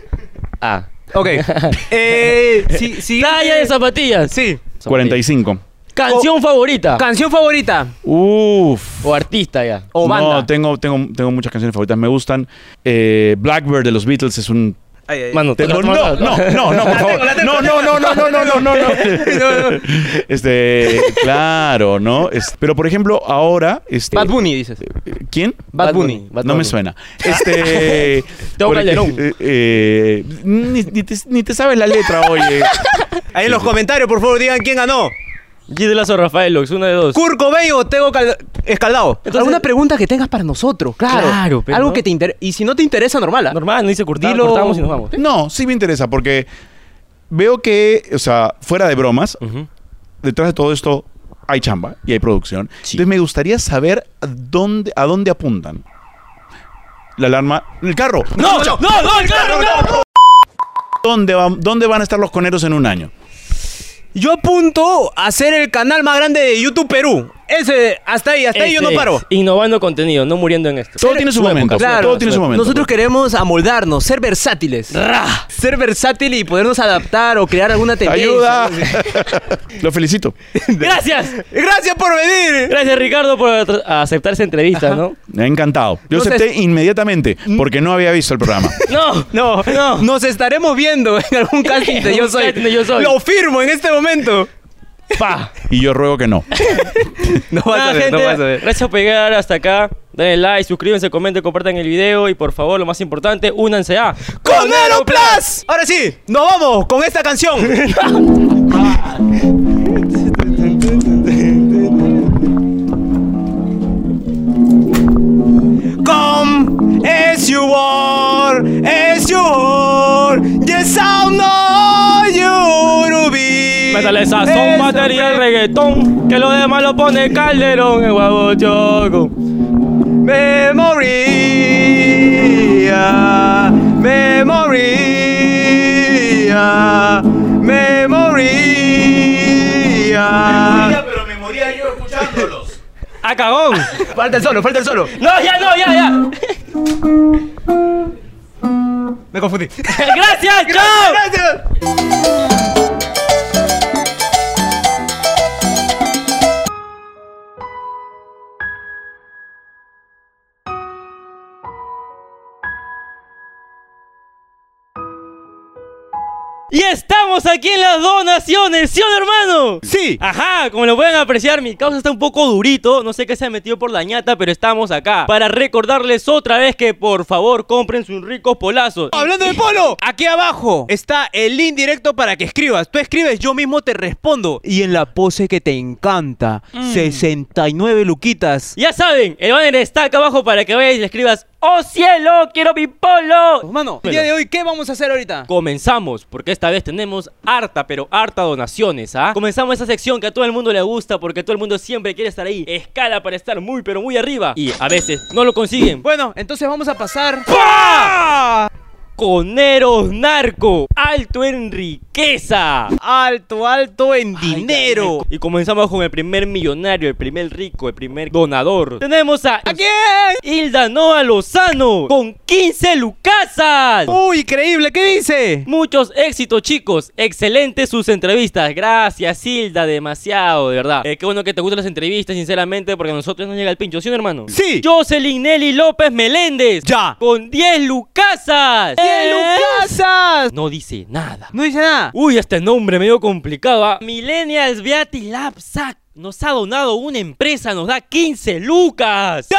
Speaker 2: Ah.
Speaker 4: Ok. eh, sí, sí.
Speaker 2: Talla de zapatillas.
Speaker 4: Sí.
Speaker 3: 45.
Speaker 2: Canción favorita.
Speaker 4: Canción favorita.
Speaker 3: Uf.
Speaker 2: o artista ya.
Speaker 4: O banda.
Speaker 3: No, tengo, tengo, tengo muchas canciones favoritas. Me gustan. Eh, Blackbird de los Beatles es un
Speaker 4: Ay, ay, ay.
Speaker 2: Mano,
Speaker 3: Te-
Speaker 2: toca-
Speaker 3: no, no, no, no, no, por favor. No, no, no, no, no, no, no, no, no. Este, claro, ¿no? Es- pero por ejemplo, ahora, este.
Speaker 4: Bad Bunny, dices.
Speaker 3: ¿Quién?
Speaker 4: Bad, Bunny.
Speaker 2: Bad
Speaker 3: no
Speaker 2: Bunny.
Speaker 3: me suena. Este.
Speaker 2: Tengo
Speaker 3: por-
Speaker 2: calderón.
Speaker 3: eh, eh, ni, ni te, ni te sabes la letra, oye.
Speaker 4: Ahí en los comentarios, por favor, digan quién ganó.
Speaker 2: G de Lazo Rafael Lux, una de dos.
Speaker 4: Kurt Cobain o Tego Cal- Escaldado.
Speaker 2: Entonces-
Speaker 3: eh,
Speaker 4: Alguna pregunta que tengas para nosotros, claro.
Speaker 2: Claro, pero
Speaker 4: Algo
Speaker 2: no.
Speaker 4: que te interesa. Y si no te interesa, normal. ¿ah?
Speaker 2: Normal, no dice cortamos,
Speaker 4: Dilo.
Speaker 2: cortamos y nos vamos.
Speaker 3: No, sí me interesa porque veo que, o sea, fuera de bromas,
Speaker 2: Ujú.
Speaker 3: detrás de todo esto hay chamba y hay producción.
Speaker 2: Sí.
Speaker 3: Entonces me gustaría saber a dónde, a dónde apuntan. La alarma. ¡El carro!
Speaker 2: No, no, no, el carro, no.
Speaker 3: ¿Dónde, va- ¿Dónde van a estar los coneros en un año?
Speaker 4: Yo apunto a ser el canal más grande de YouTube Perú. Ese, hasta ahí, hasta ahí yo
Speaker 2: Ese
Speaker 4: no
Speaker 2: es,
Speaker 4: paro.
Speaker 2: Innovando contenido, no muriendo en esto.
Speaker 3: Todo tiene su momento.
Speaker 4: Claro,
Speaker 3: todo tiene su momento.
Speaker 4: Nosotros queremos amoldarnos, ser versátiles.
Speaker 2: Ra.
Speaker 4: Ser versátil y podernos adaptar o crear alguna tendencia.
Speaker 3: ¡Ayuda! Lo felicito.
Speaker 2: Gracias.
Speaker 4: Gracias por venir.
Speaker 2: Gracias Ricardo por atr- aceptar esa entrevista, ¿no?
Speaker 3: Me ha encantado. Yo
Speaker 4: No sé-
Speaker 3: acepté inmediatamente
Speaker 2: Mm.
Speaker 3: porque no había visto el programa.
Speaker 2: No,
Speaker 4: No,
Speaker 2: no.
Speaker 4: Nos estaremos viendo en algún casting de Yo
Speaker 2: Un
Speaker 4: Soy.
Speaker 2: casting de Yo Soy.
Speaker 4: Lo firmo en este momento.
Speaker 2: Pa.
Speaker 3: Y yo ruego que no.
Speaker 4: No
Speaker 2: Nada, gente, gracias por llegar hasta acá. Denle like, suscríbanse, comenten, compartan el video y por favor, lo más importante, únanse a
Speaker 4: ¡Conero Plus! Ahora sí, nos vamos con esta canción. Come as you are, as you are, yes I know you to be.
Speaker 2: Métale sazón,
Speaker 4: As
Speaker 2: batería,
Speaker 4: a
Speaker 2: el reggaetón, que lo demás lo pone Calderón, el huevo choco.
Speaker 4: Memoria, memoria, memoria.
Speaker 3: moría. Pero me moría yo escuchándolos.
Speaker 4: ¡Ah, cagón!
Speaker 3: Falta el solo, falta el solo.
Speaker 2: No, ya, no, ya, ya.
Speaker 4: Me confundí.
Speaker 2: Gracias, chao.
Speaker 3: Gracias.
Speaker 2: Y estamos aquí en las donaciones, ¿sí o no, hermano?
Speaker 4: Sí.
Speaker 2: Ajá, como lo pueden apreciar, mi causa está un poco durito. No sé qué se ha metido por la ñata, pero estamos acá para recordarles otra vez que por favor compren sus ricos polazos.
Speaker 4: Hablando de polo, aquí abajo está el link directo para que escribas. Tú escribes, yo mismo te respondo. Y en la pose que te encanta, 69 luquitas.
Speaker 2: Ya saben, el banner está acá abajo para que vayas y le escribas ¡Oh cielo, quiero mi polo!
Speaker 4: Hermano, el día de hoy, ¿qué vamos a hacer ahorita?
Speaker 2: Comenzamos, porque esta vez tenemos harta, pero harta donaciones, ¿ah? Comenzamos esa sección que a todo el mundo le gusta porque todo el mundo siempre quiere estar ahí. Escala para estar muy, pero muy arriba. Y a veces no lo consiguen.
Speaker 4: Bueno, entonces vamos a pasar.
Speaker 2: Coneros narco, alto en riqueza.
Speaker 4: Alto, alto en dinero.
Speaker 2: Y comenzamos con el primer millonario, el primer rico, el primer donador. Tenemos a,
Speaker 4: ¿A quién?
Speaker 2: Hilda Noa Lozano con 15 lucasas.
Speaker 4: ¡Uy, creíble! ¿Qué dice?
Speaker 2: Muchos éxitos, chicos. Excelentes sus entrevistas. Gracias, Hilda. Demasiado, de verdad. Eh, qué bueno que te gustan las entrevistas, sinceramente, porque a nosotros nos llega el pincho, ¿sí, hermano?
Speaker 4: Sí.
Speaker 2: Jocelyn Nelly López Meléndez.
Speaker 4: Ya.
Speaker 2: Con 10 lucasas.
Speaker 4: ¡Qué lucasas!
Speaker 2: No dice nada.
Speaker 4: No dice nada.
Speaker 2: Uy, este nombre medio complicado. ¿ah? Millennials Beatty Lab Sac nos ha donado una empresa, nos da 15 lucas.
Speaker 4: ¡Ya!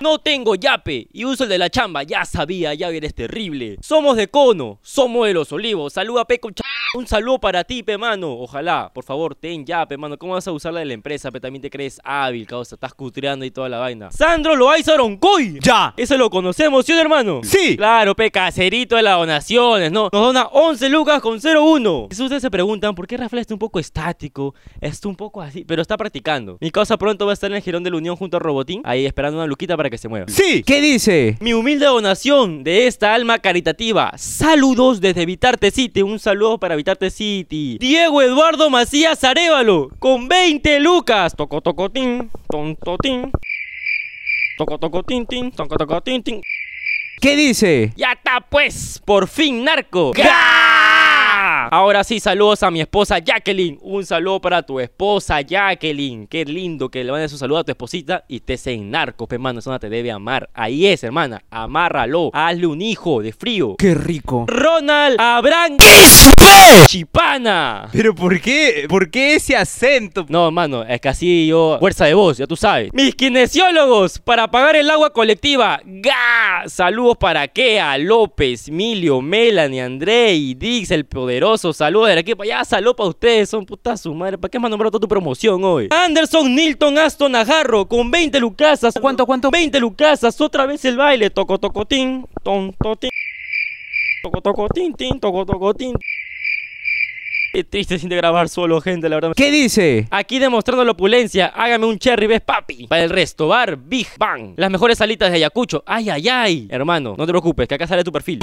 Speaker 2: No tengo yape y uso el de la chamba. Ya sabía, ya eres terrible. Somos de cono, somos de los olivos. Saluda, Peco. ch- Un saludo para ti, pe mano. Ojalá, por favor, ten yape, mano. ¿Cómo vas a usar la de la empresa? Pe también te crees hábil, causa. Estás cutreando y toda la vaina. Sandro Loaiza Oroncoy.
Speaker 4: ¡Ya!
Speaker 2: Eso lo conocemos, ¿sí, hermano?
Speaker 4: Sí.
Speaker 2: Claro, pe, caserito de las donaciones, ¿no? Nos dona 11 lucas con 01. Si ustedes se preguntan por qué Rafael está un poco estático, está un poco así, pero está practicando. Mi causa pronto va a estar en el Girón de la Unión junto a Robotín, ahí esperando una luquita para que se mueva.
Speaker 4: Sí. ¿Qué dice?
Speaker 2: Mi humilde donación de esta alma caritativa. Saludos desde Vitarte City. Un saludo para Vitarte City. Diego Eduardo Macías Arevalo con 20 lucas. Toco tocotín, tontotín. Toco tocotín, tin, toco tocotín, tin.
Speaker 4: ¿Qué dice?
Speaker 2: Ya está pues, por fin narco. Ahora sí, saludos a mi esposa Jacqueline. Un saludo para tu esposa Jacqueline. Qué lindo que le mandes un saludo a tu esposita y te en narco, pe, hermano. Eso no te debe amar. Ahí es, hermana. Amárralo. Hazle un hijo de frío.
Speaker 4: ¡Qué rico!
Speaker 2: Ronald Abraham Chipana.
Speaker 4: ¿Pero por qué? ¿Por qué ese acento?
Speaker 2: No, hermano, es que así yo. Fuerza de voz, ya tú sabes. Mis kinesiólogos para pagar el agua colectiva. ¡Ga! Saludos para Kea, López, Emilio, Melanie, Andrei, Dix, el poderoso. Saludos de aquí para allá. Saludos para ustedes. Son putas su madre. ¿Para qué me han nombrado toda tu promoción hoy? Anderson Nilton Aston Agarro con 20 lucasas.
Speaker 4: ¿Cuánto, cuánto?
Speaker 2: 20 lucasas. Otra vez el baile. Toco, toco, tin, ton, totín. Toco, toco, tin, tin, toco, toco, tin. Qué triste sin de grabar solo, gente, la verdad.
Speaker 4: ¿Qué dice?
Speaker 2: Aquí demostrando la opulencia, hágame un cherry ves papi. Para el resto, bar Big Bang. Las mejores salitas de Ayacucho. Ay, ay, ay. Hermano, no te preocupes, que acá sale tu perfil.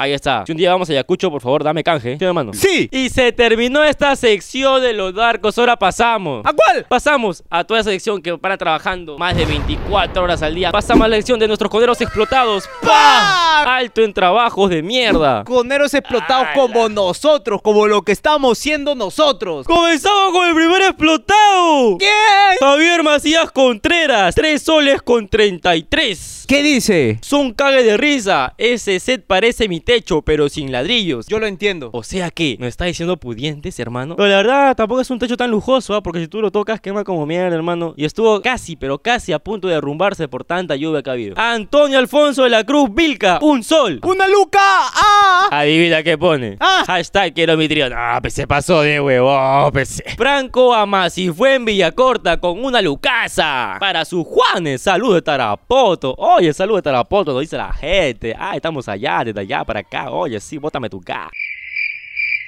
Speaker 2: Ahí está. Si un día vamos a Ayacucho, por favor, dame canje. Sí, hermano.
Speaker 4: ¡Sí!
Speaker 2: Y se terminó esta sección de los darcos. Ahora pasamos. Ah,
Speaker 4: ¿A cuál?
Speaker 2: Pasamos a toda esa sección que para trabajando más de 24 horas al día. Pasamos a la sección de nuestros coderos explotados. ¡Pam! Alto en trabajos de mierda.
Speaker 4: Coneros explotados como nosotros, como lo que estamos siendo nosotros.
Speaker 2: Comenzamos con el primer explotado.
Speaker 4: ¿Quién?
Speaker 2: Javier Macías Contreras, 3 soles con 33.
Speaker 4: ¿Qué dice?
Speaker 2: Son cague de risa. Ese set parece mi techo, pero sin ladrillos. Yo-
Speaker 4: Yo lo entiendo.
Speaker 2: O sea que, ¿nos está diciendo pudientes, hermano? Pero la verdad, tampoco es un techo tan lujoso, ¿ah? porque si tú lo tocas, quema como mierda, hermano. Y estuvo casi, pero casi a punto de derrumbarse por tanta lluvia que ha habido. Antonio Alfonso de la Cruz Vilca, un sol.
Speaker 4: ¡Una luca! ¡Ah!
Speaker 2: Adivina qué pone.
Speaker 4: Ah.
Speaker 2: Hashtag quiero mi trío. Ah, pues se pasó de huevo, pues. Franco Amasi fue en Villacorta con una lucasa. Para sus Juanes, saludos de Tarapoto. Oye, saludos de Tarapoto, nos dice la gente. Ah, estamos allá, desde allá para acá. Oye, sí, bótame tu ca.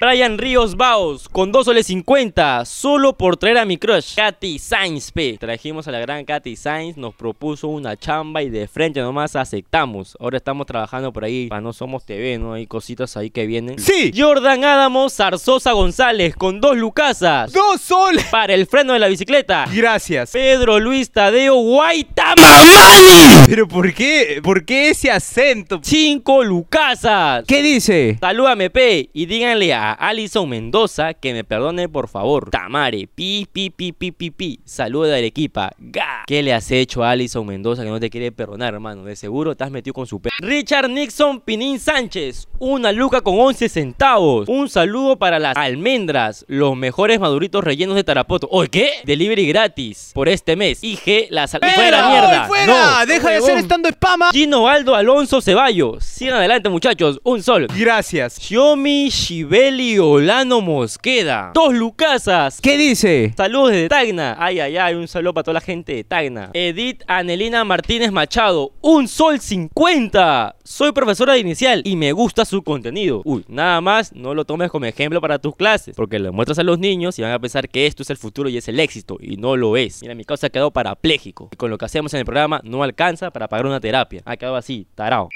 Speaker 2: Brian Ríos Baos con 2 soles 50, solo por traer a mi crush, Katy Sainz P. Trajimos a la gran Katy Sainz, nos propuso una chamba y de frente nomás aceptamos. Ahora estamos trabajando por ahí, para no somos TV, ¿no? Hay cositas ahí que vienen.
Speaker 4: Sí.
Speaker 2: Jordan Adamos Zarzosa González con 2 lucasas
Speaker 4: ¡Dos soles!
Speaker 2: para el freno de la bicicleta.
Speaker 4: Gracias.
Speaker 2: Pedro Luis Tadeo Guaitama,
Speaker 4: ¿Pero por qué? ¿Por qué ese acento?
Speaker 2: 5 lucasas.
Speaker 4: ¿Qué dice?
Speaker 2: Salúdame, P, y díganle a Alison Mendoza que me perdone, por favor. Tamare, pi, pi, pi, pi, pi, pi. Saludo de Arequipa, ga. ¿Qué le has hecho a Alison Mendoza que no te quiere perdonar, hermano? De seguro te has metido con su p. Richard Nixon Pinín Sánchez, una luca con 11 centavos. Un saludo para las almendras, los mejores maduritos rellenos de Tarapoto. ¿Oye qué? Delivery gratis por este mes. IG, las al- ¡Fuera, mierda!
Speaker 4: ¡Ay, fuera!
Speaker 2: No.
Speaker 4: ¡Deja de hacer estando spama!
Speaker 2: Gino Aldo Alonso Ceballos. Sigan adelante, muchachos. Un sol.
Speaker 4: Gracias.
Speaker 2: Xiaomi Shibeli Olano Mosqueda. Dos lucasas.
Speaker 4: ¿Qué dice?
Speaker 2: Saludos desde Tacna. Ay, ay, ay. Un saludo para toda la gente de Tacna. Edith Anelina Martínez Machado. Un sol 50. Soy profesora de inicial y me gusta su contenido. Uy, nada más no lo tomes como ejemplo para tus clases. Porque lo muestras a los niños y van a pensar que esto es el futuro y es el éxito. Y no lo es. Mira, mi causa ha quedado parapléjico. Y con lo que hacemos en el programa no alcanza para pagar una terapia. Ha quedado así, tarao.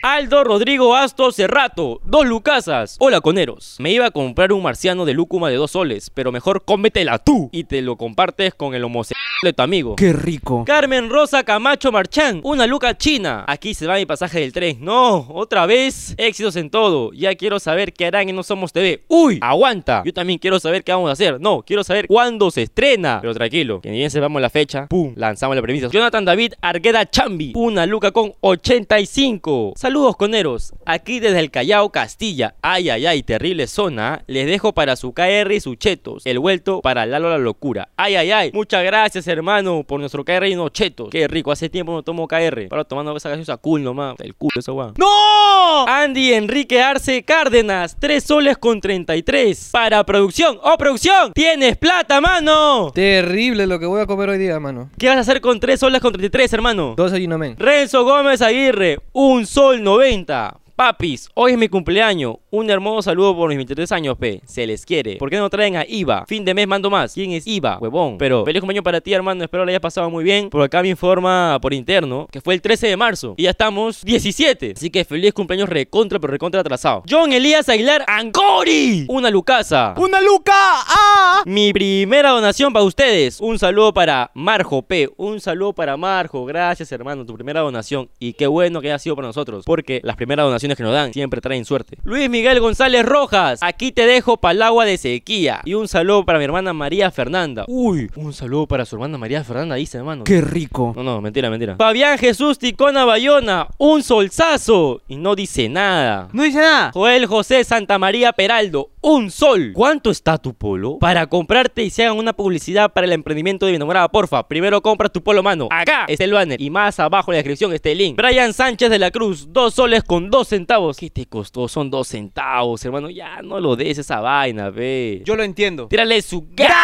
Speaker 2: Aldo Rodrigo Asto Cerrato, dos lucasas. Hola, coneros. Me iba a comprar un marciano de lúcuma de dos soles, pero mejor cómetela tú y te lo compartes con el homosexual de tu amigo.
Speaker 4: ¡Qué rico!
Speaker 2: Carmen Rosa Camacho Marchán, una luca china. Aquí se va mi pasaje del tren. No, otra vez. Éxitos en todo. Ya quiero saber qué harán en No Somos TV. Uy, aguanta. Yo también quiero saber qué vamos a hacer. No, quiero saber cuándo se estrena. Pero tranquilo, que ni bien sepamos la fecha. Pum, lanzamos la premisa. Jonathan David Argueda Chambi, una luca con 85. Saludos, coneros. Aquí desde el Callao, Castilla. Ay, ay, ay, terrible zona. ¿ah? Les dejo para su KR y sus chetos. El vuelto para Lalo la locura. Ay, ay, ay. Muchas gracias, hermano, por nuestro KR y unos chetos. Qué rico, hace tiempo no tomo KR. Para tomando esa gaseosa cool nomás. El culo, esa guau.
Speaker 4: ¡No!
Speaker 2: Andy Enrique Arce Cárdenas, 3 soles con 33. Para producción. ¡Oh, producción! ¡Tienes plata, mano!
Speaker 6: Terrible lo que voy a comer hoy día, mano.
Speaker 2: ¿Qué vas a hacer con 3 soles con 33, hermano?
Speaker 6: Dos ayunamen.
Speaker 2: Renzo Gómez Aguirre, un sol 90. Papis, hoy es mi cumpleaños. Un hermoso saludo por mis 23 años, P. Se les quiere. ¿Por qué no traen a Iva? Fin de mes mando más. ¿Quién es Iva? Huevón. Pero feliz cumpleaños para ti, hermano. Espero lo hayas pasado muy bien. Por acá me informa por interno que fue el 13 de marzo. Y ya estamos 17. Así que feliz cumpleaños recontra, pero recontra atrasado. John Elías Aguilar Angori. Una lucasa.
Speaker 4: ¡Una luca! ¡Ah!
Speaker 2: Mi primera donación para ustedes. Un saludo para Marjo P. Un saludo para Marjo. Gracias, hermano. Tu primera donación. Y qué bueno que haya sido para nosotros. Porque las primeras donaciones que nos dan siempre traen suerte. Luis Miguel González Rojas. Aquí te dejo para el agua de sequía. Y un saludo para mi hermana María Fernanda. Uy, un saludo para su hermana María Fernanda. Dice, hermano.
Speaker 4: ¡Qué rico!
Speaker 2: No, no, mentira, mentira. Fabián Jesús Ticona Bayona. Un solzazo. Y no dice nada.
Speaker 4: No dice nada.
Speaker 2: Joel José Santa María Peraldo, un sol. ¿Cuánto está tu polo? Para comprarte y se hagan una publicidad para el emprendimiento de mi enamorada, porfa. Primero compra tu polo, mano. Acá está el banner. Y más abajo en la descripción está el link. Brian Sánchez de la Cruz, dos soles con dos centavos. ¿Qué te costó? Son dos centavos, hermano. Ya no lo des esa vaina, ve.
Speaker 4: Yo lo entiendo.
Speaker 2: Tírale su gas.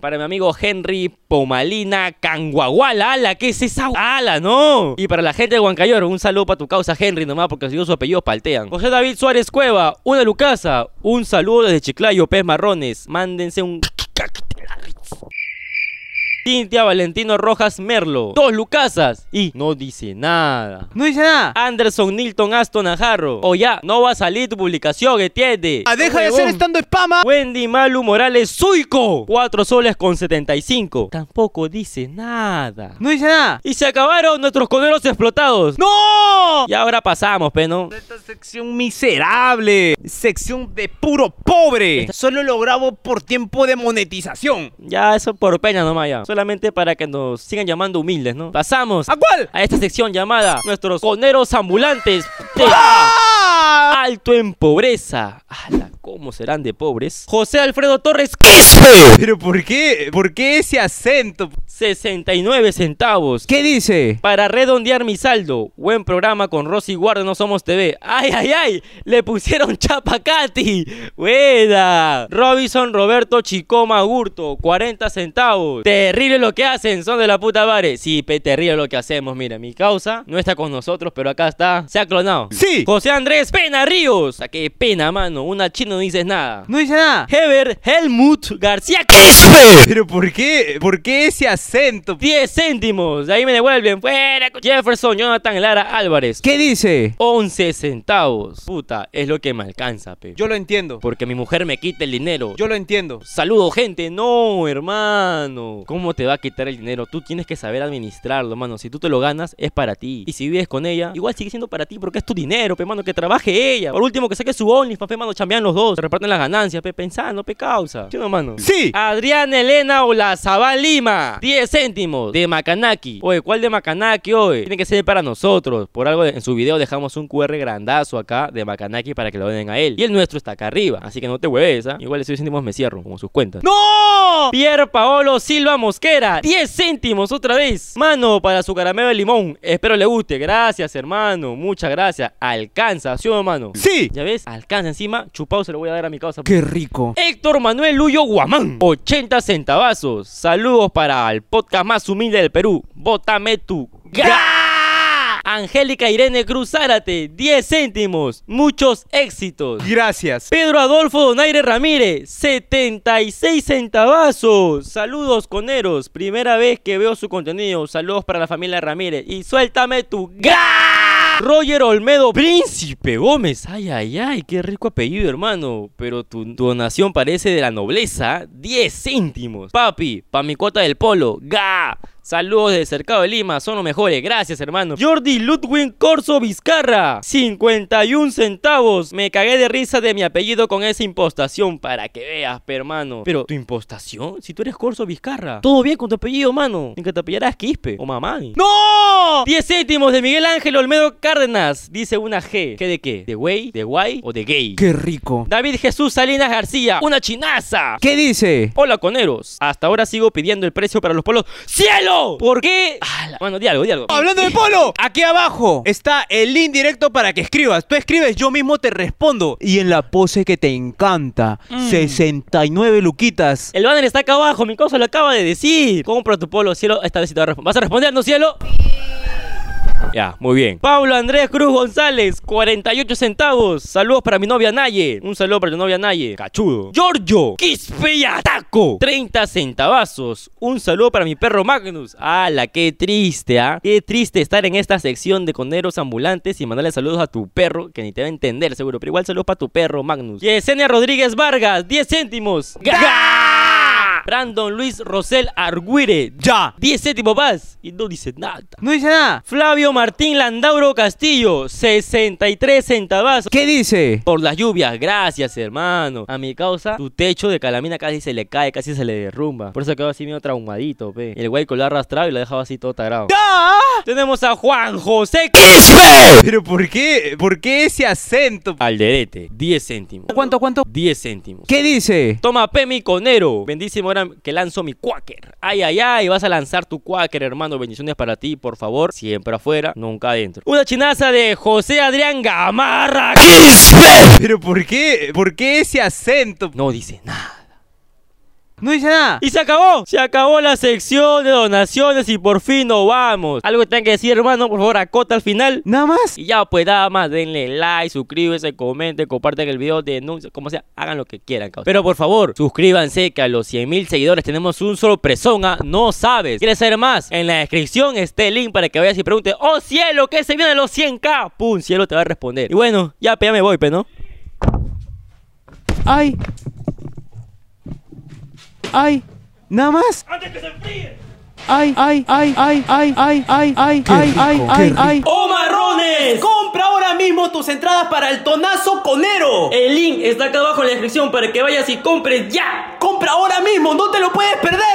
Speaker 2: Para mi amigo Henry Pomalina Canguaguala, ala, ¿qué es esa? Ala, no. Y para la gente de Huancayor, un saludo para tu causa Henry nomás porque si no su apellido paltean. José David Suárez Cueva, una Lucasa, un saludo desde Chiclayo, Pez Marrones. Mándense un Cintia Valentino Rojas Merlo, dos Lucasas y no dice nada.
Speaker 4: No dice nada.
Speaker 2: Anderson Nilton Aston Ajarro, o ya, no va a salir tu publicación, ¿entiendes?
Speaker 4: Ah, deja de hacer estando spama.
Speaker 2: Wendy Malu Morales Suico. 4 soles con 75. Tampoco dice nada.
Speaker 4: No dice nada.
Speaker 2: Y se acabaron nuestros coneros explotados.
Speaker 4: ¡No!
Speaker 2: Y ahora pasamos, peno.
Speaker 4: Esta sección miserable. Sección de puro pobre. Solo lo grabo por tiempo de monetización.
Speaker 2: Ya, eso por pena nomás ya. Solamente para que nos sigan llamando humildes, ¿no? Pasamos
Speaker 4: ¿A cuál?
Speaker 2: a esta sección llamada Nuestros coneros ambulantes de
Speaker 4: ¡Ah!
Speaker 2: alto en pobreza. Ala, ¿cómo serán de pobres? José Alfredo Torres
Speaker 4: ¿Pero por qué? ¿Por qué ese acento?
Speaker 2: 69 centavos.
Speaker 4: ¿Qué dice?
Speaker 2: Para redondear mi saldo, buen programa con Rosy Guarda No Somos TV. ¡Ay, ay, ay! Le pusieron chapa a Katy. ¡Buena! Robinson Roberto Chicoma Gurto, 40 centavos. Terrible lo que hacen, son de la puta madre. Sí, pe, terrible lo que hacemos. Mira, mi causa no está con nosotros, pero acá está. Se ha clonado.
Speaker 4: Sí.
Speaker 2: José Andrés Pena Ríos. ¿A qué pena, mano? Una china no dices nada.
Speaker 4: No dice nada.
Speaker 2: Heber Helmut García
Speaker 4: Pero ¿por qué? ¿Por qué ese acento?
Speaker 2: 10 céntimos. De ahí me devuelven. Fuera. co- Jefferson, Jonathan, Lara, Álvarez.
Speaker 4: ¿Qué dice?
Speaker 2: 11 centavos. Puta, es lo que me alcanza, pe.
Speaker 4: Yo lo entiendo.
Speaker 2: Porque mi mujer me quita el dinero.
Speaker 4: Yo lo entiendo.
Speaker 2: Saludo, gente. No, hermano. ¿Cómo te va a quitar el dinero? Tú tienes que saber administrarlo, hermano. Si tú te lo ganas, es para ti. Y si vives con ella, igual sigue siendo para ti porque es tu dinero, pe, mano. Que trabaje ella. Por último, que saque su OnlyFans, pe, mano. Chambean los dos. Se reparten las ganancias, pe. Pensando, pe, causa. ¿Sí o no, mano?
Speaker 4: Sí.
Speaker 2: Adrián Elena Olazabal Lima. 10 céntimos de Macanaki. Oye, ¿cuál de Macanaki hoy? Tiene que ser para nosotros. Por algo en su video dejamos un QR grandazo acá de Macanaki para que lo den a él. Y el nuestro está acá arriba. Así que no te hueves, ¿ah? Igual esos 10 céntimos me cierro, como sus cuentas.
Speaker 4: ¡No!
Speaker 2: Pier Paolo Silva Mosquera, 10 céntimos otra vez. Mano para su caramelo de limón. Espero le guste. Gracias, hermano. Muchas gracias. Alcanza, ¿sí o no, mano?
Speaker 4: Sí.
Speaker 2: Ya ves, alcanza encima. Chupado se lo voy a dar a mi causa.
Speaker 4: Qué rico.
Speaker 2: Héctor Manuel Luyo Guamán, 80 centavazos. Saludos para el podcast más humilde del Perú. Bótame tu ga. Angélica Irene Cruz Zárate, 10 céntimos. Muchos éxitos.
Speaker 4: Gracias.
Speaker 2: Pedro Adolfo Donaire Ramírez, 76 centavazos. Saludos, coneros. Primera vez que veo su contenido. Saludos para la familia Ramírez. Y suéltame tu gra. Roger Olmedo Príncipe Gómez. Ay, ay, ay, qué rico apellido, hermano. Pero tu tu donación parece de la nobleza. 10 céntimos. Papi, pa' mi cuota del polo. Ga. Saludos de Cercado de Lima, son los mejores, gracias hermano. Jordi Ludwig Corso Vizcarra, 51 centavos. Me cagué de risa de mi apellido con esa impostación para que veas, pe, hermano. Pero, ¿tu impostación? Si tú eres Corso Vizcarra, todo bien con tu apellido, mano. En que te apellarás Quispe o mamá.
Speaker 4: ¡No!
Speaker 2: 10 céntimos de Miguel Ángel Olmedo Cárdenas, dice una G. ¿Qué de qué? ¿De güey? ¿De guay? ¿O de gay?
Speaker 4: Qué rico.
Speaker 2: David Jesús Salinas García, una chinaza.
Speaker 4: ¿Qué dice?
Speaker 2: Hola, coneros. Hasta ahora sigo pidiendo el precio para los polos. ¡Cielo! ¿Por qué? Ah, la- Bueno, di algo, di algo.
Speaker 4: Hablando de polo, aquí abajo está el link directo para que escribas. Tú escribes, yo mismo te respondo. Y en la pose que te encanta, 69 luquitas.
Speaker 2: El banner está acá abajo, mi cosa lo acaba de decir. Compra tu polo, cielo. Esta vez sí te va a responder. ¿Vas a responder, no, cielo? Ya, muy bien. Pablo Andrés Cruz González, 48 centavos. Saludos para mi novia Naye. Un saludo para tu novia Naye. Cachudo. Giorgio Quispe Ataco, 30 centavazos. Un saludo para mi perro Magnus. ¡Hala, qué triste, ah! Qué triste estar en esta sección de coneros ambulantes y mandarle saludos a tu perro, que ni te va a entender seguro. Pero igual saludos para tu perro Magnus. Yesenia Rodríguez Vargas, 10 céntimos. ¡Ga! Brandon Luis Rosel Arguire,
Speaker 4: Ya.
Speaker 2: 10 céntimos más. Y no dice nada.
Speaker 4: No dice nada.
Speaker 2: Flavio Martín Landauro Castillo, 63 centavazos.
Speaker 4: ¿Qué dice?
Speaker 2: Por las lluvias, gracias hermano. A mi causa, tu techo de calamina casi se le cae, casi se le derrumba. Por eso quedó así medio traumadito, pe. El güey lo ha arrastrado y lo ha dejado así todo tarado.
Speaker 4: ¡Ya!
Speaker 2: Tenemos a Juan José
Speaker 4: Pero ¿por qué? ¿Por qué ese acento?
Speaker 2: Alderete, 10 céntimos.
Speaker 4: ¿Cuánto, cuánto?
Speaker 2: 10 céntimos.
Speaker 4: ¿Qué dice?
Speaker 2: Toma pe mi conero. Bendísimo ahora que lanzo mi quaker. Ay, ay, ay. Vas a lanzar tu quaker, hermano. Bendiciones para ti, por favor. Siempre afuera, nunca adentro. Una chinaza de José Adrián Gamarra.
Speaker 4: Pero ¿por qué? ¿Por qué ese acento?
Speaker 2: No dice nada.
Speaker 4: No dice nada.
Speaker 2: Y se acabó. Se acabó la sección de donaciones y por fin nos vamos. Algo que tengan que decir, hermano. Por favor, acota al final.
Speaker 4: Nada más.
Speaker 2: Y ya, pues nada más, denle like, suscríbanse, comenten, compartan el video, denuncien, como sea, hagan lo que quieran, causa. Pero por favor, suscríbanse que a los 100 mil seguidores tenemos un sorpresón, ¿ah? no sabes. ¿Quieres saber más? En la descripción está el link para que vayas y preguntes, oh cielo, ¿qué se viene de los 100k? Pum, cielo te va a responder. Y bueno, ya, pues ya me voy, pues, ¿no?
Speaker 4: Ay. Ay. Nada más. Ay, ay, ay, ay, ay, ay, ay, ay, ay, ay, ay, ay.
Speaker 1: ¡Oh marrones! Compra ahora mismo tus entradas para el tonazo conero. Eh,
Speaker 5: El link está acá abajo en la descripción para que vayas y compres ya.
Speaker 1: compra ahora mismo, no te lo puedes perder.